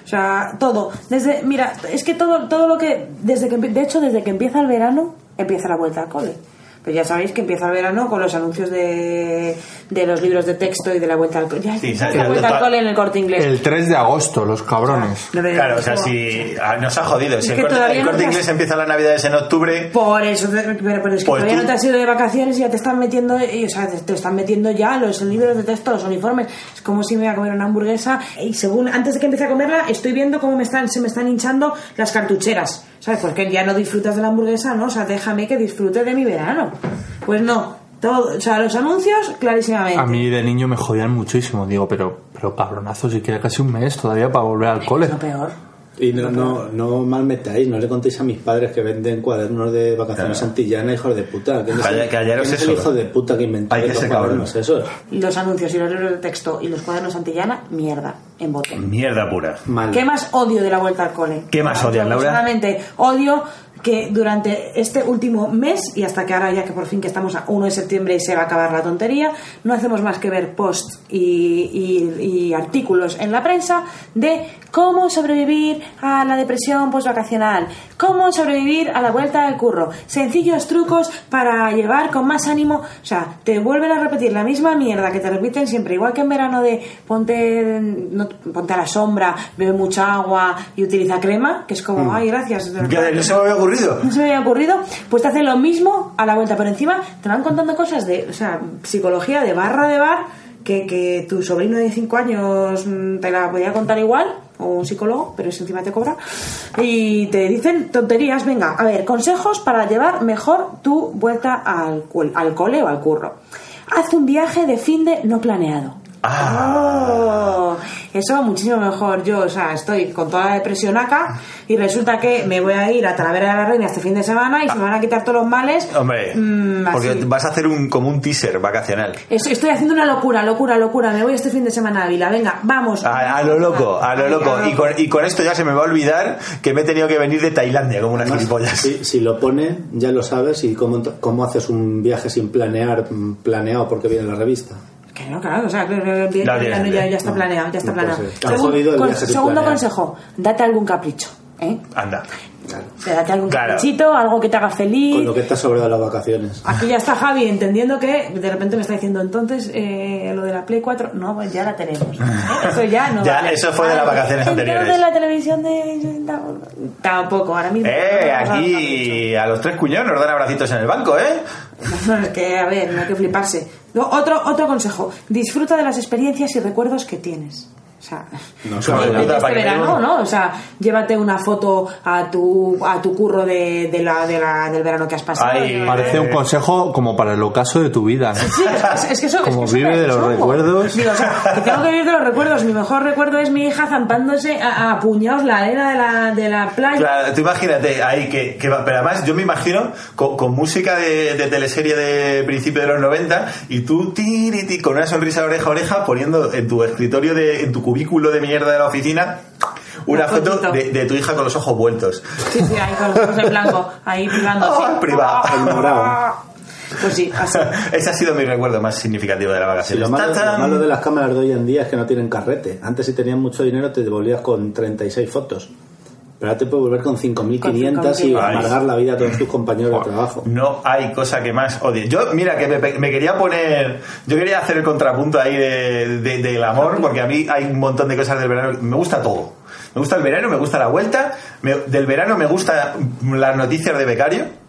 Speaker 8: O sea, todo. Desde, mira, es que todo, todo lo que, desde que, empie- de hecho, desde que empieza el verano, empieza la vuelta al cole. Pero ya sabéis que empieza el verano con los anuncios de, de los libros de texto y de la vuelta al cole. Ya
Speaker 4: Sí,
Speaker 8: empieza
Speaker 4: sí,
Speaker 8: la
Speaker 4: sí,
Speaker 8: vuelta al
Speaker 4: total.
Speaker 8: cole en el corte inglés.
Speaker 5: El 3 de agosto, los cabrones.
Speaker 8: No me-
Speaker 4: Claro, o sea,
Speaker 8: como-
Speaker 4: si ah, nos ha jodido.
Speaker 8: Es
Speaker 4: Si el
Speaker 8: que
Speaker 4: corte,
Speaker 8: todavía
Speaker 4: el
Speaker 8: no
Speaker 4: corte
Speaker 8: te has-
Speaker 4: inglés empieza las navidades en octubre,
Speaker 8: Por eso, pero, pero es que
Speaker 4: Pues
Speaker 8: todavía
Speaker 4: tú-
Speaker 8: no te has ido de vacaciones y ya te están metiendo, y, o sea, te, te están metiendo ya los libros de texto, los uniformes. Es como si me iba a comer una hamburguesa y según antes de que empiece a comerla estoy viendo cómo me están, se me están hinchando las cartucheras. ¿Sabes? Porque ya no disfrutas de la hamburguesa, ¿no? O sea, déjame que disfrute de mi verano. Pues no. Todo, o sea, los anuncios, clarísimamente.
Speaker 5: A mí de niño me jodían muchísimo. Digo, pero, pero cabronazo, si queda casi un mes todavía para volver al cole.
Speaker 8: Es lo peor.
Speaker 7: Y no, no, no mal metáis, no le contéis a mis padres que venden cuadernos de vacaciones
Speaker 4: Claro.
Speaker 7: antillana, hijos de puta. ¿Quién es
Speaker 4: Calla-
Speaker 7: el-
Speaker 4: callaros
Speaker 7: quién es
Speaker 4: eso.
Speaker 7: el hijo de puta que inventó
Speaker 4: Hay que
Speaker 7: los
Speaker 4: ser
Speaker 7: cuadernos esos?
Speaker 8: Los anuncios y los libros de texto y los cuadernos antillana, mierda, en bote.
Speaker 4: mierda pura.
Speaker 7: Mal.
Speaker 8: ¿Qué más odio de la vuelta al cole?
Speaker 4: ¿Qué más
Speaker 8: Yo
Speaker 4: odias, Laura?
Speaker 8: Personalmente, odio que durante este último mes y hasta que ahora ya que por fin que estamos a 1 de septiembre y se va a acabar la tontería, no hacemos más que ver posts y, y- y artículos en la prensa de cómo sobrevivir a la depresión postvacacional, cómo sobrevivir a la vuelta del curro, sencillos trucos para llevar con más ánimo, o sea, te vuelven a repetir la misma mierda que te repiten siempre, igual que en verano de ponte, no, ponte a la sombra, bebe mucha agua y utiliza crema, que es como, ay, gracias. de
Speaker 4: Mm. Ya, no se me había ocurrido.
Speaker 8: no se me había ocurrido, pues te hacen lo mismo a la vuelta, pero encima te van contando cosas de, o sea, psicología de barra de bar, que, que tu sobrino de 5 años mm, te la podía contar igual, o un psicólogo, pero eso encima te cobra, y te dicen tonterías, venga, a ver, consejos para llevar mejor tu vuelta al, cuel- al cole o al curro. Haz un viaje de fin de no planeado. Oh, eso muchísimo mejor. Yo, o sea, estoy con toda la depresión acá y resulta que me voy a ir a Talavera de la Reina este fin de semana y se me van a quitar todos los males.
Speaker 4: Hombre,
Speaker 8: Mm, así.
Speaker 4: porque vas a hacer un como un teaser vacacional.
Speaker 8: Estoy, estoy haciendo una locura, locura, locura. Me voy este fin de semana a Ávila. Venga, vamos.
Speaker 4: A, a lo loco, a lo loco. Y con, y con esto ya se me va a olvidar que me he tenido que venir de Tailandia como una
Speaker 7: Además,
Speaker 4: gilipollas.
Speaker 7: si, si lo pone, ya lo sabes y cómo, cómo haces un viaje sin planear, mm, planeado porque viene la revista.
Speaker 8: Que no, claro, o sea, que- que- que-
Speaker 4: No,
Speaker 8: ya-
Speaker 4: bien,
Speaker 8: ya-
Speaker 4: bien.
Speaker 8: ya, ya está
Speaker 7: No,
Speaker 8: planeado, ya está
Speaker 7: no puede
Speaker 8: planeado.
Speaker 7: ser. Tan jodido el
Speaker 8: con-
Speaker 7: viaje sin
Speaker 8: segundo
Speaker 7: planear.
Speaker 8: consejo, date algún capricho. ¿eh?
Speaker 4: Anda.
Speaker 8: Date algún
Speaker 4: Claro.
Speaker 8: caprichito, algo que te haga feliz.
Speaker 7: Con lo que te has sobrado las vacaciones.
Speaker 8: Aquí ya está Javi entendiendo que de repente me está diciendo entonces eh, lo de la Play 4. No, pues ya la tenemos. Eso ya no.
Speaker 4: Ya,
Speaker 8: vale.
Speaker 4: eso fue de las vacaciones
Speaker 8: entonces
Speaker 4: anteriores.
Speaker 8: de la televisión de. Tampoco, ahora mismo.
Speaker 4: Eh,
Speaker 8: No, no, no,
Speaker 4: aquí a los tres cuñones nos dan abracitos en el banco, ¿eh?
Speaker 8: no, no, es que, a ver, no hay que fliparse. No, otro, otro consejo: disfruta de las experiencias y recuerdos que tienes. O sea,
Speaker 4: No,
Speaker 8: Vete este verano, ¿no? O sea, llévate una foto a tu, a tu curro de, de la, de la- del verano que has pasado.
Speaker 4: Ay,
Speaker 5: Parece un consejo como para el ocaso de tu vida, ¿no?
Speaker 8: Sí, es, es que eso
Speaker 5: Como
Speaker 8: es que eso
Speaker 5: vive
Speaker 8: me-
Speaker 5: de los
Speaker 8: eso,
Speaker 5: recuerdos.
Speaker 8: Digo, o sea, que tengo que vivir de los recuerdos. Mi mejor recuerdo es mi hija zampándose a, a puñados la arena de la, de la playa.
Speaker 4: Claro, tú imagínate ahí que, que va- pero además yo me imagino con, con música de, de teleserie de principio de los 90 y tú tiri, ti, con una sonrisa de oreja a oreja poniendo en tu escritorio, de, en tu cubículo de mierda de la oficina una
Speaker 8: Una
Speaker 4: foto
Speaker 8: fotito.
Speaker 4: de, de tu hija con los ojos vueltos.
Speaker 8: Sí, sí, ahí con los ojos en blanco, ahí privando.
Speaker 4: Ah, privado, el
Speaker 7: morado.
Speaker 8: Pues sí, así.
Speaker 4: Ese ha sido mi recuerdo más significativo de la
Speaker 7: Si
Speaker 4: vacación.
Speaker 7: lo, malo, lo
Speaker 4: ¡Tatán!
Speaker 7: malo de las cámaras de hoy en día es que no tienen carrete. Antes si tenías mucho dinero te devolvías con 36 fotos. Pero ahora te puedes volver con 5.500 y
Speaker 8: 5.500.
Speaker 7: amargar la vida a todos tus compañeros de trabajo.
Speaker 4: No hay cosa que más odie. Yo, mira, que me, me quería poner. Yo quería hacer el contrapunto ahí de- de- del amor, porque a mí hay un montón de cosas del verano. Me gusta todo. Me gusta el verano, me gusta la vuelta. me- del verano me gusta las noticias de becario.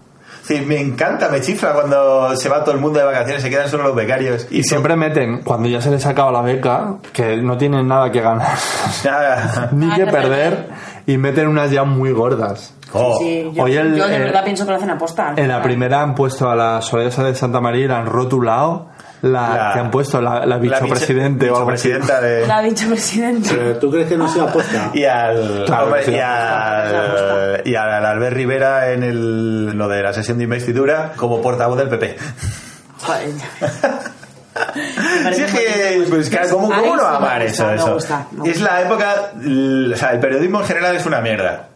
Speaker 4: Sí, me encanta, me chifla cuando se va todo el mundo de vacaciones, se quedan solo los becarios.
Speaker 5: Y siempre meten, cuando ya se les acaba la beca, que no tienen nada que ganar,
Speaker 4: Nada.
Speaker 5: ni
Speaker 6: Nada
Speaker 5: que
Speaker 6: que
Speaker 5: perder, y meten unas ya muy gordas.
Speaker 4: Oh.
Speaker 6: Sí, yo,
Speaker 5: Hoy el-
Speaker 6: yo de
Speaker 5: el-
Speaker 6: verdad pienso que lo hacen aposta.
Speaker 5: En la primera han puesto a la soledad de Santa María y la han rotulado, la,
Speaker 4: La-
Speaker 5: que han puesto la, la
Speaker 4: La
Speaker 5: vicepresidente
Speaker 4: vice-
Speaker 5: o algo así.
Speaker 4: vicepresidenta de.
Speaker 6: La ha dicho presidente.
Speaker 7: Pero ¿tú crees que no sea apuesta?
Speaker 4: Y al,
Speaker 5: Claro,
Speaker 4: hombre,
Speaker 5: sí.
Speaker 4: y, al, y al Albert Rivera en el, lo de la sesión de investidura como portavoz del PP.
Speaker 6: Joder, ya ves.
Speaker 4: Sí,
Speaker 6: parece
Speaker 4: es
Speaker 6: un
Speaker 4: que,
Speaker 6: motivo.
Speaker 4: pues, claro, ¿cómo,
Speaker 6: Ay,
Speaker 4: cómo no
Speaker 6: sí, me
Speaker 4: amar
Speaker 6: gusta,
Speaker 4: eso?
Speaker 6: me
Speaker 4: eso?
Speaker 6: gusta, me
Speaker 4: Es la época, l- o sea, el periodismo en general es una mierda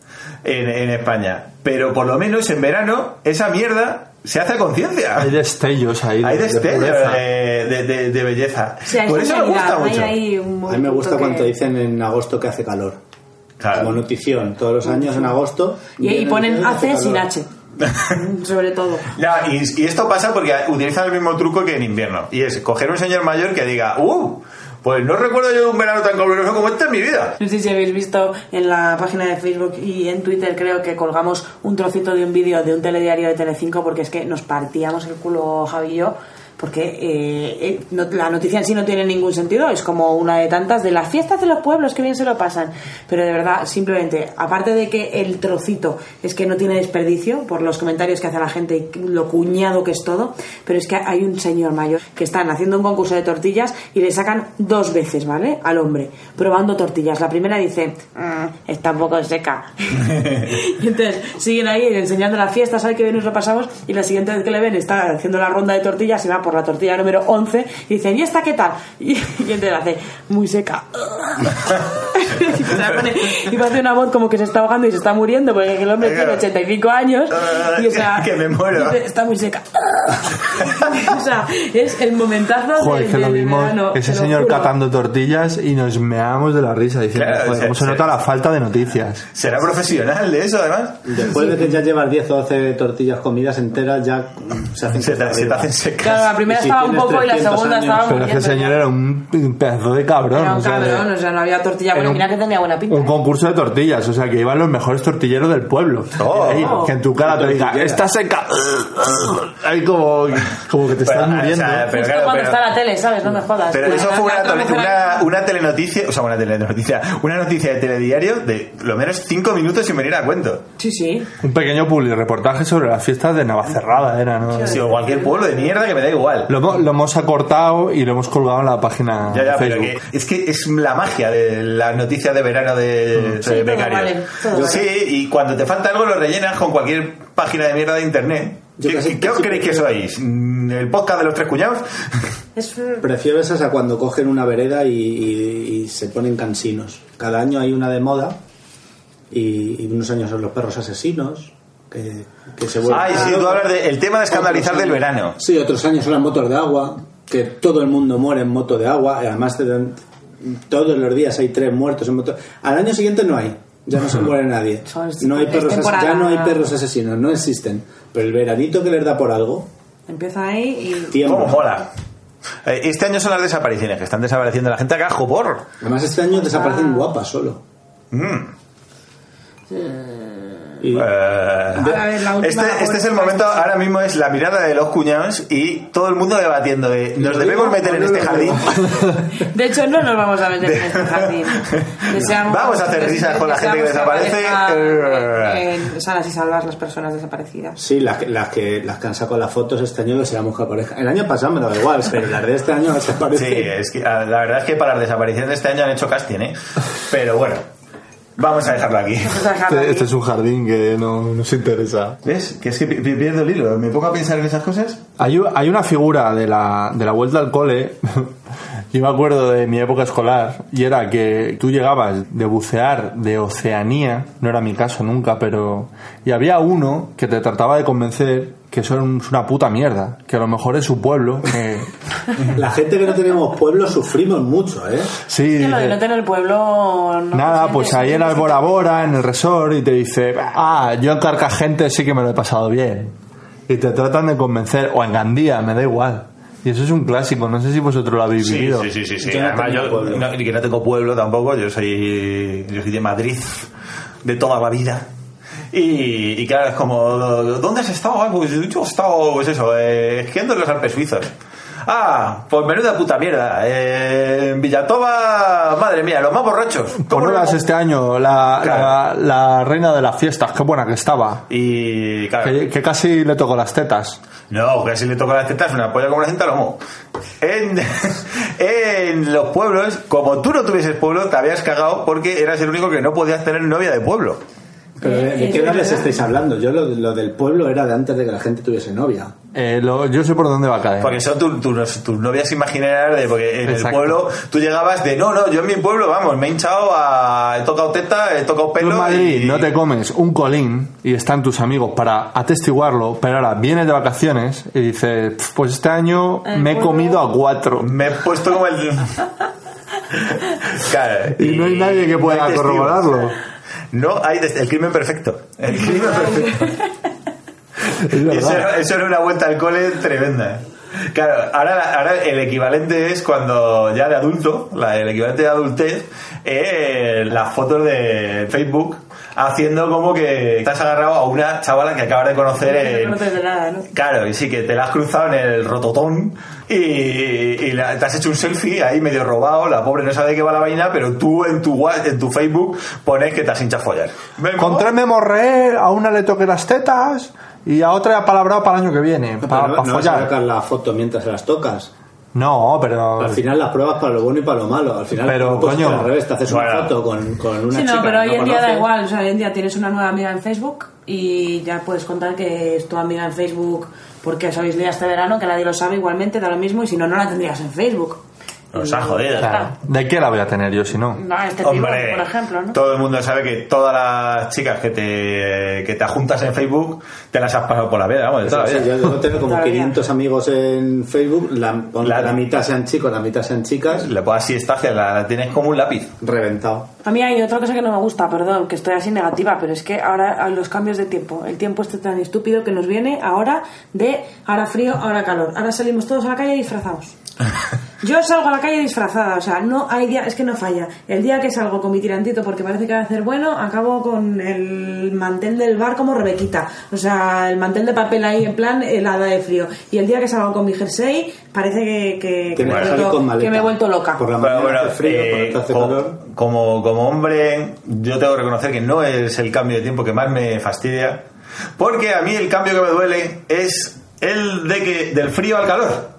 Speaker 4: en, en España, pero por lo menos en verano esa mierda se hace a conciencia.
Speaker 5: Hay destellos ahí. de-
Speaker 4: Hay
Speaker 5: de
Speaker 4: destellos eh.
Speaker 5: pureza.
Speaker 4: de, de- de- de belleza.
Speaker 6: O sea, es
Speaker 4: por eso me gusta
Speaker 6: genialidad,
Speaker 4: mucho.
Speaker 6: Hay, ahí un
Speaker 7: A mí me
Speaker 6: punto
Speaker 7: gusta
Speaker 6: que-
Speaker 7: cuando dicen en agosto que hace calor. Como
Speaker 4: Claro.
Speaker 7: notición, todos los años en agosto.
Speaker 8: Y, y
Speaker 7: vienen
Speaker 8: ponen
Speaker 7: diciendo que
Speaker 8: AC
Speaker 7: hace
Speaker 8: sin
Speaker 7: calor.
Speaker 8: H. Sobre todo.
Speaker 4: Ya, y, y esto pasa porque utilizan el mismo truco que en invierno. Y es coger un señor mayor que diga, ¡uh! Pues no recuerdo yo un verano tan caluroso como este en mi vida.
Speaker 8: No sé si habéis visto en la página de Facebook y en Twitter, creo que colgamos un trocito de un vídeo de un telediario de Telecinco porque es que nos partíamos el culo Javi y yo porque eh, eh, no- la noticia en sí no tiene ningún sentido, es como una de tantas de las fiestas de los pueblos que bien se lo pasan, pero de verdad, simplemente, aparte de que el trocito es que no tiene desperdicio por los comentarios que hace la gente y lo cuñado que es todo, pero es que hay un señor mayor que están haciendo un concurso de tortillas y le sacan dos veces, ¿vale? Al hombre, probando tortillas. La primera dice, "Mm, está un poco seca. y entonces siguen ahí enseñando la fiesta, ¿sabes que bien nos lo pasamos? Y la siguiente vez que le ven está haciendo la ronda de tortillas y va por la tortilla número 11 y dicen, ¿y esta qué tal? Y, y entonces hace, muy seca.
Speaker 6: y va a hacer una voz como que se está ahogando y se está muriendo porque el hombre tiene 85 años y o sea,
Speaker 4: Que me muero.
Speaker 6: dice, está muy seca o sea es el momentazo
Speaker 5: Joder,
Speaker 6: del-
Speaker 5: que lo
Speaker 6: del
Speaker 5: vimos,
Speaker 6: verano,
Speaker 5: ese
Speaker 6: te lo
Speaker 5: señor
Speaker 6: juro.
Speaker 5: catando tortillas y nos meamos de la risa diciendo,
Speaker 4: Claro,
Speaker 5: joder,
Speaker 4: sí,
Speaker 5: cómo se
Speaker 4: sí.
Speaker 5: nota la falta de noticias.
Speaker 4: Será profesional de eso, además.
Speaker 7: Después de que ya llevas 10 o 12 tortillas comidas enteras, ya se hacen
Speaker 4: Se te,
Speaker 7: cuesta
Speaker 4: se te
Speaker 7: arriba.
Speaker 4: hacen
Speaker 6: claro
Speaker 4: secas.
Speaker 6: la primera
Speaker 7: Y si
Speaker 6: estaba un
Speaker 7: tienes
Speaker 6: poco y la
Speaker 7: 300
Speaker 6: segunda
Speaker 7: años,
Speaker 6: estaba
Speaker 5: Pero es que el
Speaker 6: muriendo.
Speaker 5: señor era un pedazo de cabrón.
Speaker 6: Era un
Speaker 5: o sea, de-
Speaker 6: cabrón, o sea, no había tortilla
Speaker 5: Era
Speaker 6: buena.
Speaker 5: un-
Speaker 6: Mira que tenía buena pinta.
Speaker 5: un concurso de tortillas, o sea que iban los mejores tortilleros del pueblo.
Speaker 4: Oh.
Speaker 5: Ahí,
Speaker 6: Oh.
Speaker 5: que en tu cara te diga, está seca. Ahí como, como que te estás
Speaker 4: Pero, o sea,
Speaker 5: muriendo.
Speaker 4: pero
Speaker 6: Justo
Speaker 4: claro,
Speaker 6: cuando
Speaker 4: pero-
Speaker 6: está la tele, ¿sabes? No me jodas.
Speaker 4: Pero
Speaker 6: Pues,
Speaker 4: eso
Speaker 6: la-
Speaker 4: fue
Speaker 6: la
Speaker 4: una,
Speaker 6: otra
Speaker 4: tele-
Speaker 6: mujer-
Speaker 4: una, una telenoticia, o sea, una telenoticia, una noticia de telediario de lo menos cinco minutos sin venir a cuento.
Speaker 6: Sí, sí.
Speaker 5: Un pequeño publireportaje sobre las fiestas de Navacerrada era, ¿no?
Speaker 4: Ha sido cualquier pueblo de mierda que me da igual.
Speaker 5: Lo, hemos- lo hemos acortado y lo hemos colgado en la página
Speaker 4: Ya, ya,
Speaker 5: de
Speaker 4: pero
Speaker 5: Facebook.
Speaker 4: que es que es la magia de las noticias de verano de, de
Speaker 6: Sí, todo
Speaker 4: becarios.
Speaker 6: vale, todo
Speaker 4: Yo
Speaker 6: vale.
Speaker 4: sí, y cuando te falta algo lo rellenas con cualquier página de mierda de internet.
Speaker 7: Yo
Speaker 4: ¿Qué,
Speaker 7: casi-
Speaker 4: qué os
Speaker 7: casi
Speaker 4: creéis que sois? Mm, ¿El podcast de los tres cuñados?
Speaker 6: Es,
Speaker 7: Prefiero esas a cuando cogen una vereda y, y- y se ponen cansinos. Cada año hay una de moda y, y unos años son los perros asesinos que, que se vuelven.
Speaker 4: Ay, Ah, sí, tú hablas del tema de escandalizar
Speaker 7: Otros
Speaker 4: del
Speaker 7: años-
Speaker 4: verano.
Speaker 7: Sí, otros años son las motos de agua, que todo el mundo muere en moto de agua, y además te dan- todos los días hay tres muertos en moto. Al año siguiente no hay, ya no se muere nadie.
Speaker 6: Son-
Speaker 7: No hay
Speaker 6: es
Speaker 7: perros, as-
Speaker 6: temporada.
Speaker 7: ya no hay perros asesinos, no existen. Pero el veranito que les da por algo,
Speaker 6: empieza ahí y...
Speaker 7: tiembla.
Speaker 4: ¿Cómo mola? Eh, Este año son las desapariciones, que están desapareciendo la gente acá, jopor.
Speaker 7: Además este año desaparecen guapas solo.
Speaker 4: Mm.
Speaker 7: Y-
Speaker 4: Eh,
Speaker 6: A ver, la última
Speaker 4: este,
Speaker 6: la
Speaker 4: este es el
Speaker 6: última.
Speaker 4: momento, ahora mismo es la mirada de los cuñados y todo el mundo debatiendo de nos
Speaker 7: ¿Lo
Speaker 4: debemos
Speaker 7: digo
Speaker 4: meter
Speaker 7: o
Speaker 4: en
Speaker 7: no
Speaker 4: este
Speaker 7: lo
Speaker 4: jardín.
Speaker 7: digo?
Speaker 6: De hecho, no nos vamos a meter en este jardín. Que seamos-
Speaker 4: Vamos a hacer risas con la gente que
Speaker 6: seamos
Speaker 4: desaparece.
Speaker 6: aparezca En sanas y salvas las personas desaparecidas.
Speaker 7: Sí, las que, las que las que han sacado las fotos este año deseamos que aparezcan. El año pasado me daba igual, pero las de este año no se
Speaker 4: Sí,
Speaker 7: parecen.
Speaker 4: es que, ah, la verdad es que para las desapariciones de este año han hecho casting, ¿eh? Pero bueno, vamos a dejarlo aquí.
Speaker 6: Vamos a dejarlo
Speaker 5: Este,
Speaker 6: aquí.
Speaker 5: este es un jardín que no no nos interesa.
Speaker 4: ¿Ves? Que es que pi- pi- pierdo el hilo. Me pongo a pensar en esas cosas.
Speaker 5: Hay, u- hay una figura de la, de la vuelta al cole, yo me acuerdo de mi época escolar, y era que tú llegabas de bucear de Oceanía, no era mi caso nunca, pero... Y había uno que te trataba de convencer que eso era un- es una puta mierda, que a lo mejor es su pueblo. que-
Speaker 7: La gente que no tenemos pueblo sufrimos mucho, ¿eh?
Speaker 5: sí,
Speaker 6: Es que lo de
Speaker 5: dice,
Speaker 6: no tener pueblo... no
Speaker 5: nada,
Speaker 6: te
Speaker 5: pues
Speaker 6: sientes-
Speaker 5: ahí en el Bora Bora, en el resort, y te dice, ah, yo en Carcagente sí que me lo he pasado bien. Y te tratan de convencer, o en Gandía, me da igual. Y eso es un clásico, no sé si vosotros lo habéis vivido.
Speaker 4: sí.
Speaker 7: Yo no
Speaker 4: Además,
Speaker 7: tengo
Speaker 4: yo
Speaker 7: pueblo.
Speaker 4: no, que no tengo pueblo tampoco. Yo soy, yo soy de Madrid, de toda la vida. Y, y claro, es como, ¿dónde has estado? Ah, pues yo he estado, pues eso, eh, esquiando en los Alpes suizos. Ah, pues menuda puta mierda. Eh, en Villatoba, madre mía, los más borrachos. ¿Cómo
Speaker 5: Conolas
Speaker 4: no?
Speaker 5: este año, la,
Speaker 4: Claro.
Speaker 5: la- la reina de las fiestas, qué buena que estaba.
Speaker 4: Y claro,
Speaker 5: Que, que casi le tocó las tetas.
Speaker 4: No, que si le toca las tetas una polla como la cinta lomo. En, en los pueblos, como tú no tuvieses pueblo, te habías cagado porque eras el único que no podías tener novia de pueblo.
Speaker 7: Pero ¿de, de
Speaker 6: Eh,
Speaker 7: qué
Speaker 6: es
Speaker 7: edad les
Speaker 6: verdad.
Speaker 7: estáis hablando? Yo lo, lo del pueblo era de antes de que la gente tuviese novia.
Speaker 5: Eh, lo- yo sé por dónde va a caer.
Speaker 4: Porque son tu- tu- tus novias imaginarias, de, porque en
Speaker 5: Exacto.
Speaker 4: el pueblo tú llegabas de no, no, yo en mi pueblo, vamos, me he hinchado, a, he tocado teta, he tocado
Speaker 5: Tú
Speaker 4: pelo.
Speaker 5: en Madrid
Speaker 4: y-
Speaker 5: no te comes un colín y están tus amigos para atestiguarlo, pero ahora vienes de vacaciones y dices, "Pf, pues este año
Speaker 6: El
Speaker 5: me he
Speaker 6: pueblo-
Speaker 5: comido a cuatro.
Speaker 4: Me he puesto como el. Claro,
Speaker 5: Y no hay nadie que pueda
Speaker 4: no hay testigos.
Speaker 5: corroborarlo.
Speaker 4: No hay test- el crimen perfecto. El crimen perfecto.
Speaker 5: Es
Speaker 4: Y Eso,
Speaker 5: verdad.
Speaker 4: era- eso era una vuelta al cole tremenda. ¿eh? Claro, ahora, la- ahora el equivalente es cuando ya de adulto, la- el equivalente de adultez, eh, las fotos de Facebook haciendo como que estás agarrado a una chavala que acabas de conocer
Speaker 6: No
Speaker 4: en...
Speaker 6: conoces de nada, ¿no?
Speaker 4: Claro, y sí que te la has cruzado en el rototón y, y la- te has hecho un selfie ahí medio robado, la pobre no sabe de qué va la vaina, pero tú en tu, wa- en tu Facebook pones que te has hinchado a follar. Venga.
Speaker 5: Con tres me morré, a una le toqué las tetas y a otra he apalabrado para el año que viene, para,
Speaker 7: Pero no, no vas a sacar la foto mientras se las tocas.
Speaker 5: No, pero...
Speaker 7: Al final las pruebas para lo bueno y para lo malo. Al final,
Speaker 5: Pero,
Speaker 7: pues,
Speaker 5: coño,
Speaker 7: al revés, te haces
Speaker 4: bueno.
Speaker 7: una foto con, con una
Speaker 6: Sí,
Speaker 7: chica
Speaker 6: no, pero
Speaker 7: que
Speaker 6: hoy en día da
Speaker 7: conoces.
Speaker 6: igual. O sea, hoy en día tienes una nueva amiga en Facebook y ya puedes contar que es tu amiga en Facebook porque os habéis leído este verano, que nadie lo sabe igualmente, da lo mismo, y si no, no la tendrías en Facebook.
Speaker 11: Nos ha jodido.
Speaker 5: Claro. ¿De qué la voy a tener yo si no?
Speaker 8: No, este
Speaker 4: Hombre,
Speaker 8: pivote, por ejemplo, ¿no?
Speaker 4: todo el mundo sabe que todas las chicas que te, que te adjuntas en Facebook te las has pasado por la vida, vamos, de toda la
Speaker 7: O sea,
Speaker 4: vida.
Speaker 7: yo debo tener como
Speaker 8: Todavía.
Speaker 7: 500 amigos en Facebook, la, pon
Speaker 4: La-
Speaker 7: que la mitad sean chicos, la mitad sean chicas,
Speaker 4: Le puedes así estacia, la tienes como un lápiz.
Speaker 7: reventado.
Speaker 8: A mí hay otra cosa que no me gusta, perdón, que estoy así negativa, pero es que ahora a los cambios de tiempo, el tiempo este tan estúpido que nos viene ahora de ahora frío, ahora calor, ahora salimos todos a la calle disfrazados. Yo salgo a la calle disfrazada, o sea, no hay día, es que no falla. El día que salgo con mi tirantito porque parece que va a hacer bueno, acabo con el mantel del bar como Rebequita, o sea, el mantel de papel ahí en plan helada de frío. Y el día que salgo con mi jersey, parece que, que, que
Speaker 7: Tienes
Speaker 8: me, he
Speaker 7: que salir
Speaker 8: vuelto,
Speaker 7: con
Speaker 8: que
Speaker 7: maleta.
Speaker 8: me he vuelto loca.
Speaker 7: Por la
Speaker 4: Pero
Speaker 7: mañana
Speaker 4: bueno,
Speaker 7: hace frío,
Speaker 4: eh,
Speaker 7: por la tarde hace
Speaker 4: co-
Speaker 7: calor.
Speaker 4: como, como hombre, yo tengo que reconocer que no es el cambio de tiempo que más me fastidia, porque a mí el cambio que me duele es el de que del frío al calor.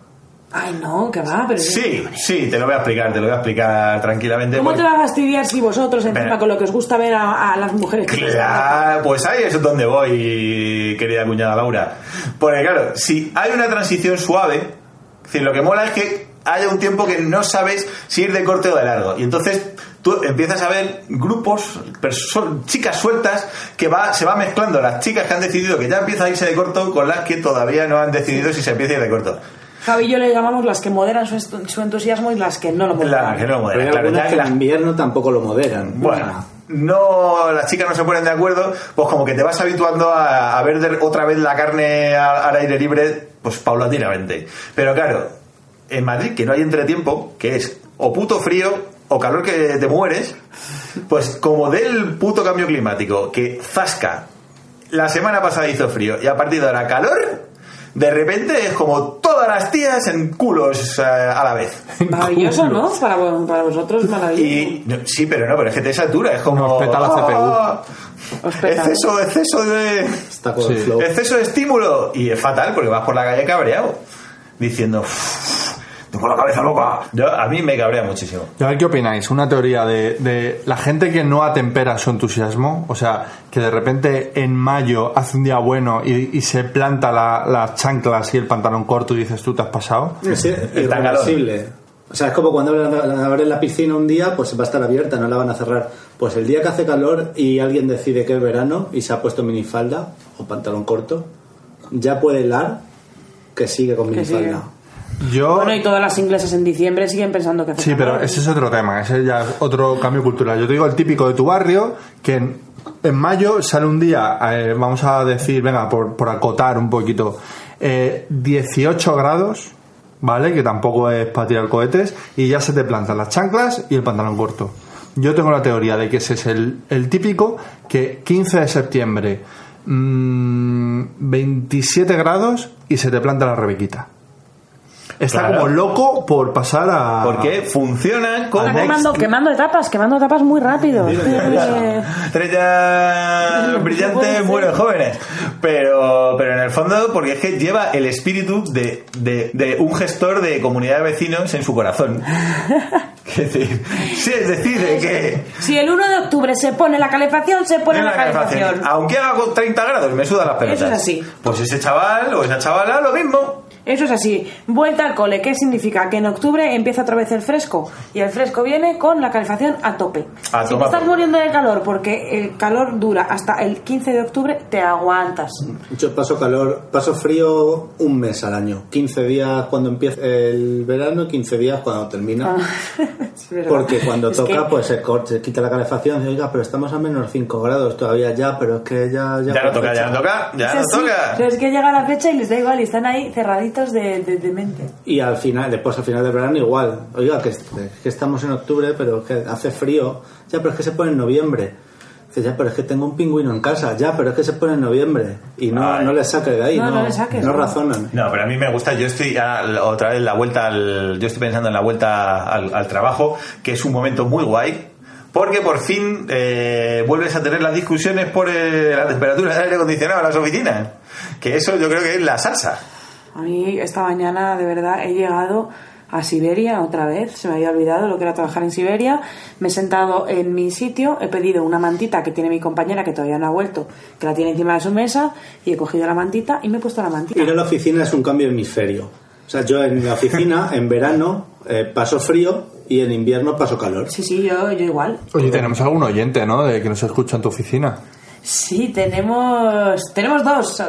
Speaker 8: Ay, no, que va, pero...
Speaker 4: Sí, sí, te lo voy a explicar, te lo voy a explicar tranquilamente.
Speaker 8: ¿Cómo
Speaker 4: porque-
Speaker 8: te va a fastidiar si vosotros encima
Speaker 4: Pero-
Speaker 8: con lo que os gusta ver a, a las mujeres? que
Speaker 4: Claro, pues ahí es donde voy, querida cuñada Laura. Porque claro, si hay una transición suave, es decir, lo que mola es que haya un tiempo que no sabes si ir de corte o de largo. Y entonces tú empiezas a ver grupos, perso- chicas sueltas, que va, se va mezclando las chicas que han decidido que ya empieza a irse de corto con las que todavía no han decidido si se empieza a ir de corto.
Speaker 8: Javi y yo le llamamos las que moderan su, est- su entusiasmo y las que no lo moderan.
Speaker 4: La que no lo
Speaker 7: Pero
Speaker 4: modera,
Speaker 7: hay
Speaker 4: claro, ya
Speaker 7: algunas que
Speaker 4: que
Speaker 7: en
Speaker 4: las
Speaker 7: invierno tampoco lo moderan.
Speaker 4: Bueno, no, las chicas no se ponen de acuerdo, pues como que te vas habituando a, a ver de- otra vez la carne a- al aire libre, pues paulatinamente. Pero claro, en Madrid, que no hay entretiempo, que es o puto frío o calor que te mueres, pues como del puto cambio climático, que zasca, la semana pasada hizo frío y a partir de ahora calor, de repente es como todas las tías en culos eh, a la vez.
Speaker 8: Maravilloso, ¿no? Para, vo- para vosotros, maravilloso.
Speaker 4: Y no, sí, pero no, pero es que te satura, es como.
Speaker 5: Nos peta la
Speaker 4: ¡Ah!
Speaker 8: Os peta.
Speaker 4: Exceso, exceso de.
Speaker 7: Está con
Speaker 5: Sí.
Speaker 7: el flow.
Speaker 4: Exceso de estímulo. Y es fatal porque vas por la calle cabreado. Diciendo. "Uf, Tengo la cabeza loca. Yo- a mí me cabrea muchísimo.
Speaker 5: Y a ver qué opináis. Una teoría de, de la gente que no atempera su entusiasmo, o sea, que de repente en mayo hace un día bueno y, y se planta la- las chanclas y el pantalón corto y dices tú te has pasado.
Speaker 7: Es
Speaker 4: Está calor.
Speaker 7: irreversible. O sea, es como cuando abren abren la piscina un día, pues va a estar abierta, no la van a cerrar. Pues el día que hace calor y alguien decide que es verano y se ha puesto minifalda o pantalón corto, ya puede helar que sigue con
Speaker 8: Que sigue.
Speaker 7: minifalda.
Speaker 5: Yo...
Speaker 8: Bueno, y todas las inglesas en diciembre siguen pensando que hace
Speaker 5: Sí, pero
Speaker 8: calor.
Speaker 5: ese es otro tema, ese ya es otro cambio cultural. Yo te digo el típico de tu barrio, que en, en mayo sale un día, eh, vamos a decir, venga, por, por acotar un poquito, eh, 18 grados, ¿vale? Que tampoco es para tirar cohetes, y ya se te plantan las chanclas y el pantalón corto. Yo tengo la teoría de que ese es el, el típico, que 15 de septiembre, mm, 27 grados y se te planta la rebequita. Está
Speaker 4: Claro.
Speaker 5: como loco por pasar a...
Speaker 4: Porque funciona como.
Speaker 8: Ahora quemando, quemando etapas, quemando etapas muy rápido. Eh,
Speaker 4: Estrellas
Speaker 8: Puede
Speaker 4: brillantes
Speaker 8: ser.
Speaker 4: mueren jóvenes. Pero, pero en el fondo, porque es que lleva el espíritu de, de- de un gestor de comunidad de vecinos en su corazón. Es decir, si es decir, de que.
Speaker 8: Si el 1 de octubre se pone la calefacción, se pone
Speaker 4: tiene
Speaker 8: la
Speaker 4: una calefacción.
Speaker 8: calefacción.
Speaker 4: Aunque haga con 30 grados, me suda las pelotas.
Speaker 8: Eso es así.
Speaker 4: Pues ese chaval o esa chavala, lo mismo.
Speaker 8: Eso es así. Vuelta al cole, ¿qué significa? Que en octubre empieza otra vez el fresco. Y el fresco viene con la calefacción a tope.
Speaker 4: A
Speaker 8: si te
Speaker 4: tomar
Speaker 8: estás
Speaker 4: por-
Speaker 8: muriendo de calor porque el calor dura hasta el 15 de octubre, te aguantas.
Speaker 7: Yo paso calor, paso frío un mes al año. 15 días cuando empieza el verano y 15 días cuando termina.
Speaker 8: Es verdad.
Speaker 7: Porque cuando
Speaker 8: Ah. Es
Speaker 7: toca,
Speaker 8: que-
Speaker 7: pues se, cor- se quita la calefacción. Y, oiga, pero estamos a menos 5 grados todavía ya, pero es que ya.
Speaker 4: Ya no toca, ya no toca, ya
Speaker 8: es
Speaker 4: no
Speaker 8: así.
Speaker 4: toca.
Speaker 8: Pero es que llega la fecha y les da igual y están ahí cerraditos de, de- de mente.
Speaker 7: Y al final, después al final del verano igual. Oiga, que, que estamos en octubre, pero que hace frío. Ya, pero es que se pone en noviembre. Dice, ya, pero es que tengo un pingüino en casa. Ya, pero es que se pone en noviembre. Y no,
Speaker 4: Ay.
Speaker 7: no le saque de ahí.
Speaker 8: No,
Speaker 7: No,
Speaker 8: no le saques,
Speaker 7: no
Speaker 8: no.
Speaker 7: razonan.
Speaker 4: No, pero a mí me gusta, yo estoy a- otra vez la vuelta al, yo estoy pensando en la vuelta al, al trabajo, que es un momento muy guay, porque por fin eh, vuelves a tener las discusiones por eh, la temperatura del aire acondicionado en las oficinas, que eso yo creo que es la salsa.
Speaker 8: A mí esta mañana, de verdad, he llegado a Siberia otra vez. Se me había olvidado lo que era trabajar en Siberia. Me he sentado en mi sitio, he pedido una mantita que tiene mi compañera, que todavía no ha vuelto, que la tiene encima de su mesa, y he cogido la mantita y me he puesto la mantita.
Speaker 7: Ir a la oficina es un cambio de hemisferio. O sea, yo en la oficina, en verano, eh, paso frío y en invierno paso calor.
Speaker 8: Sí, sí, yo, yo igual.
Speaker 5: Oye, tenemos algún oyente, ¿no? De que nos escucha en tu oficina.
Speaker 8: Sí, tenemos tenemos dos.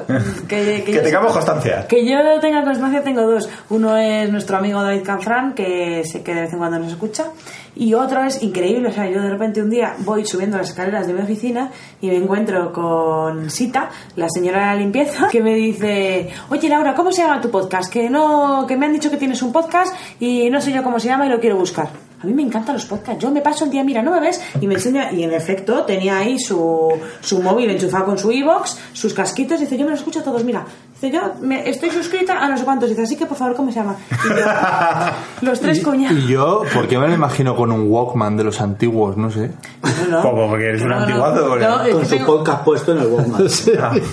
Speaker 8: Que,
Speaker 4: Que
Speaker 8: yo-
Speaker 4: tengamos constancia.
Speaker 8: que yo tenga constancia, tengo dos. Uno es nuestro amigo David Canfrán, que sé que de vez en cuando nos escucha. Y otro es increíble. O sea, yo de repente un día voy subiendo las escaleras de mi oficina y me encuentro con Sita, la señora de la limpieza, que me dice: Oye, Laura, ¿cómo se llama tu podcast? Que no que me han dicho que tienes un podcast y no sé yo cómo se llama y lo quiero buscar. A mí me encantan los podcasts. Yo me paso el día, mira, no me ves, y me enseña. Y en efecto, tenía ahí su, su móvil enchufado con su iBox, sus casquitos. Dice, yo me los escucho a todos, mira. Dice, yo me, estoy suscrita a no sé cuántos. Dice, así que por favor, ¿cómo se llama? Y yo, los tres coñados.
Speaker 5: Y yo, ¿por qué me lo imagino con un Walkman de los antiguos? No sé.
Speaker 8: No, no.
Speaker 4: Como porque eres un
Speaker 8: No, no,
Speaker 4: antiguazo, porque-
Speaker 8: no, es
Speaker 7: Con
Speaker 8: que
Speaker 7: su
Speaker 8: tengo-
Speaker 7: podcast puesto en el Walkman.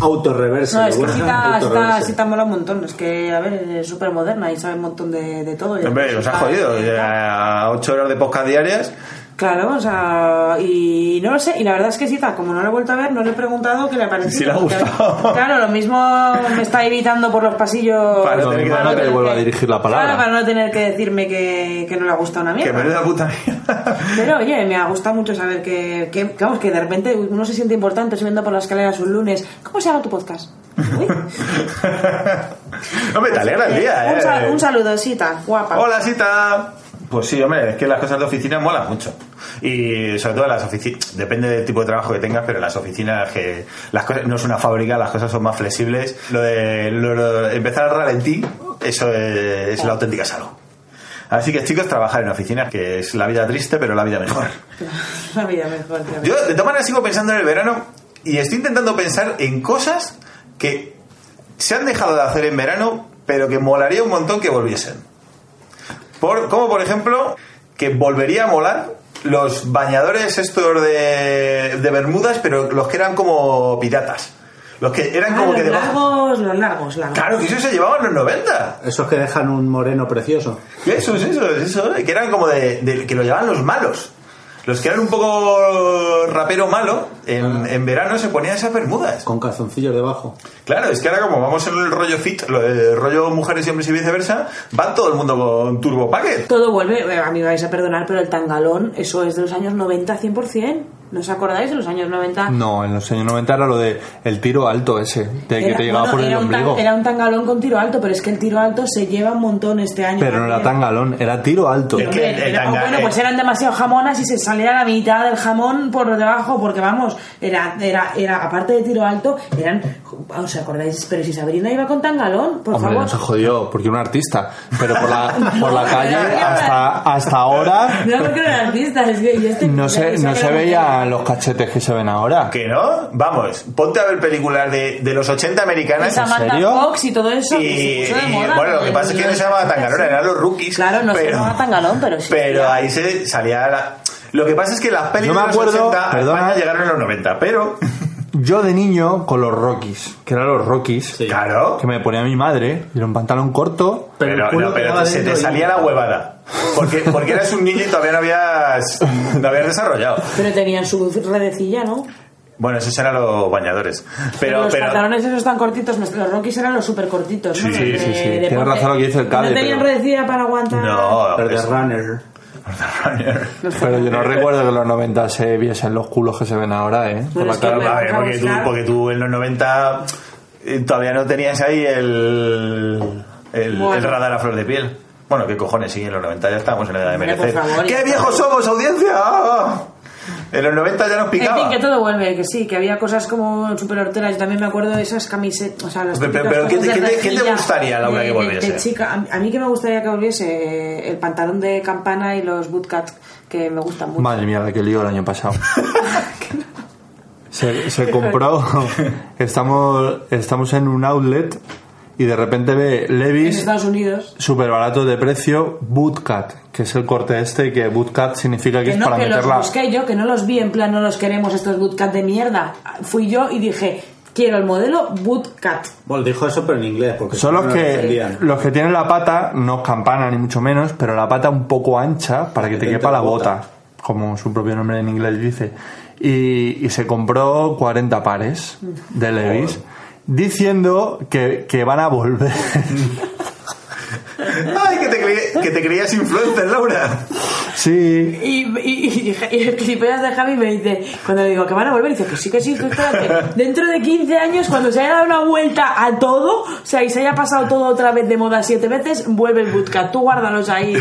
Speaker 7: Autorreverse.
Speaker 8: No, es que
Speaker 7: bueno,
Speaker 8: Sita, Sita,
Speaker 7: autorreverse.
Speaker 8: Sita mola un montón. Es que, a ver, es súper moderna y sabe un montón de, de todo. Y
Speaker 4: Hombre, os ha jodido. ya, ocho horas de podcast diarias.
Speaker 8: Claro, o sea, y no lo sé, y la verdad es que Sita, como no lo he vuelto a ver, no le he preguntado qué le ha parecido.
Speaker 4: Si le ha
Speaker 8: porque,
Speaker 4: gustado.
Speaker 8: Claro, lo mismo me está evitando por los pasillos.
Speaker 4: Para no tener que darle-
Speaker 8: tener
Speaker 5: que vuelva a dirigir la palabra.
Speaker 8: Claro, para no tener que decirme que, que no le ha gustado una
Speaker 4: Que
Speaker 8: mierda.
Speaker 4: me la puta mierda.
Speaker 8: Pero oye, me ha gustado mucho saber que, que, que, vamos, que de repente uno se siente importante subiendo por las escaleras un lunes. ¿Cómo se llama tu podcast? Uy.
Speaker 4: Hombre, te alegra el día,
Speaker 8: Pues, Un, sal-
Speaker 4: eh.
Speaker 8: un saludo, Sita, guapa.
Speaker 4: Hola, Sita. Pues sí, hombre, es que las cosas de oficina molan mucho. Y sobre todo en las oficinas, depende del tipo de trabajo que tengas, pero en las oficinas que las cosas no es una fábrica, las cosas son más flexibles. Lo de, lo- lo- empezar a ralentí, eso es, la auténtica salud. Así que chicos, trabajar en oficinas, que es la vida triste, pero la vida mejor.
Speaker 8: La vida mejor. la vida.
Speaker 4: Yo de todas maneras sigo pensando en el verano y estoy intentando pensar en cosas que se han dejado de hacer en verano, pero que molaría un montón que volviesen. Por, como por ejemplo, que volvería a molar los bañadores estos de, de Bermudas, pero los que eran como piratas. Los que eran
Speaker 8: Ah,
Speaker 4: como
Speaker 8: los
Speaker 4: que de bajo-
Speaker 8: largos, los largos, largos.
Speaker 4: Claro, que eso se llevaba en los 90.
Speaker 7: Esos que dejan un moreno precioso.
Speaker 4: Eso, eso, eso. Que eran como de, de- que lo llevaban los malos. Los que eran un poco rapero malo,
Speaker 8: Ah.
Speaker 4: en, en verano se ponían esas bermudas.
Speaker 7: Con calzoncillos debajo.
Speaker 4: Claro, es que ahora como vamos en el rollo fit, lo de rollo mujeres y hombres y viceversa, van todo el mundo con turbo packet.
Speaker 8: Todo vuelve, eh, a mí me vais a perdonar, pero el tangalón, eso es de los años 90 100%. ¿No os acordáis de los años 90?
Speaker 5: No, en los años 90 era lo de el tiro alto ese, de que
Speaker 8: Era-
Speaker 5: te llegaba
Speaker 8: bueno,
Speaker 5: por el
Speaker 8: era un tan-
Speaker 5: ombligo.
Speaker 8: era un tangalón con tiro alto, pero es que el tiro alto se lleva un montón este año.
Speaker 5: Pero no era tan
Speaker 8: también.
Speaker 5: galón, era tiro alto.
Speaker 4: Es que
Speaker 8: Hombre,
Speaker 4: el- el
Speaker 8: era-
Speaker 4: tanga- eh.
Speaker 8: bueno, pues eran demasiado jamonas y se salía la mitad del jamón por debajo, porque vamos, era, era, era, aparte de tiro alto, eran, ¿os acordáis? Pero si Sabrina iba con tangalón, por
Speaker 5: Hombre,
Speaker 8: favor.
Speaker 5: no se jodió, porque era un artista. Pero por la, por la
Speaker 8: No,
Speaker 5: calle,
Speaker 8: no, no.
Speaker 5: hasta, hasta ahora,
Speaker 8: No, porque eran artistas, es que yo estoy-
Speaker 5: no se,
Speaker 8: pensaba
Speaker 5: no
Speaker 8: que
Speaker 5: se
Speaker 8: era
Speaker 5: veían los cachetes que se ven ahora.
Speaker 4: ¿Que no? Vamos, ponte a ver películas de, de los 80
Speaker 8: Y
Speaker 4: americanas.
Speaker 8: Samantha
Speaker 5: serio?
Speaker 8: Fox y todo eso. que
Speaker 4: Y,
Speaker 8: se puso de
Speaker 4: y,
Speaker 8: moda,
Speaker 4: bueno, lo que
Speaker 8: y-
Speaker 4: pasa es que no se llamaba Tangalón, eran los rookies.
Speaker 8: Claro, no se
Speaker 4: pero-
Speaker 8: llamaba Tangalón, pero sí.
Speaker 4: Pero ahí se salía la... Lo que pasa es que las pelis
Speaker 5: No me
Speaker 4: de los
Speaker 5: acuerdo,
Speaker 4: 80 a
Speaker 5: perdona.
Speaker 4: España llegaron en los 90, pero...
Speaker 5: Yo de niño, con los Rockies, que eran los Rockies,
Speaker 4: Claro.
Speaker 5: que me ponía mi madre, y era un pantalón corto.
Speaker 4: Pero,
Speaker 7: el culo
Speaker 4: no, pero
Speaker 7: quedaba
Speaker 4: se te
Speaker 7: dentro y-
Speaker 4: salía la huevada. Porque, porque eras un niño y todavía no habías, no habías desarrollado.
Speaker 8: Pero tenían su redecilla, ¿no?
Speaker 4: Bueno, esos eran los bañadores. Pero,
Speaker 8: los
Speaker 4: pero,
Speaker 8: pantalones esos tan cortitos, los los Rockies eran los súper cortitos, ¿no?
Speaker 5: Sí, sí,
Speaker 8: De-
Speaker 5: sí, sí.
Speaker 8: de
Speaker 5: Tienes
Speaker 8: deporte.
Speaker 5: razón lo que dice el Cade,
Speaker 8: No tenían
Speaker 5: pero-
Speaker 8: redecilla para aguantar.
Speaker 4: no,
Speaker 7: Pero de
Speaker 4: es-
Speaker 7: runner.
Speaker 5: Pero yo no recuerdo que en los 90 se viesen los culos que se ven ahora, ¿eh? Por
Speaker 8: Bueno,
Speaker 5: la
Speaker 8: es que
Speaker 5: calle.
Speaker 8: me-
Speaker 4: A ver, porque tú, porque tú en los 90 eh, todavía no tenías ahí el, el,
Speaker 8: Bueno.
Speaker 4: el radar a flor de piel. Bueno, qué cojones, sí, en los 90 ya estábamos en la edad de
Speaker 8: Hombre, por
Speaker 4: merecer.
Speaker 8: favor,
Speaker 4: ¡Qué
Speaker 8: ya
Speaker 4: viejos somos, audiencia! En los 90 ya nos
Speaker 8: En
Speaker 4: picaba.
Speaker 8: fin, que todo vuelve, que sí, que había cosas como súper horteras. Yo también me acuerdo de esas camisetas, o sea, las
Speaker 4: Pero- pero-
Speaker 8: típicas
Speaker 4: pero ¿qué te-
Speaker 8: cosas de
Speaker 4: qué te- qué te
Speaker 8: rejilla,
Speaker 4: gustaría, Laura,
Speaker 8: de-
Speaker 4: que
Speaker 8: de-
Speaker 4: volviese?
Speaker 8: de chica. A mí- A mí que me gustaría que volviese eh, el pantalón de campana y los bootcuts, que me gustan mucho.
Speaker 5: Madre mía, la que lío el año pasado. se, se compró. estamos, estamos en un outlet y de repente ve
Speaker 8: En
Speaker 5: Levis
Speaker 8: Estados Unidos.
Speaker 5: súper barato de precio, bootcut, que es el corte este que bootcut significa que,
Speaker 8: Que
Speaker 5: es
Speaker 8: no,
Speaker 5: para
Speaker 8: que los
Speaker 5: meterla.
Speaker 8: busqué yo, que no los vi en plan, no los queremos estos bootcut de mierda. Fui yo y dije, quiero el modelo bootcut.
Speaker 7: Bueno, dijo eso, pero en inglés. Porque
Speaker 5: Son
Speaker 7: si no,
Speaker 5: los
Speaker 7: no lo
Speaker 5: que,
Speaker 7: entendían.
Speaker 5: los que tienen la pata, no campana ni mucho menos, pero la pata un poco ancha para que te
Speaker 7: Dentro
Speaker 5: quepa
Speaker 7: de
Speaker 5: la
Speaker 7: la bota.
Speaker 5: bota, como su propio nombre en inglés dice. Y, y se compró 40 pares de Levis, diciendo que, que van a volver.
Speaker 4: Ay, que te, cre- que te creías influencer, Laura.
Speaker 5: Sí.
Speaker 8: Y, y, y, y el clipeas de Javi me dice, cuando le digo que van a volver, dice que sí, que sí, tú espérate. Dentro de 15 años, cuando se haya dado una vuelta a todo, o sea, y se haya pasado todo otra vez de moda siete veces, vuelve el bootcamp. Tú guárdalos ahí.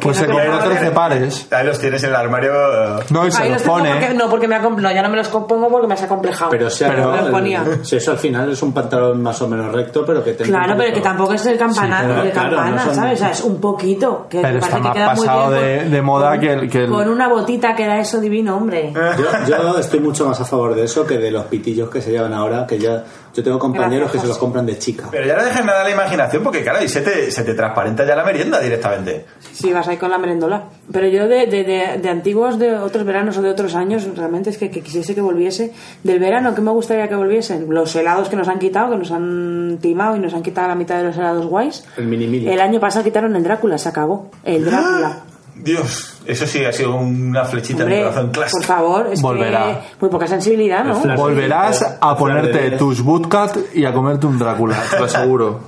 Speaker 5: Pues se
Speaker 8: no
Speaker 5: compró
Speaker 8: queremos
Speaker 5: 13
Speaker 8: ver.
Speaker 5: pares.
Speaker 4: Ahí los tienes en el armario. eh,
Speaker 5: No, y se
Speaker 8: Ahí
Speaker 5: los
Speaker 8: los tengo porque-
Speaker 5: pone. ¿eh?
Speaker 8: no, porque me ha, comp- no, ya no me los compongo porque me has acomplejado.
Speaker 7: Pero si,
Speaker 8: me los ponía.
Speaker 7: si eso al final es un pantalón más o menos recto, pero que tenga.
Speaker 8: Claro,
Speaker 7: un
Speaker 8: pero que
Speaker 7: poquito-
Speaker 8: tampoco es el campanazo
Speaker 7: Sí, pero
Speaker 8: de
Speaker 7: claro,
Speaker 8: campana,
Speaker 7: no son-
Speaker 8: ¿sabes? O sea, es un poquito. Que
Speaker 5: Pero
Speaker 8: parece
Speaker 5: está
Speaker 8: que
Speaker 5: más
Speaker 8: queda muy
Speaker 5: pasado
Speaker 8: bien
Speaker 5: de- de moda que el- que el-
Speaker 8: Con una botita queda eso divino, hombre.
Speaker 7: Yo, yo estoy mucho más a favor de eso que de los pitillos que se llevan ahora, que ya yo tengo compañeros que se los compran de chica.
Speaker 4: Pero ya no dejes nada a la imaginación porque, claro, y se te, se te transparenta ya la merienda directamente.
Speaker 8: Sí, vas ahí con la merendola. Pero yo de, de, de, de antiguos, de otros veranos o de otros años, realmente es que, que quisiese que volviese. Del verano, ¿qué me gustaría que volviesen? Los helados que nos han quitado, que nos han timado y nos han quitado la mitad de los helados guays.
Speaker 7: El mini mili.
Speaker 8: El año pasado quitaron el Drácula, se acabó. El Drácula.
Speaker 4: Dios, eso sí ha sido una flechita en
Speaker 8: Hombre,
Speaker 4: mi corazón
Speaker 8: por
Speaker 4: clásico.
Speaker 8: favor, es
Speaker 5: Volverá.
Speaker 8: que muy poca sensibilidad, ¿no?
Speaker 7: flash.
Speaker 5: Volverás a ponerte tus bootcut y a comerte un Drácula, te lo
Speaker 4: Pues
Speaker 5: aseguro.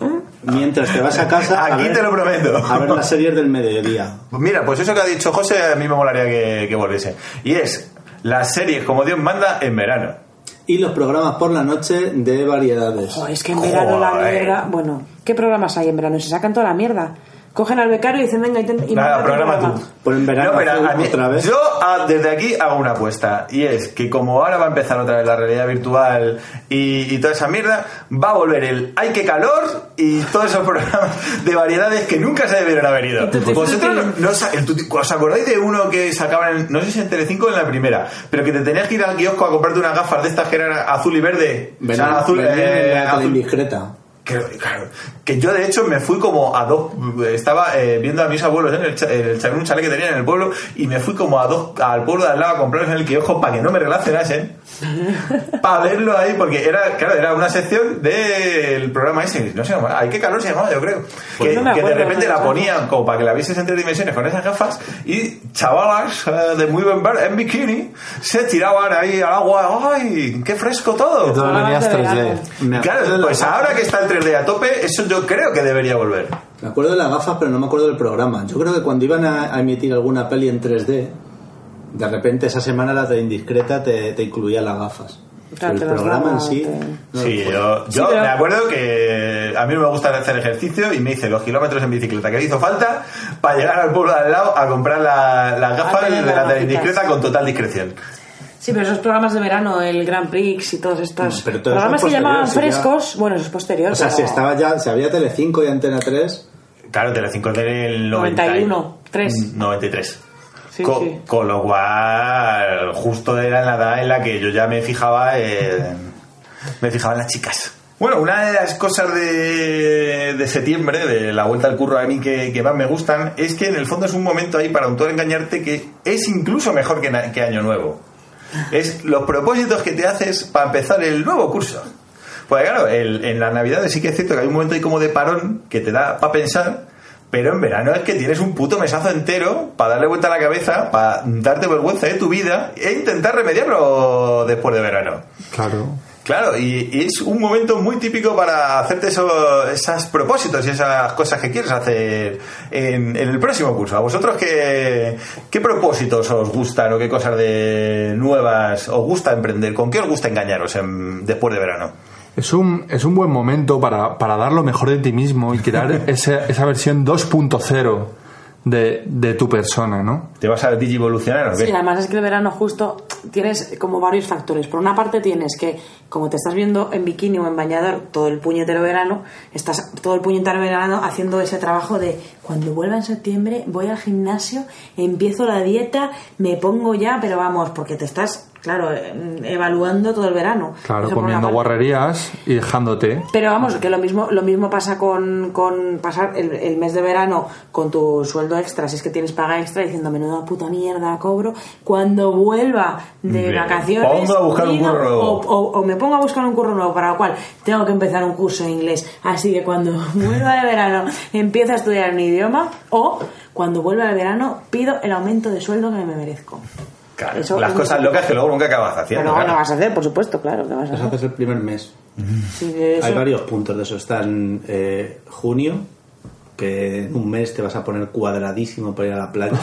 Speaker 7: Mientras te vas a casa a
Speaker 4: Aquí
Speaker 7: ver,
Speaker 4: te lo prometo.
Speaker 7: a ver las series del mediodía.
Speaker 4: Mira, pues eso que ha dicho José a mí me molaría que, que volviese. Y es las series como Dios manda en verano.
Speaker 7: Y los programas por la noche de variedades.
Speaker 8: Joder, es que en verano la
Speaker 4: Joder.
Speaker 8: mierda. Bueno, ¿qué programas hay en verano? Se sacan toda la mierda. Cogen al becario y dicen, venga, inten- y
Speaker 4: Nada,
Speaker 8: montate un
Speaker 4: programa
Speaker 8: programa.
Speaker 4: tú.
Speaker 7: Por Pues en verano
Speaker 4: No, pero
Speaker 7: azul,
Speaker 4: a mí-
Speaker 7: otra vez.
Speaker 4: Yo ah, desde aquí hago una apuesta. Y es que como ahora va a empezar otra vez la realidad virtual y, y toda esa mierda, va a volver el ¡Ay, qué calor! y todos esos programas de variedades que nunca se debieron haber ido.
Speaker 8: tuti,
Speaker 4: Vosotros
Speaker 8: tuti.
Speaker 4: no- no sa- el tuti- os acordáis de uno que sacaban, en- no sé si en Telecinco o en la primera, pero que te tenías que ir al kiosco a comprarte unas gafas de estas que eran azul y verde. O sea,
Speaker 7: Venían-
Speaker 4: azul,
Speaker 7: venían en
Speaker 4: eh,
Speaker 7: la tele
Speaker 4: azul-
Speaker 7: indiscreta.
Speaker 4: que, claro, que yo de hecho me fui como a dos. Estaba eh, viendo a mis abuelos en el, cha- en el cha- en un chalet que tenían en el pueblo y me fui como a dos al pueblo de al lado a comprarles en el kiosco para que no me relacionasen. para verlo ahí, porque era, claro, era una sección del programa ese. No sé, hay que calor se llamaba, yo creo. que,
Speaker 8: Pues no me
Speaker 4: que de
Speaker 8: acuerdo,
Speaker 4: repente
Speaker 8: no me
Speaker 4: la
Speaker 8: acuerdo.
Speaker 4: ponían como para que la vieses en tres dimensiones con esas gafas y chavalas eh, de muy buen bar en bikini se tiraban ahí al agua. ¡Ay, qué fresco todo!
Speaker 5: Tú
Speaker 8: Programas
Speaker 5: venías
Speaker 8: de
Speaker 5: 3D.
Speaker 8: verano.
Speaker 7: Me acuerdo
Speaker 4: Claro,
Speaker 7: de
Speaker 4: pues
Speaker 7: las-
Speaker 4: ahora que está el 3D a tope, eso yo creo que debería volver.
Speaker 7: Me acuerdo de las gafas, pero no me acuerdo del programa. Yo creo que cuando iban a, a emitir alguna peli en 3D, de repente esa semana la de indiscreta te, te incluía las gafas.
Speaker 8: Claro,
Speaker 7: Pero
Speaker 8: te
Speaker 7: el
Speaker 8: las
Speaker 7: programa en
Speaker 8: daba,
Speaker 7: sí.
Speaker 8: te-
Speaker 7: no
Speaker 4: sí,
Speaker 7: recuerdo.
Speaker 4: yo,
Speaker 8: Sí,
Speaker 4: yo
Speaker 8: pero-
Speaker 4: me acuerdo que a mí me gusta hacer ejercicio y me hice los kilómetros en bicicleta que le hizo falta para llegar al pueblo de al lado a comprar la- las gafas
Speaker 8: tener
Speaker 4: de la
Speaker 8: las
Speaker 4: tele
Speaker 8: gafitas.
Speaker 4: indiscreta con total discreción.
Speaker 8: Sí, pero esos programas de verano, el Grand Prix y todos estos
Speaker 7: No, pero todo eso
Speaker 8: programas
Speaker 7: es
Speaker 8: que llamaban
Speaker 7: posterior, si ya-
Speaker 8: frescos, bueno, eso es posterior.
Speaker 7: O sea,
Speaker 8: pero-
Speaker 7: si estaba ya, si había Telecinco y Antena 3,
Speaker 4: Claro, Telecinco del 90 y- Mm,
Speaker 8: 91, 3.
Speaker 4: 93.
Speaker 8: Sí,
Speaker 4: Co-
Speaker 8: sí.
Speaker 4: Con lo cual, justo era la edad en la que yo ya me fijaba en, me fijaba en las chicas. Bueno, una de las cosas de, de septiembre, de la vuelta al curro a mí que, que más me gustan, es que en el fondo es un momento ahí para un todo engañarte que es incluso mejor que, na- que Año Nuevo. Es los propósitos que te haces para empezar el nuevo curso. Pues claro, el- en las navidades sí que es cierto que hay un momento ahí como de parón que te da para pensar, pero en verano es que tienes un puto mesazo entero para darle vuelta a la cabeza, para darte vergüenza de tu vida e intentar remediarlo después de verano.
Speaker 5: Claro.
Speaker 4: Claro, y, y es un momento muy típico para hacerte esos, esas propósitos y esas cosas que quieres hacer en, en el próximo curso. ¿A vosotros qué, qué propósitos os gustan o qué cosas de nuevas os gusta emprender? ¿Con qué os gusta engañaros en- después de verano?
Speaker 5: Es un, es un buen momento para, para dar lo mejor de ti mismo y crear esa, esa versión 2.0 de, de tu persona, ¿no?
Speaker 4: ¿Te vas a digivolucionar o qué?
Speaker 8: Sí, además es que el verano justo tienes como varios factores. Por una parte tienes que, como te estás viendo en bikini o en bañador todo el puñetero verano, estás todo el puñetero verano haciendo ese trabajo de cuando vuelva en septiembre voy al gimnasio, empiezo la dieta, me pongo ya, pero vamos, porque te estás, claro, em, evaluando todo el verano.
Speaker 5: Claro,
Speaker 8: Eso por una
Speaker 5: comiendo
Speaker 8: parte.
Speaker 5: guarrerías y dejándote.
Speaker 8: Pero vamos, que lo mismo, lo mismo pasa con, con pasar el, el mes de verano con tu sueldo extra, si es que tienes paga extra, diciendo menuda puta mierda cobro. Cuando vuelva de
Speaker 4: Me
Speaker 8: vacaciones,
Speaker 4: pongo a buscar un
Speaker 8: digo,
Speaker 4: curro nuevo.
Speaker 8: O, o- o me pongo a buscar un curro nuevo, para lo cual tengo que empezar un curso de inglés. Así que cuando vuelva de verano empiezo a estudiar un idioma, o cuando vuelva de verano pido el aumento de sueldo que me merezco.
Speaker 4: Claro,
Speaker 8: Eso-
Speaker 4: las cosas locas que luego nunca acabas
Speaker 8: Pero
Speaker 4: haciendo.
Speaker 8: luego
Speaker 4: claro.
Speaker 8: no vas a hacer, por supuesto, claro que vas a
Speaker 7: las
Speaker 8: hacer.
Speaker 7: haces el primer mes.
Speaker 8: Sí, eso-
Speaker 7: Hay varios puntos de eso. Están eh, junio, que en un mes te vas a poner cuadradísimo para ir a la playa.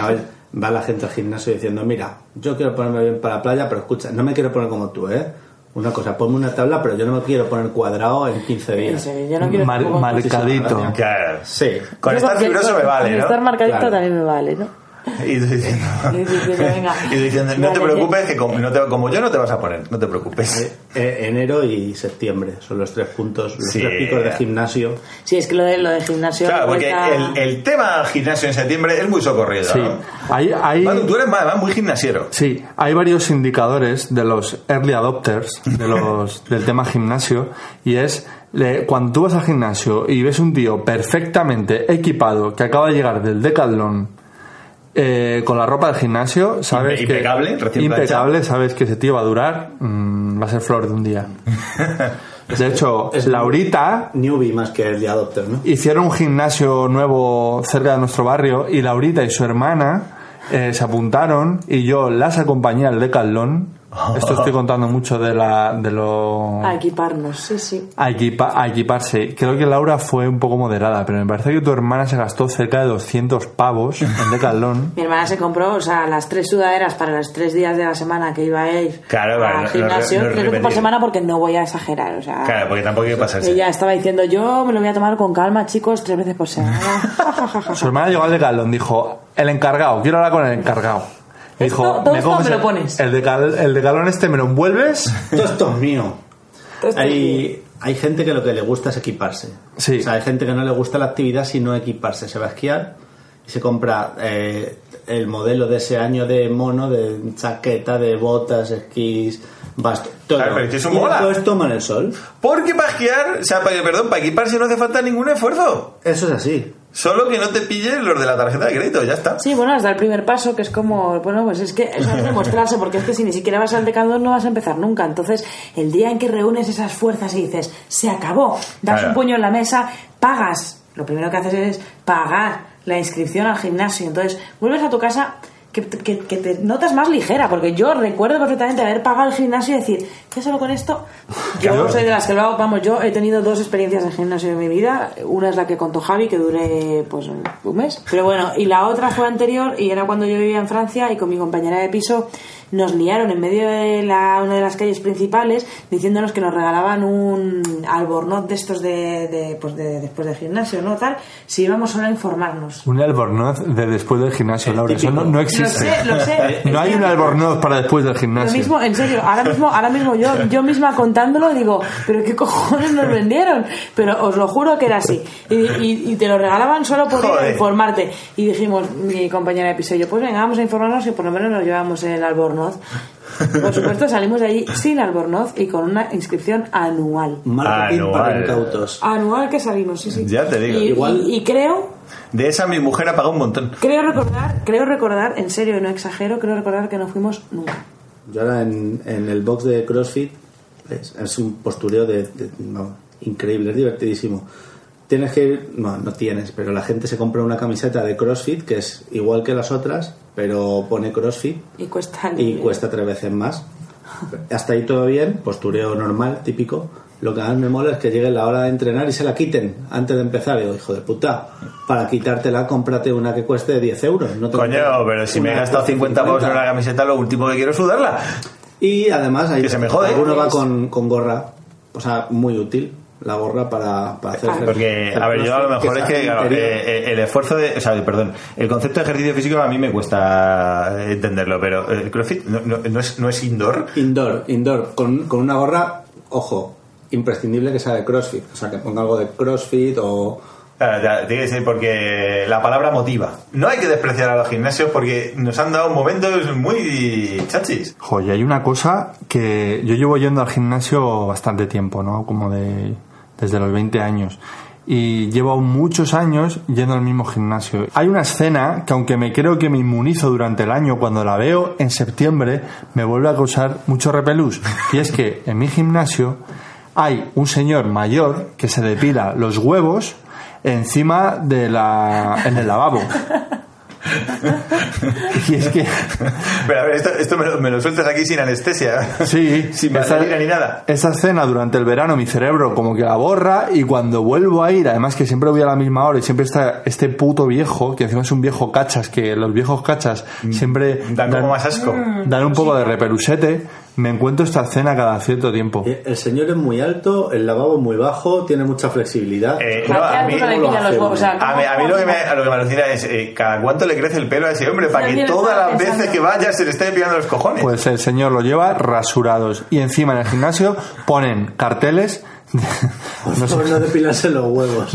Speaker 7: A ver, va la gente al gimnasio diciendo, mira, yo quiero ponerme bien para la playa, pero escucha, no me quiero poner como tú, ¿eh? Una cosa, ponme una tabla, pero yo no me quiero poner cuadrado en 15
Speaker 8: En
Speaker 7: días.
Speaker 8: serio, yo no quiero
Speaker 5: Mar-
Speaker 8: tampoco-
Speaker 5: marcadito.
Speaker 11: Claro.
Speaker 7: Sí.
Speaker 11: Con
Speaker 8: Yo
Speaker 11: estar
Speaker 8: porque-
Speaker 11: fibroso me
Speaker 8: con-
Speaker 11: vale,
Speaker 8: con
Speaker 11: ¿no?
Speaker 8: Estar marcadito
Speaker 7: Claro.
Speaker 8: también me vale, ¿no?
Speaker 11: Y tú diciendo,
Speaker 8: Y diciendo, venga.
Speaker 11: y diciendo, no te
Speaker 8: Vale,
Speaker 11: preocupes,
Speaker 8: sí.
Speaker 11: que como, no te- como yo no te vas a poner, no te preocupes.
Speaker 7: Eh, enero y septiembre son los tres puntos, los
Speaker 11: Sí.
Speaker 7: tres picos de gimnasio.
Speaker 8: Sí, es que lo de, lo de gimnasio.
Speaker 11: Claro, porque
Speaker 8: cuesta-
Speaker 11: el, el tema gimnasio en septiembre es muy socorrido.
Speaker 5: Sí.
Speaker 11: ¿no?
Speaker 5: Hay, hay,
Speaker 11: Manu, tú eres más, más muy gimnasiero.
Speaker 5: sí, hay varios indicadores de los early adopters de los, del tema gimnasio y es le- cuando tú vas al gimnasio y ves un tío perfectamente equipado que acaba de llegar del Decathlon eh, con la ropa del gimnasio, sabes
Speaker 11: Impe-
Speaker 5: que
Speaker 11: impecable, recién
Speaker 5: impecable, sabes que ese tío va a durar, mm, va a ser flor de un día. De hecho,
Speaker 7: es-
Speaker 5: Laurita,
Speaker 7: Newbie más que el de adopter, ¿no?
Speaker 5: hicieron un gimnasio nuevo cerca de nuestro barrio y Laurita y su hermana eh, se apuntaron y yo las acompañé al Decathlon. Esto estoy contando mucho de, la, de lo...
Speaker 8: A equiparnos, sí, sí.
Speaker 5: A, equipa- a equiparse. Creo que Laura fue un poco moderada, pero me parece que tu hermana se gastó cerca de 200 pavos en Decathlon.
Speaker 8: Mi hermana se compró, o sea, las tres sudaderas para los tres días de la semana que iba a ir
Speaker 11: Claro,
Speaker 8: al
Speaker 11: vale, no- no-
Speaker 8: gimnasio.
Speaker 11: no- no
Speaker 8: tres veces por
Speaker 11: repetir.
Speaker 8: semana porque no voy a exagerar, o sea.
Speaker 11: Claro, pues porque tampoco hay que pasarse.
Speaker 8: Ella estaba diciendo, yo me lo voy a tomar con calma, chicos, tres veces por semana.
Speaker 5: Su hermana llegó al Decathlon, dijo, el encargado, quiero hablar con el encargado. Y
Speaker 8: Esto, todo esto
Speaker 5: coges
Speaker 8: me lo
Speaker 5: el-
Speaker 8: pones.
Speaker 5: El, decal, el decalón este me lo envuelves
Speaker 7: Todo esto es mío.
Speaker 8: Todo esto es
Speaker 7: Hay, hay gente que lo que le gusta es equiparse.
Speaker 5: Sí.
Speaker 7: O sea, hay gente que no le gusta la actividad sino equiparse. Se va a esquiar y se compra eh, el modelo de ese año de mono, de chaqueta, de botas, esquís, basto. Todo.
Speaker 11: Claro, pero si eso
Speaker 7: Y
Speaker 11: mola.
Speaker 7: después toman el sol.
Speaker 11: Porque para esquiar, o sea, para- perdón, para equiparse no hace falta ningún esfuerzo.
Speaker 7: Eso es así.
Speaker 11: Solo que no te pillen los de la tarjeta de crédito, ya está.
Speaker 8: Sí, bueno, hasta el primer paso, que es como, bueno, pues es que eso hay que demostrarse, porque es que si ni siquiera vas al decador no vas a empezar nunca. Entonces, el día en que reúnes esas fuerzas y dices, se acabó, das
Speaker 11: Claro.
Speaker 8: un puño en la mesa, pagas, lo primero que haces es pagar la inscripción al gimnasio. Entonces, vuelves a tu casa que, que- que te notas más ligera, porque yo recuerdo perfectamente haber pagado el gimnasio y decir, ¿qué solo con esto? Yo soy de las que lo hago, vamos, yo he tenido dos experiencias de gimnasio en mi vida, una es la que contó Javi, que duré pues un mes, pero bueno, y la otra fue anterior y era cuando yo vivía en Francia y con mi compañera de piso nos liaron en medio de la, una de las calles principales diciéndonos que nos regalaban un albornoz de estos de, de, pues de- después del gimnasio, ¿no? Tal, si íbamos solo a informarnos.
Speaker 5: Un albornoz de después del gimnasio, Laura. Eso no, no existe.
Speaker 8: Lo sé, Eh, lo sé. Eh,
Speaker 5: No hay un albornoz para después del
Speaker 8: Lo
Speaker 11: Ah,
Speaker 5: gimnasio.
Speaker 8: mismo, en serio, ahora mismo, ahora mismo yo, yo misma contándolo digo, pero qué cojones nos vendieron. Pero os lo juro que era así. Y, y- y te lo regalaban solo por ir a
Speaker 11: Joder.
Speaker 8: informarte. Y dijimos, mi compañera de piso y yo, pues venga, vamos a informarnos y por lo menos nos llevamos el albornoz. Por supuesto, salimos de allí sin albornoz y con una inscripción anual.
Speaker 11: Ah,
Speaker 7: Marketing para
Speaker 11: Anual.
Speaker 7: incautos.
Speaker 8: Anual que salimos, sí, sí.
Speaker 11: Ya te digo.
Speaker 8: Y-
Speaker 7: Igual-
Speaker 8: y- y creo
Speaker 11: De esa mi mujer ha pagado un montón.
Speaker 8: Creo recordar, creo recordar, en serio y no exagero, creo recordar que no fuimos nunca.
Speaker 7: Yo ahora en, en el box de CrossFit es, es un postureo de, de- no, increíble, es divertidísimo. Tienes que ir, no, no tienes, pero la gente se compra una camiseta de CrossFit que es igual que las otras, pero pone CrossFit
Speaker 8: Y cuesta
Speaker 7: y cuesta tres veces más. Hasta ahí todo bien, postureo normal, típico. Lo que más me mola es que llegue la hora de entrenar y se la quiten antes de empezar. Y digo, hijo de puta, para quitártela, cómprate una que cueste 10 euros. No te
Speaker 11: Coño,
Speaker 7: compres
Speaker 11: pero si me he
Speaker 7: una que
Speaker 11: gastado
Speaker 7: cueste
Speaker 11: 50 pavos en una camiseta, lo último que quiero es sudarla.
Speaker 7: y además hay
Speaker 11: Que se me jode.
Speaker 7: alguno va con, con gorra, o sea, muy útil la gorra para, para hacer
Speaker 11: Porque, a ver, yo a lo mejor es que claro, eh, eh, el esfuerzo de. O sea, perdón, el concepto de ejercicio físico a mí me cuesta eh, entenderlo, pero el crossfit no, no- no es, no es indoor.
Speaker 7: Indoor, indoor, con, con una gorra, ojo, imprescindible que sea de CrossFit, o sea, que ponga algo de CrossFit o...
Speaker 11: Claro, ya, tiene que ser porque la palabra motiva. No hay que despreciar a los gimnasios porque nos han dado momentos muy chachis.
Speaker 5: Joder, hay una cosa que yo llevo yendo al gimnasio bastante tiempo, ¿no? Como de desde los 20 años. Y llevo muchos años yendo al mismo gimnasio. Hay una escena que aunque me creo que me inmunizo durante el año, cuando la veo en septiembre, me vuelve a causar mucho repelús. Y es que en mi gimnasio hay un señor mayor que se depila los huevos encima de la... en el lavabo. Y es que.
Speaker 4: Pero a ver, esto, esto me, lo, me lo sueltas aquí sin anestesia.
Speaker 5: Sí,
Speaker 4: Sin
Speaker 5: esa-
Speaker 4: vaselina ni nada.
Speaker 5: Esa escena durante el verano, mi cerebro como que la borra y cuando vuelvo a ir, además que siempre voy a la misma hora y siempre está este puto viejo, que encima es un viejo cachas, que los viejos cachas siempre
Speaker 4: Mm. Da como más asco.
Speaker 5: dan un poco de repelusete, me encuentro esta escena cada cierto tiempo.
Speaker 7: eh, El señor es muy alto, el lavabo es muy bajo, tiene mucha flexibilidad.
Speaker 4: Eh,
Speaker 12: ¿A
Speaker 4: no,
Speaker 12: qué
Speaker 4: a mí,
Speaker 12: altura le
Speaker 7: ¿cómo lo
Speaker 12: pillan los
Speaker 7: hace
Speaker 12: huevos? O sea,
Speaker 4: a mí, a mí
Speaker 12: ¿cómo-
Speaker 4: lo, que me, lo que me alucina es eh, cada cuánto le crece el pelo a ese hombre para que
Speaker 12: También
Speaker 4: todas
Speaker 12: estaba
Speaker 4: las veces
Speaker 12: pensando.
Speaker 4: que vaya se le esté pillando los cojones.
Speaker 5: Pues el señor lo lleva rasurados y encima en el gimnasio ponen carteles
Speaker 7: Por favor, no depilarse los huevos.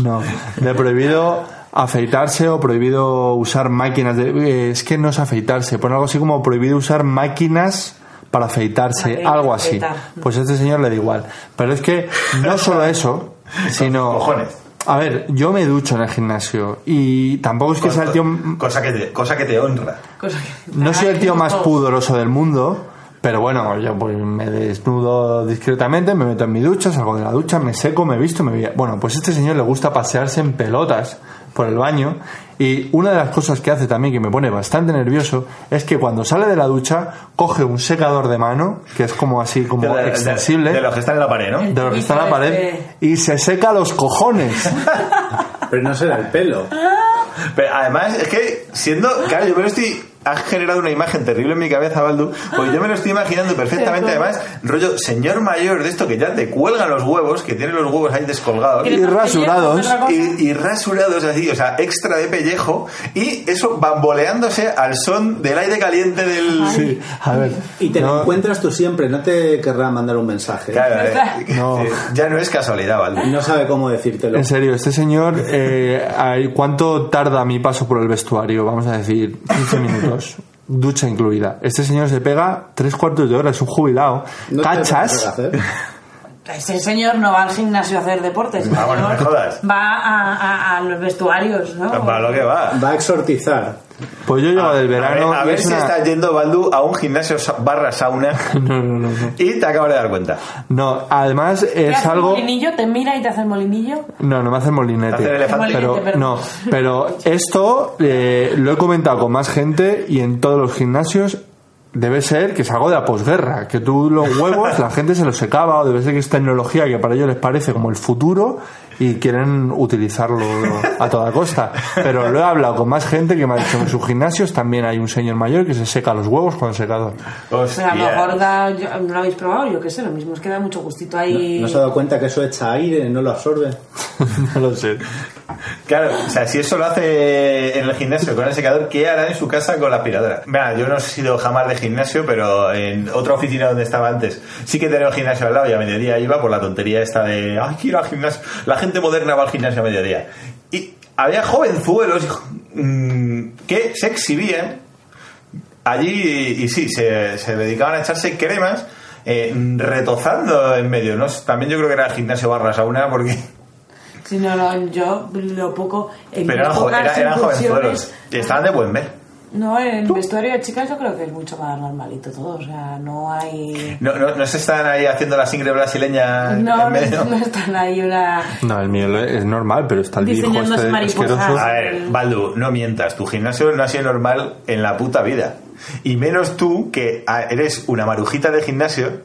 Speaker 5: No, de prohibido afeitarse o prohibido usar máquinas. de- eh, es que no es afeitarse, pone algo así como prohibido usar máquinas para afeitarse,
Speaker 8: Máquinas
Speaker 5: algo
Speaker 8: de
Speaker 5: así.
Speaker 8: afeitar.
Speaker 5: Pues a este señor le da igual. Pero es que no solo eso, sino...
Speaker 4: Cojones.
Speaker 5: A ver, yo me ducho en el gimnasio y tampoco es que sea el tío...
Speaker 4: cosa, que te, cosa que te honra.
Speaker 8: Cosa que-
Speaker 5: No soy el
Speaker 8: Ay,
Speaker 5: tío más
Speaker 8: no.
Speaker 5: pudoroso del mundo, pero bueno, yo pues me desnudo discretamente, me meto en mi ducha, salgo de la ducha, me seco, me visto, me voy a- Bueno, pues a este señor le gusta pasearse en pelotas por el baño y una de las cosas que hace también que me pone bastante nervioso es que cuando sale de la ducha coge un secador de mano, que es como así como
Speaker 4: De- de-
Speaker 5: extensible,
Speaker 4: De, los que están en la pared, ¿no?
Speaker 5: de lo que está en la
Speaker 8: Hijo de
Speaker 5: pared, y se seca los cojones.
Speaker 7: Pero no será el pelo.
Speaker 4: Pero además, es que siendo. Claro, yo me lo estoy. Has generado una imagen terrible en mi cabeza, Baldu. Pues yo me lo estoy imaginando perfectamente. Además, rollo señor mayor de esto que ya te cuelgan los huevos, que tiene los huevos ahí descolgados.
Speaker 5: Y rasurados.
Speaker 4: Y, y rasurados así, o sea, extra de pellejo. Y eso bamboleándose al son del aire caliente del.
Speaker 5: Sí, a ver.
Speaker 7: Y te lo
Speaker 5: no-
Speaker 7: encuentras tú siempre, no te querrá mandar un mensaje.
Speaker 4: Claro, eh,
Speaker 5: No.
Speaker 4: eh, ya no es casualidad, Baldu.
Speaker 7: Y no sabe cómo decírtelo.
Speaker 5: En serio, este señor, eh, ay, ¿cuánto tarda mi paso por el vestuario? Vamos a decir, 15 minutos. Ducha incluida. Este señor se pega tres cuartos de hora, es un jubilado.
Speaker 7: No te
Speaker 5: Cachas.
Speaker 7: lo puedes hacer.
Speaker 8: Ese señor no va al gimnasio a hacer deportes.
Speaker 4: Ah, bueno, no me
Speaker 8: señor
Speaker 4: jodas.
Speaker 8: Va a, a- a los vestuarios, ¿no?
Speaker 4: Para lo que va.
Speaker 7: Va a exhortizar.
Speaker 5: Pues yo llego del verano.
Speaker 4: A ver, a
Speaker 5: y
Speaker 4: ver
Speaker 5: es
Speaker 4: si
Speaker 5: una-
Speaker 4: estás yendo, Baldu, a un gimnasio sa- barra sauna
Speaker 5: No, no, no, no.
Speaker 4: y te acabas de dar cuenta.
Speaker 5: No, además
Speaker 8: ¿Te
Speaker 5: es
Speaker 8: hace el
Speaker 5: algo.
Speaker 8: molinillo? ¿Te mira y te hace el molinillo?
Speaker 5: No, no me hace el molinete.
Speaker 4: Te hace el elefante.
Speaker 5: Pero,
Speaker 8: Molinete, perdón.
Speaker 5: no, pero esto eh, lo he comentado con más gente y en todos los gimnasios debe ser que es algo de la posguerra, que tú los huevos la gente se los secaba o debe ser que es tecnología que para ellos les parece como el futuro y quieren utilizarlo a toda costa. Pero lo he hablado con más gente que me ha dicho que en sus gimnasios también hay un señor mayor que se seca los huevos con secador.
Speaker 8: Pero Pues a lo
Speaker 4: Hostia.
Speaker 8: mejor da, yo- no lo habéis probado, yo qué sé, lo mismo, es que da mucho gustito ahí.
Speaker 7: No se ha dado cuenta que eso echa aire, no lo absorbe.
Speaker 5: no lo sé.
Speaker 4: Claro, o sea, si eso lo hace en el gimnasio con el secador, ¿qué hará en su casa con la aspiradora? Mira, yo no he sido jamás de gimnasio, pero en otra oficina donde estaba antes sí que tenía un gimnasio al lado y a mediodía iba por la tontería esta de, ay, quiero al gimnasio. La gente moderna va al gimnasio a mediodía. Y había jovenzuelos hijo, mm, que se exhibían allí y, y sí, se, se dedicaban a echarse cremas. eh, retozando en medio, ¿no? También yo creo que era el gimnasio barra sauna porque
Speaker 8: Si no, no, yo lo poco. En
Speaker 4: Pero
Speaker 8: mi
Speaker 4: eran, jo-
Speaker 8: época,
Speaker 4: era-
Speaker 8: sin
Speaker 4: eran jovenzuelos.
Speaker 8: pulsiones-
Speaker 4: Y estaban de buen ver.
Speaker 8: No, en vestuario de chicas yo creo que es mucho más normalito todo, o sea, no hay.
Speaker 4: No, no, no se están ahí haciendo la sangre brasileña en
Speaker 8: No, no,
Speaker 4: medio.
Speaker 8: no están ahí una.
Speaker 5: No, el mío es normal, pero está el viejo
Speaker 8: Diseñándose
Speaker 5: este
Speaker 8: mariposas.
Speaker 5: asqueroso.
Speaker 4: A ver, Baldu, no mientas. Tu gimnasio no ha sido normal en la puta vida. Y menos tú, que ah, eres una marujita de gimnasio,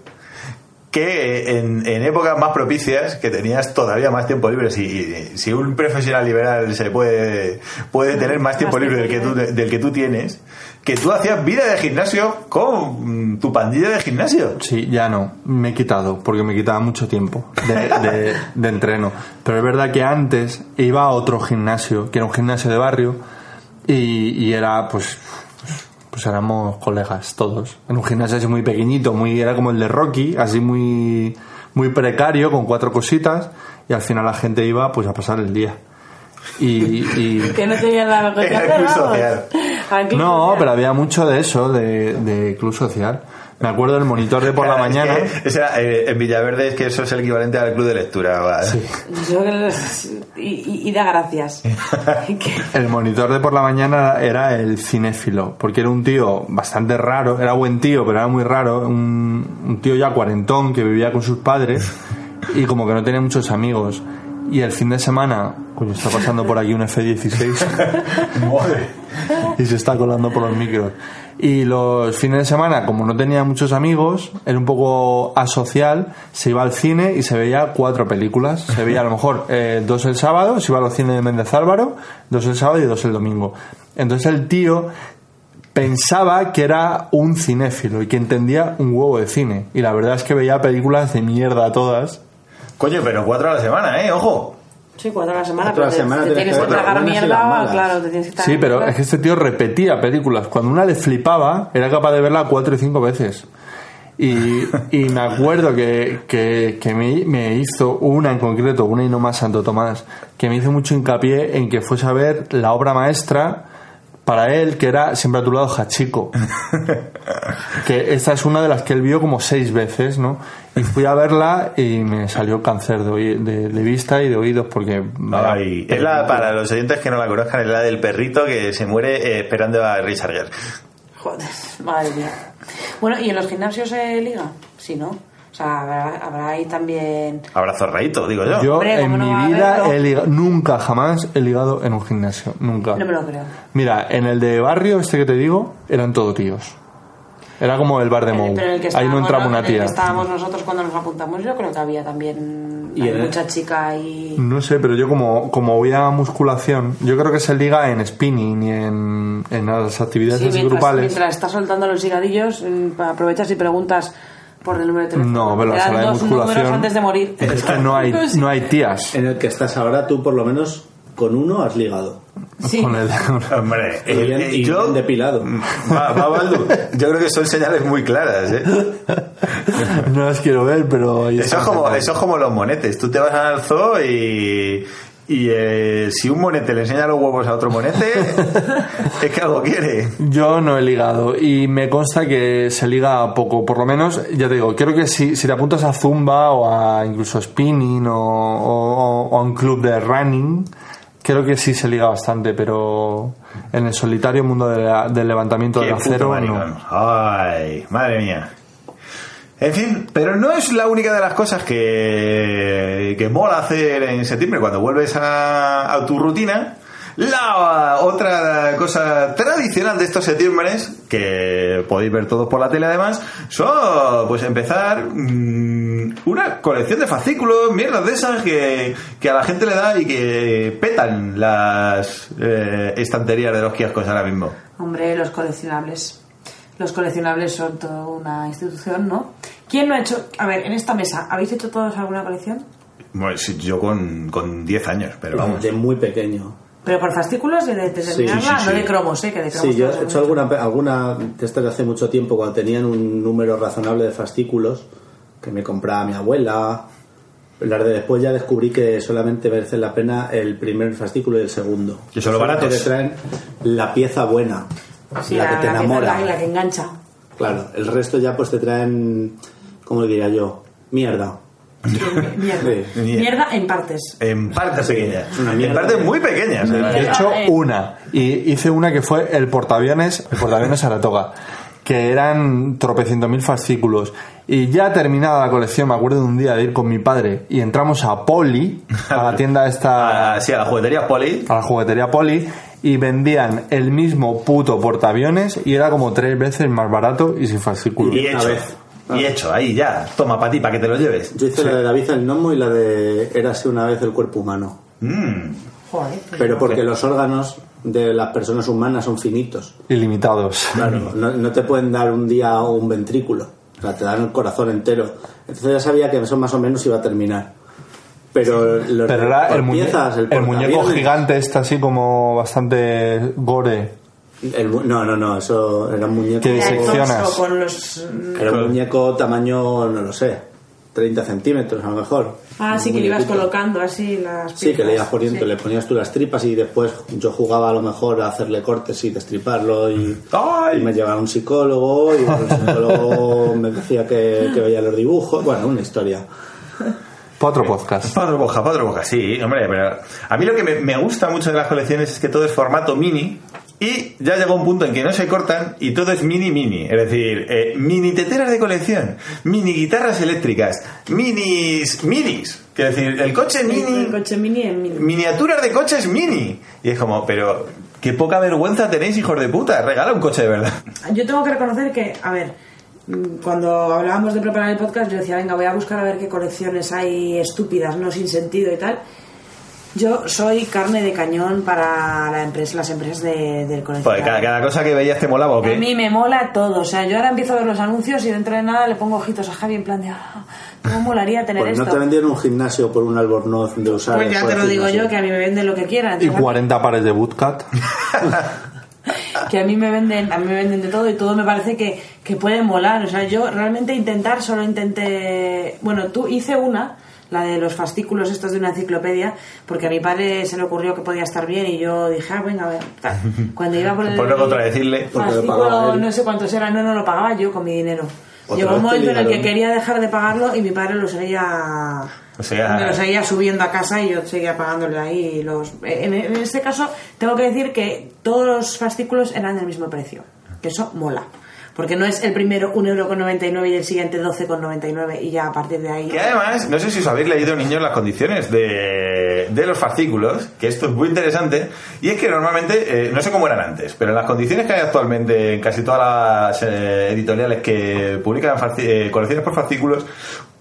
Speaker 4: que eh, en, en épocas más propicias, que tenías todavía más tiempo libre. Si, si un profesional liberal se puede, puede tener más tiempo
Speaker 8: Más
Speaker 4: libre del que,
Speaker 8: tiempo
Speaker 4: tú, del que tú tienes, que tú hacías vida de gimnasio con mm, tu pandilla de gimnasio.
Speaker 5: Sí, ya no. Me he quitado, porque me quitaba mucho tiempo de, de- de entreno. Pero es verdad que antes iba a otro gimnasio, que era un gimnasio de barrio, y, y era, pues, pues éramos colegas todos. En un gimnasio así muy pequeñito, muy era como el de Rocky, así muy, muy precario, con cuatro cositas, y al final la gente iba pues a pasar el día. Y, y-
Speaker 8: Que no tenían nada que
Speaker 4: Era
Speaker 8: hacer.
Speaker 4: el club
Speaker 8: vamos.
Speaker 4: social.
Speaker 8: Al club
Speaker 5: no,
Speaker 8: social.
Speaker 5: pero había mucho de eso, de, de club social. Me acuerdo del monitor de por la
Speaker 4: Claro, Ah, es
Speaker 5: mañana.
Speaker 4: que ese era, eh, en Villaverde es que eso es el equivalente al club de lectura. va.
Speaker 8: Yo que los- y, y- y da gracias. Que-
Speaker 5: El monitor de por la mañana era el cinéfilo, porque era un tío bastante raro, era buen tío, pero era muy raro, un, un tío ya cuarentón que vivía con sus padres y como que no tenía muchos amigos. Y el fin de semana, coño, está pasando por aquí un F-16 y se está colando por los micros. Y los fines de semana, como no tenía muchos amigos, era un poco asocial, se iba al cine y se veía cuatro películas. Se veía a lo mejor eh, dos el sábado, se iba a los cines de Méndez Álvaro, dos el sábado y dos el domingo. Entonces el tío pensaba que era un cinéfilo y que entendía un huevo de cine. Y la verdad es que veía películas de mierda todas.
Speaker 4: Coño, pero cuatro a la semana, ¿eh? Ojo.
Speaker 8: Sí, cuatro a la semana, pero
Speaker 7: Cuatro a la
Speaker 8: te,
Speaker 7: semana
Speaker 8: te
Speaker 7: tienes
Speaker 8: tienes que
Speaker 7: cuatro
Speaker 8: tragar
Speaker 7: buenas y las
Speaker 8: mierda,
Speaker 7: malas.
Speaker 8: claro, te tienes que tragar
Speaker 5: Sí, pero
Speaker 8: mierda.
Speaker 5: es que este tío repetía películas. Cuando una le flipaba, era capaz de verla cuatro y cinco veces. Y, y me acuerdo que, que- que me, me hizo una en concreto, una y no más Santo Tomás, que me hizo mucho hincapié en que fuese a ver la obra maestra para él, que era Siempre a tu lado, Hachiko. que esta es una de las que él vio como seis veces, ¿no? Y fui a verla y me salió cáncer de, oí- de- de vista y de oídos porque...
Speaker 4: Ay, es la, para los oyentes que no la conozcan, es la del perrito que se muere eh, esperando a Richard Gere.
Speaker 8: Joder, madre mía. Bueno, ¿y en los gimnasios se liga? Sí, ¿no? O sea, habrá, habrá ahí también...
Speaker 4: Habrá zorraito, digo yo.
Speaker 5: Yo
Speaker 8: Hombre,
Speaker 5: en
Speaker 8: ¿cómo no
Speaker 5: mi
Speaker 8: va a
Speaker 5: vida
Speaker 8: haberlo?
Speaker 5: he ligado- nunca jamás he ligado en un gimnasio, nunca.
Speaker 8: No me lo creo.
Speaker 5: Mira, en el de barrio este que te digo eran todo tíos. Era como el bar de Mou.
Speaker 8: Eh, Pero en el que
Speaker 5: Ahí no
Speaker 8: estábamos,
Speaker 5: entraba
Speaker 8: ¿no?
Speaker 5: una
Speaker 8: En el
Speaker 5: tía.
Speaker 8: que estábamos nosotros cuando nos apuntamos, yo creo que había también
Speaker 7: Y
Speaker 8: hay
Speaker 7: en el-
Speaker 8: mucha chica y...
Speaker 5: No sé, pero yo como, como voy a musculación, yo creo que se liga en spinning y en, en las actividades
Speaker 8: Sí, mientras,
Speaker 5: grupales.
Speaker 8: mientras estás soltando los higadillos, mm, aprovechas y preguntas por el número de teléfono.
Speaker 5: No, pero
Speaker 8: Te
Speaker 5: la
Speaker 8: dan
Speaker 5: sala de
Speaker 8: dos números
Speaker 5: musculación-
Speaker 8: antes de morir.
Speaker 5: Es que no hay, no hay tías.
Speaker 7: En el que estás ahora, tú por lo menos con uno has ligado.
Speaker 8: Sí.
Speaker 5: Con el-
Speaker 4: Hombre,
Speaker 7: Y
Speaker 4: eh,
Speaker 7: bien-
Speaker 4: eh,
Speaker 7: y
Speaker 4: yo...
Speaker 7: bien depilado.
Speaker 4: Va, va, Baldu. Yo creo que son señales muy claras, ¿eh?
Speaker 5: no las quiero ver, pero...
Speaker 4: Eso es, como, eso es como los monetes. Tú te vas al zoo y, y eh, si un monete le enseña los huevos a otro monete, es que algo quiere.
Speaker 5: Yo no he ligado y me consta que se liga poco, por lo menos, ya te digo, creo que si, si te apuntas a Zumba o a incluso Spinning o, o- o a un club de running, creo que sí se liga bastante, pero en el solitario mundo de la- del levantamiento
Speaker 4: Qué
Speaker 5: del
Speaker 4: puto
Speaker 5: acero,
Speaker 4: maricón.
Speaker 5: no.
Speaker 4: Ay, madre mía. En fin, pero no es la única de las cosas que, que mola hacer en septiembre cuando vuelves a, a tu rutina. La otra cosa tradicional de estos septiembres, que podéis ver todos por la tele además, son pues empezar mm, una colección de fascículos, mierdas de esas que, que a la gente le da y que petan las eh, estanterías de los kioscos ahora mismo.
Speaker 8: Hombre, los coleccionables. Los coleccionables son toda una institución, ¿no? ¿Quién no ha hecho...? A ver, en esta mesa, ¿habéis hecho todos alguna colección?
Speaker 4: Bueno, sí, yo con, con 10 años, pero vamos.
Speaker 7: De muy pequeño.
Speaker 8: Pero por fascículos de de determinarla,
Speaker 7: Sí, sí,
Speaker 8: no
Speaker 7: sí.
Speaker 8: de cromos, ¿eh? Que de cromos
Speaker 7: Sí, yo
Speaker 8: todos
Speaker 7: he hecho
Speaker 8: algunos.
Speaker 7: alguna, alguna de estas de hace mucho tiempo, cuando tenían un número razonable de fascículos, que me compraba mi abuela. Las de después ya descubrí que solamente merece la pena el primer fascículo y el segundo.
Speaker 4: Que son los
Speaker 7: Solamente
Speaker 4: baratos.
Speaker 7: Te traen la pieza buena,
Speaker 8: Sí,
Speaker 7: la, que te
Speaker 8: la
Speaker 7: enamora.
Speaker 8: la- la que engancha.
Speaker 7: Claro, el resto ya pues te traen, ¿cómo diría yo? Mierda.
Speaker 8: Mierda.
Speaker 7: Sí.
Speaker 8: Mierda en partes.
Speaker 4: En partes pequeñas.
Speaker 7: Una
Speaker 4: En
Speaker 7: mierda.
Speaker 4: partes muy pequeñas. además.
Speaker 5: He hecho
Speaker 8: Eh.
Speaker 5: una y hice una que fue el portaaviones, el portaaviones Saratoga, que eran tropecientos mil fascículos. Y ya terminada la colección, me acuerdo de un día de ir con mi padre y entramos a Poli, a la tienda esta,
Speaker 4: Ah, sí, a la juguetería Poli.
Speaker 5: a la juguetería Poli, y vendían el mismo puto portaaviones y era como tres veces más barato y sin fascículos.
Speaker 4: Y hecho.
Speaker 7: vez. Ah.
Speaker 4: Y hecho, ahí ya. Toma para ti, para que te lo lleves.
Speaker 7: Yo hice la de David el Nomo y la de Érase una vez el cuerpo humano.
Speaker 4: Mm.
Speaker 8: Joder.
Speaker 7: Pero porque los órganos de las personas humanas son finitos.
Speaker 5: Ilimitados.
Speaker 7: Claro, no, no te pueden dar un día un ventrículo. O sea, te dan el corazón entero. Entonces ya sabía que eso más o menos iba a terminar. Pero, los-
Speaker 5: Pero era
Speaker 7: por
Speaker 5: el, muñe-
Speaker 7: piezas, el
Speaker 5: el muñeco
Speaker 7: portaaviones-
Speaker 5: gigante, este así como bastante gore.
Speaker 7: el mu- no, no, no, eso era un muñeco.
Speaker 5: Que disecciona. seccionas.
Speaker 8: O con los...
Speaker 7: Era un muñeco tamaño, no lo sé, 30 centímetros a lo mejor.
Speaker 8: Ah, sí,
Speaker 7: Un
Speaker 8: que le ibas
Speaker 7: muñequito.
Speaker 8: colocando así las
Speaker 7: Sí, que le ibas
Speaker 8: piezas.
Speaker 7: poniendo,
Speaker 8: Sí.
Speaker 7: le ponías tú las tripas y después yo jugaba a lo mejor a hacerle cortes y destriparlo y,
Speaker 4: ¡Ay!
Speaker 7: y me llevaba a un psicólogo y el psicólogo me decía que, que veía los dibujos, bueno, una historia.
Speaker 5: Para otro podcast.
Speaker 4: Padre Boja, Padre Boja, sí, hombre, pero a mí lo que me, me gusta mucho de las colecciones es que todo es formato mini Y ya llegó un punto en que no se cortan y todo es mini mini, es decir, eh, mini teteras de colección, mini guitarras eléctricas, minis minis, que es decir, el coche mini,
Speaker 13: El coche mini es mini.
Speaker 4: miniaturas de coches mini. Y es como, pero qué poca vergüenza tenéis, hijos de puta, regala un coche de verdad.
Speaker 8: Yo tengo que reconocer que, a ver, mm, cuando hablábamos de preparar el podcast, yo decía, venga, voy a buscar a ver qué colecciones hay estúpidas, no sin sentido y tal. Yo soy carne de cañón para la empresa, las empresas de, del
Speaker 4: Pues
Speaker 8: coleccionador.
Speaker 4: cada, cada cosa que veías te molaba o
Speaker 8: A
Speaker 4: qué.
Speaker 8: mí me mola todo. O sea, yo ahora empiezo a ver los anuncios y dentro de nada le pongo ojitos a Javi en plan de, "Ah, ¿cómo molaría tener
Speaker 7: Pues no
Speaker 8: esto?
Speaker 7: te vendieron un gimnasio por un albornoz de usar.
Speaker 8: pues ya
Speaker 7: por
Speaker 8: te lo
Speaker 7: el
Speaker 8: digo
Speaker 7: gimnasio.
Speaker 8: yo, que a mí me venden lo que quieran.
Speaker 5: Y 40 pares de bootcut.
Speaker 8: que a mí me venden a mí me venden de todo y todo me parece que, que puede molar o sea yo realmente intentar solo intenté bueno tú hice una la de los fascículos estos de una enciclopedia porque a mi padre se le ocurrió que podía estar bien y yo dije ah venga a ver tal. cuando iba por el
Speaker 4: Por no contradecirle.
Speaker 7: Pues Porque lo
Speaker 8: fascículo
Speaker 7: pagaba él.
Speaker 8: no sé cuántos eran no no lo pagaba yo con mi dinero
Speaker 7: Otra
Speaker 8: llegó
Speaker 7: vez
Speaker 8: un
Speaker 7: te
Speaker 8: momento en el que
Speaker 7: liaron.
Speaker 8: quería dejar de pagarlo y mi padre lo seguía
Speaker 4: O sea-
Speaker 8: me lo seguía subiendo a casa y yo seguía pagándole ahí los en, en este caso tengo que decir que todos los fascículos eran del mismo precio que eso mola porque no es el primero 1,99€ y el siguiente 12,99€ y ya a partir de ahí
Speaker 4: Que además, no sé si os habéis leído, niños, las condiciones de, de los fascículos, que esto es muy interesante, y es que normalmente, eh, no sé cómo eran antes, pero en las condiciones que hay actualmente en casi todas las eh, editoriales que publican fasci- eh, colecciones por fascículos,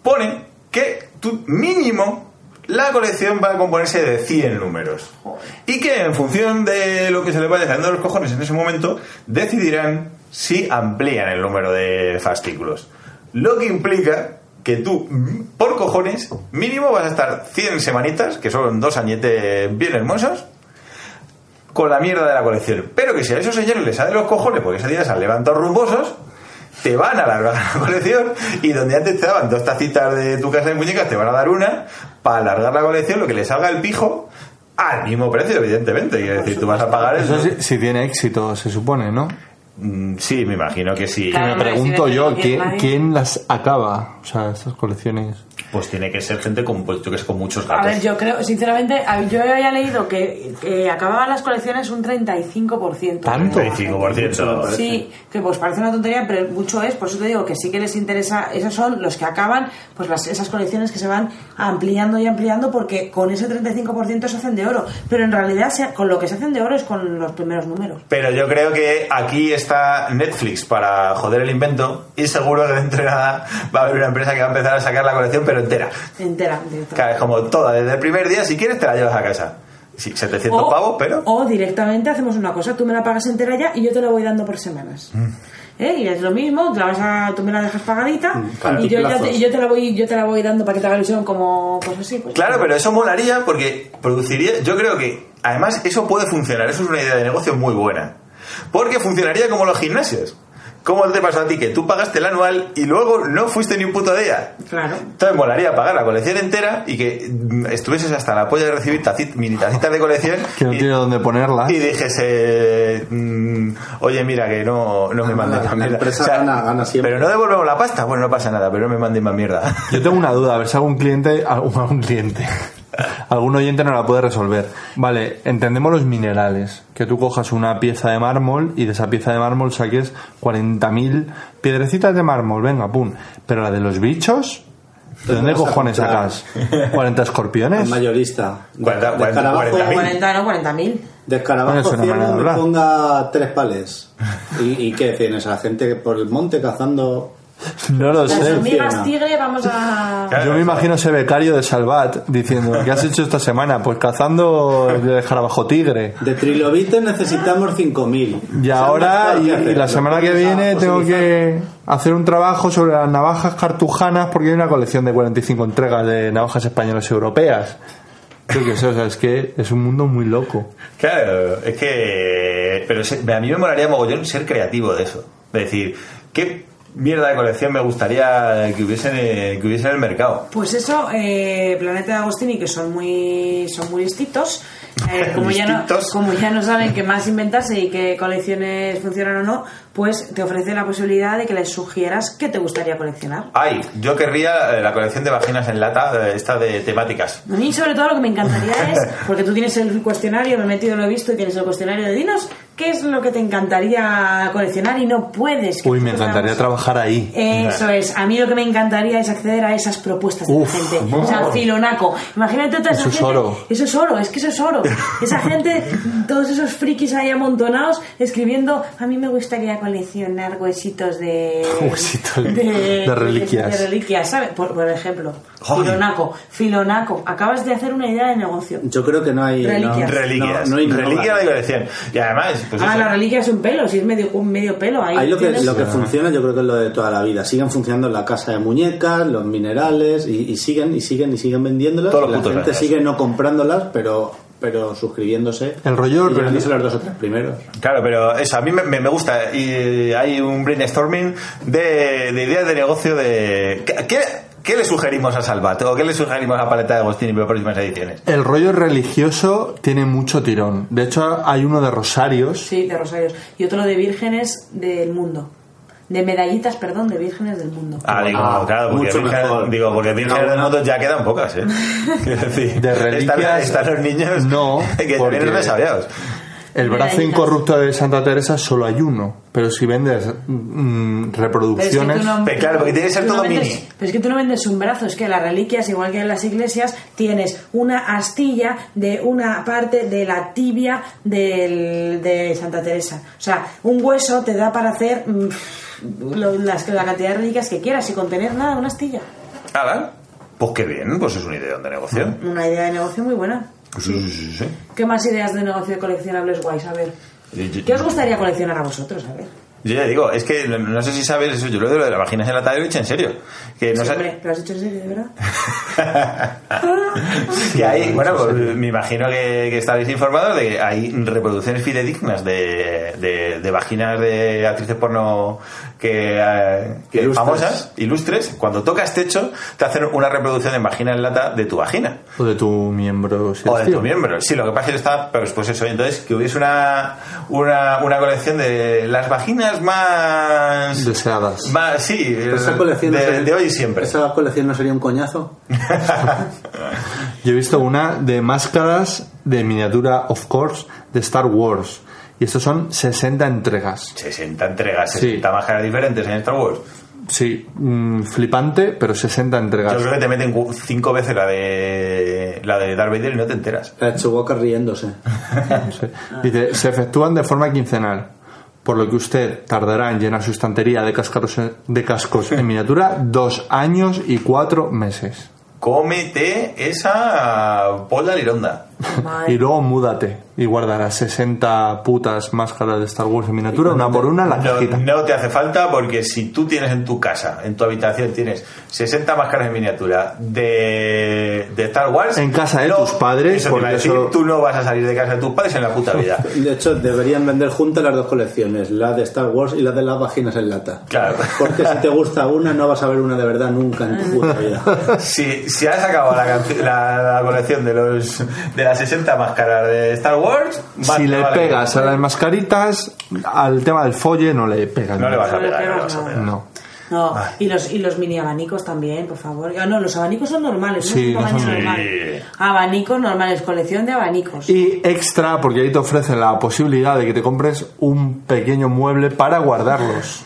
Speaker 4: ponen que tú mínimo la colección va a componerse de 100 números. Y que en función de lo que se les vaya saliendo de los cojones en ese momento, decidirán si amplían el número de fascículos. Lo que implica que tú, mm, por cojones, mínimo vas a estar 100 semanitas, que son dos añetes bien hermosos, con la mierda de la colección. Pero que si a esos señores les salen los cojones, porque ese día se han levantado rumbosos, te van a alargar la colección y donde antes te daban dos tacitas de tu casa de muñecas, te van a dar una para alargar la colección, lo que le salga el pijo al mismo precio, evidentemente. Quiero decir, tú vas a pagar
Speaker 5: Eso
Speaker 4: eso.
Speaker 5: si, si tiene éxito, se supone, ¿no?
Speaker 4: Mm, Sí, me imagino que sí.
Speaker 5: Que me
Speaker 13: Hombre,
Speaker 5: pregunto
Speaker 13: si
Speaker 5: yo,
Speaker 13: vende
Speaker 5: ¿quién,
Speaker 13: Live.
Speaker 5: ¿quién las acaba? O sea, estas colecciones.
Speaker 4: Pues tiene que ser gente con, pues, yo que sé, con muchos
Speaker 8: A
Speaker 4: gatos.
Speaker 8: ver, yo creo, sinceramente, a- yo había leído que, que acababan las colecciones un 35%.
Speaker 5: ¿Tanto?
Speaker 4: 35%.
Speaker 8: Sí, que pues parece una tontería, pero mucho es, por eso te digo que sí que les interesa, esos son los que acaban, pues las, esas colecciones que se van ampliando y ampliando, porque con ese 35% se hacen de oro, pero en realidad se- con lo que se hacen de oro es con los primeros números.
Speaker 4: Pero yo creo que aquí está Netflix para joder el invento y seguro que dentro de nada va a haber una empresa que va a empezar a sacar la colección pero entera.
Speaker 8: Entera, directa.
Speaker 4: Claro, es como toda, desde el primer día, si quieres te la llevas a casa. Sí, 700
Speaker 8: Oh.
Speaker 4: pavos, pero...
Speaker 8: o directamente hacemos una cosa, tú me la pagas entera ya y yo te la voy dando por semanas.
Speaker 4: Mm.
Speaker 8: ¿Eh? Y es lo mismo, te la vas a- tú me la dejas pagadita
Speaker 4: Mm,
Speaker 7: claro.
Speaker 8: y, yo ya te,
Speaker 7: Antiplazos.
Speaker 8: y yo te la voy, yo te la voy dando para que te haga ilusión como cosas así. pues.
Speaker 4: Claro, pero eso molaría porque produciría... Yo creo que, además, eso puede funcionar. Eso es una idea de negocio muy buena. Porque funcionaría como los gimnasios. ¿Cómo te pasó a ti? Que tú pagaste el anual y luego no fuiste ni un puto día.
Speaker 8: Claro.
Speaker 4: Entonces molaría pagar la colección entera y que mm, estuvieses hasta la polla de recibir taci- mini tacitas de colección
Speaker 5: Que no
Speaker 4: y,
Speaker 5: tiene dónde
Speaker 7: Ah,
Speaker 5: ponerlas.
Speaker 4: y dijese, mm, oye, mira, que no, no me mandes
Speaker 7: Ah, la
Speaker 4: más mierda.
Speaker 7: empresa gana- gana siempre.
Speaker 4: Pero no devolvemos la pasta, bueno, no pasa nada, pero no me mandéis más mierda.
Speaker 5: Yo tengo una duda, a ver si algún cliente, algún, algún cliente, algún oyente no la puede resolver. Vale, entendemos los minerales, que tú cojas una pieza de mármol y de esa pieza de mármol saques 40.000 piedrecitas de mármol, venga, pum. Pero la de los bichos, ¿de dónde
Speaker 7: Pues vas a
Speaker 5: cojones
Speaker 7: comprar?
Speaker 5: sacas? ¿40 escorpiones?
Speaker 7: El mayorista. De,
Speaker 4: Cuarenta-
Speaker 7: de
Speaker 4: cuarenta-
Speaker 7: escarabajo-
Speaker 4: cuarenta mil.
Speaker 8: 40, no, 40.000.
Speaker 7: de escarabajo
Speaker 5: Bueno, es una
Speaker 7: cien,
Speaker 5: manera de
Speaker 7: me
Speaker 5: hablar.
Speaker 7: ponga tres pales. ¿Y, y qué tienes? A la gente que por el monte cazando.
Speaker 5: No lo
Speaker 8: Las
Speaker 5: sé.
Speaker 8: hormigas Pues
Speaker 7: no.
Speaker 8: tigre, vamos a.
Speaker 5: Yo me imagino ese becario de Salvat diciendo, ¿qué has hecho esta semana? Pues cazando el jarabajo tigre.
Speaker 7: De trilobites necesitamos 5.000.
Speaker 5: Y ahora, y, y la semana que viene, tengo que hacer un trabajo sobre las navajas cartujanas porque hay una colección de 45 entregas de navajas españolas y europeas. Yo qué sé, o sea, es que es un mundo muy loco.
Speaker 4: Claro, es que. Pero se- a mí me molaría mogollón ser creativo de eso. Es decir, ¿qué mierda de colección me gustaría que hubiese en el, que hubiese en el mercado?
Speaker 8: Pues eso, eh, Planeta de Agostini, que son muy, son muy listitos. eh, como, ya no,
Speaker 4: Listitos.
Speaker 8: como ya no saben qué más inventarse y qué colecciones funcionan o no, pues te ofrece la posibilidad de que les sugieras qué te gustaría coleccionar.
Speaker 4: Ay, yo querría eh, la colección de vaginas en lata, eh, esta de temáticas.
Speaker 8: A mí, sobre todo, lo que me encantaría es, porque tú tienes el cuestionario, me he metido, lo he visto, y tienes el cuestionario de Dinos, ¿Qué es lo que te encantaría coleccionar y no puedes? que
Speaker 5: Uy, me
Speaker 8: nosotros
Speaker 5: encantaría
Speaker 8: hagamos?
Speaker 5: trabajar ahí.
Speaker 8: Eh, Eso es, a mí lo que me encantaría es acceder a esas propuestas de
Speaker 5: Uf,
Speaker 8: la gente. O sea,
Speaker 5: wow.
Speaker 8: filonaco. Imagínate toda esa
Speaker 5: Eso es
Speaker 8: gente-
Speaker 5: oro.
Speaker 8: Eso es oro, es que eso es oro. Esa gente, todos esos frikis ahí amontonados, escribiendo, a mí me gustaría coleccionar huesitos de...
Speaker 5: Huesitos de reliquias.
Speaker 8: De, reliquias, ¿sabes? Por, por ejemplo, filonaco, filonaco. Acabas de hacer una idea de negocio.
Speaker 5: Pues
Speaker 7: Yo creo que no hay. no-
Speaker 8: Reliquias.
Speaker 4: Reliquias.
Speaker 7: No, no innova.
Speaker 4: reliquias de colección. Y además, pues
Speaker 8: Ah,
Speaker 4: eso,
Speaker 8: la reliquia es un pelo, si es medio, un medio pelo. Ahí,
Speaker 7: Ahí lo que,
Speaker 8: tienes-
Speaker 7: lo que funciona yo creo que es lo de toda la vida. Siguen funcionando la casa de muñecas, los minerales y, y siguen y siguen y siguen vendiéndolas.
Speaker 4: Todos los
Speaker 7: la
Speaker 4: putos
Speaker 7: gente
Speaker 4: años.
Speaker 7: sigue no comprándolas, pero pero suscribiéndose.
Speaker 5: El rollo-
Speaker 7: Y llevándose los dos o tres primeros.
Speaker 4: Claro, pero eso, a mí me, me- me gusta. Y hay un brainstorming de, de ideas de negocio de... ¿Qué, qué, qué le sugerimos a Salvat? ¿O qué le sugerimos a Paleta de Agostini para próximas ediciones?
Speaker 5: El rollo religioso tiene mucho tirón. De hecho, hay uno de Rosarios.
Speaker 8: Sí, de rosarios. Y otro de vírgenes del mundo. De medallitas, perdón, de vírgenes del mundo.
Speaker 4: Ah, digo,
Speaker 7: Ah,
Speaker 4: claro, porque
Speaker 7: mucho
Speaker 4: virgen-
Speaker 7: mejor.
Speaker 4: digo, porque virgen
Speaker 7: Una
Speaker 4: de
Speaker 7: buena-
Speaker 4: motos ya quedan pocas, ¿eh? Quiero decir,
Speaker 5: De
Speaker 4: están,
Speaker 5: reliquias,
Speaker 4: están los niños
Speaker 5: no,
Speaker 4: que ya
Speaker 5: porque-
Speaker 4: vienen resabiados.
Speaker 5: El brazo
Speaker 8: Medallitas.
Speaker 5: incorrupto de Santa Teresa solo hay uno. Pero si vendes mm, reproducciones...
Speaker 4: Pero claro, porque tiene que ser
Speaker 8: tú no
Speaker 4: todo
Speaker 8: vendes-
Speaker 4: mini.
Speaker 8: Pero es que tú no vendes un brazo, es que las reliquias, igual que en las iglesias, tienes una astilla de una parte de la tibia del- de Santa Teresa. O sea, un hueso te da para hacer mm, lo- las- la cantidad de reliquias que quieras y contener nada, una astilla.
Speaker 4: Ala, pues qué bien, pues es una idea de negocio. Pues
Speaker 8: Una idea de negocio muy buena.
Speaker 4: Sí, sí, sí, sí.
Speaker 8: ¿Qué más ideas de negocio de coleccionables guays? A ver.
Speaker 4: Y- y-
Speaker 8: ¿Qué os gustaría coleccionar a vosotros? A ver.
Speaker 4: Yo ya digo, es que no, no sé si sabes eso, yo lo de, lo de la vagina enlatada lo he dicho en serio. Que no
Speaker 8: Sí,
Speaker 4: sé-
Speaker 8: hombre, ¿Lo has hecho en serio, de verdad?
Speaker 4: que hay, bueno, pues, me imagino que, que estaréis informados de que hay reproducciones fidedignas de, de, de vaginas de actrices porno que, eh, que
Speaker 7: Ilustres.
Speaker 4: famosas, ilustres. Cuando tocas techo, te hacen una reproducción en vagina en lata de tu vagina.
Speaker 5: O de tu miembro. si
Speaker 4: O de
Speaker 5: es
Speaker 4: tu
Speaker 5: tío.
Speaker 4: miembro. Sí, lo que pasa es que está, pero después eso, entonces que hubiese una, una, una colección de las vaginas más...
Speaker 5: Deseadas.
Speaker 4: más sí,
Speaker 7: Pero esa colección no
Speaker 4: de,
Speaker 7: sería-
Speaker 4: de hoy y siempre.
Speaker 7: Esa colección no sería un coñazo.
Speaker 5: Yo he visto una de máscaras de miniatura, of course, de Star Wars. Y estos son 60 entregas.
Speaker 4: 60 entregas,
Speaker 5: Sí.
Speaker 4: 60 máscaras diferentes en Star Wars.
Speaker 5: Sí, mm, flipante, pero 60
Speaker 4: Yo
Speaker 5: entregas.
Speaker 4: creo que te meten cu- cinco veces la de la de Darth Vader y no te enteras.
Speaker 7: La Chewbacca riéndose.
Speaker 5: Dice, se efectúan de forma quincenal, por lo que usted tardará en llenar su estantería de, cascaros, de cascos en miniatura dos años y cuatro meses.
Speaker 4: Cómete esa polda lironda.
Speaker 8: Madre.
Speaker 5: Y luego múdate y guardarás 60 putas máscaras de Star Wars en miniatura, una por una en la
Speaker 4: No,
Speaker 5: cajita.
Speaker 4: no te hace falta porque si tú tienes en tu casa, en tu habitación, tienes 60 máscaras en miniatura de, de Star Wars.
Speaker 5: En casa de tus padres,
Speaker 4: Eso te iba a
Speaker 5: porque
Speaker 4: decir,
Speaker 5: eso-
Speaker 4: tú no vas a salir de casa de tus padres en la puta vida.
Speaker 7: De hecho, deberían vender juntas las dos colecciones, la de Star Wars y la de las vaginas en lata.
Speaker 4: Claro.
Speaker 7: Porque si te gusta una, no vas a ver una de verdad nunca en tu puta vida.
Speaker 4: Si, si has acabado la, canc- la- la colección de los de las 60 máscaras de Star Wars, más
Speaker 5: si
Speaker 4: te
Speaker 5: le
Speaker 4: vale que-
Speaker 5: pegas a las mascaritas, al tema del folle no le pegas.
Speaker 4: No le vas a
Speaker 8: No le
Speaker 4: pegar, no le vas
Speaker 8: pegas
Speaker 4: a
Speaker 8: nada.
Speaker 4: pegar.
Speaker 5: No.
Speaker 8: No, y los, y los mini abanicos también, por favor. Ah, no, los abanicos son normales, ¿no?
Speaker 5: Sí,
Speaker 8: Son
Speaker 5: no son-
Speaker 8: tamaños normales. Abanicos normales, colección de abanicos.
Speaker 5: Y extra, porque ahí te ofrecen la posibilidad de que te compres un pequeño mueble para guardarlos.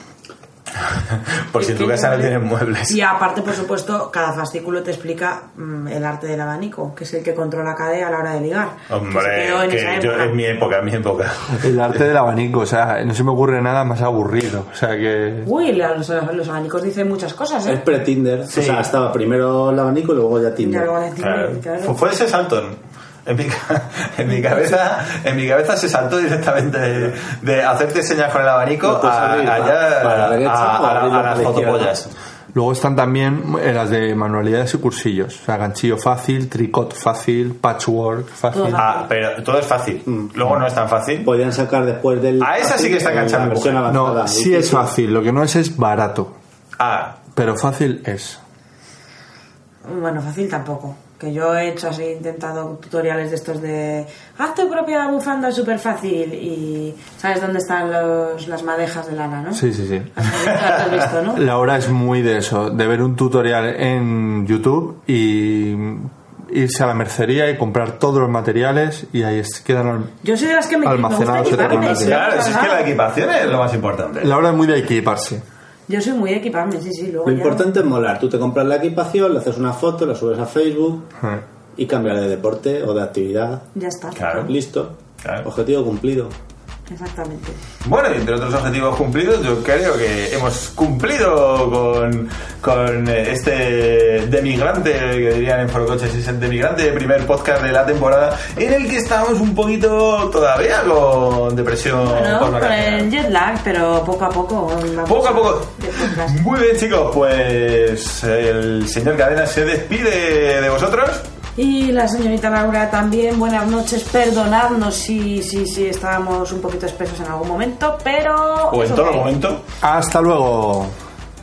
Speaker 4: Por si en tu casa no tienes muebles.
Speaker 8: Y aparte, por supuesto, cada fascículo te explica mm, el arte del abanico, que es el que controla Cade a la hora de ligar. que se
Speaker 4: Hombre,
Speaker 8: quedó en
Speaker 4: que
Speaker 8: esa
Speaker 4: yo,
Speaker 8: época.
Speaker 4: es mi época, es mi época.
Speaker 5: El arte del abanico, o sea, no se me ocurre nada más aburrido. O sea que.
Speaker 8: Uy, los, los abanicos dicen muchas cosas,
Speaker 7: Es
Speaker 8: ¿eh?
Speaker 7: pre-Tinder. O sea, estaba primero el abanico y luego ya
Speaker 8: Ya
Speaker 7: Tinder.
Speaker 8: lo van a decir,
Speaker 4: Claro.
Speaker 8: claro.
Speaker 4: Fue- Fue ese salto. En mi, ca- en mi cabeza en mi cabeza se saltó directamente de, de hacerte señas con el abanico
Speaker 7: Lo puedes
Speaker 4: a,
Speaker 7: abrir
Speaker 4: allá
Speaker 7: para- para la derecha
Speaker 4: a-
Speaker 7: o
Speaker 4: a la-
Speaker 7: abrirlo
Speaker 4: a las
Speaker 7: para la izquierda.
Speaker 4: fotopollas.
Speaker 5: Luego están también eh, las de manualidades y cursillos. O sea, ganchillo fácil, tricot fácil, patchwork fácil.
Speaker 4: Ah, pero todo es fácil. Luego no es tan fácil.
Speaker 7: Podían sacar después del.
Speaker 4: A esa sí que está
Speaker 7: la
Speaker 4: enganchando. ¿eh?
Speaker 7: versión avanzada.
Speaker 5: No, sí es fácil, lo que no es es barato.
Speaker 4: Ah,
Speaker 5: Pero fácil es.
Speaker 8: Bueno, fácil tampoco. Que yo he hecho así, he intentado tutoriales de estos de haz tu propia bufanda súper fácil y sabes dónde están los, las madejas de lana, ¿no?
Speaker 5: Sí, sí, sí.
Speaker 8: Has visto, ¿no?
Speaker 5: La hora es muy de eso, de ver un tutorial en YouTube y irse a la mercería y comprar todos los materiales y ahí es- quedan al-
Speaker 8: Yo soy de las que me, me gusta
Speaker 5: Almacenados
Speaker 8: equiparme.
Speaker 5: eternamente.
Speaker 8: sí,
Speaker 4: Claro, si es que
Speaker 8: claro.
Speaker 4: la equipación es lo más importante.
Speaker 5: La hora es muy de equiparse.
Speaker 8: Yo soy muy de equiparme, sí, sí. Luego
Speaker 7: Lo
Speaker 8: ya-
Speaker 7: importante es molar. Tú te compras la equipación, le haces una foto, la subes a Facebook
Speaker 5: Ah.
Speaker 7: y cambias de deporte o de actividad.
Speaker 8: Ya está.
Speaker 4: Claro.
Speaker 7: Listo.
Speaker 4: Claro.
Speaker 7: Objetivo cumplido.
Speaker 8: Exactamente.
Speaker 4: Bueno, y entre otros objetivos cumplidos, yo creo que hemos cumplido con, con eh, este demigrante, que dirían en Forocoches, es el demigrante, primer podcast de la temporada, en el que estábamos un poquito todavía con depresión
Speaker 8: Bueno, pues,
Speaker 4: por
Speaker 8: con el
Speaker 4: vacacional.
Speaker 8: jet lag, pero poco a poco. vamos
Speaker 4: Poco a poco.
Speaker 8: de podcast.
Speaker 4: Muy bien, chicos, pues el señor Cadena se despide de vosotros.
Speaker 8: Y la señorita Laura también, buenas noches. Perdonadnos si, si, si estábamos un poquito espesos en algún momento, pero.
Speaker 4: O en
Speaker 8: es
Speaker 4: todo
Speaker 8: ok.
Speaker 4: momento.
Speaker 5: Hasta luego.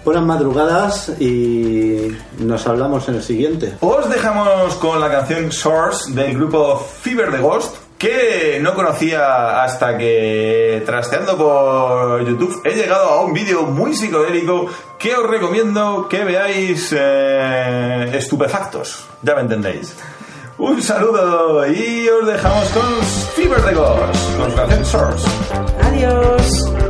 Speaker 7: Buenas madrugadas y nos hablamos en el siguiente.
Speaker 4: Os dejamos con la canción Source del grupo Fever the Ghost, que no conocía hasta que trasteando por YouTube he llegado a un vídeo muy psicodélico que os recomiendo que veáis eh, estupefactos, ya me entendéis. Un saludo y os dejamos con Fever the Ghost, con su canción Source.
Speaker 8: Adiós.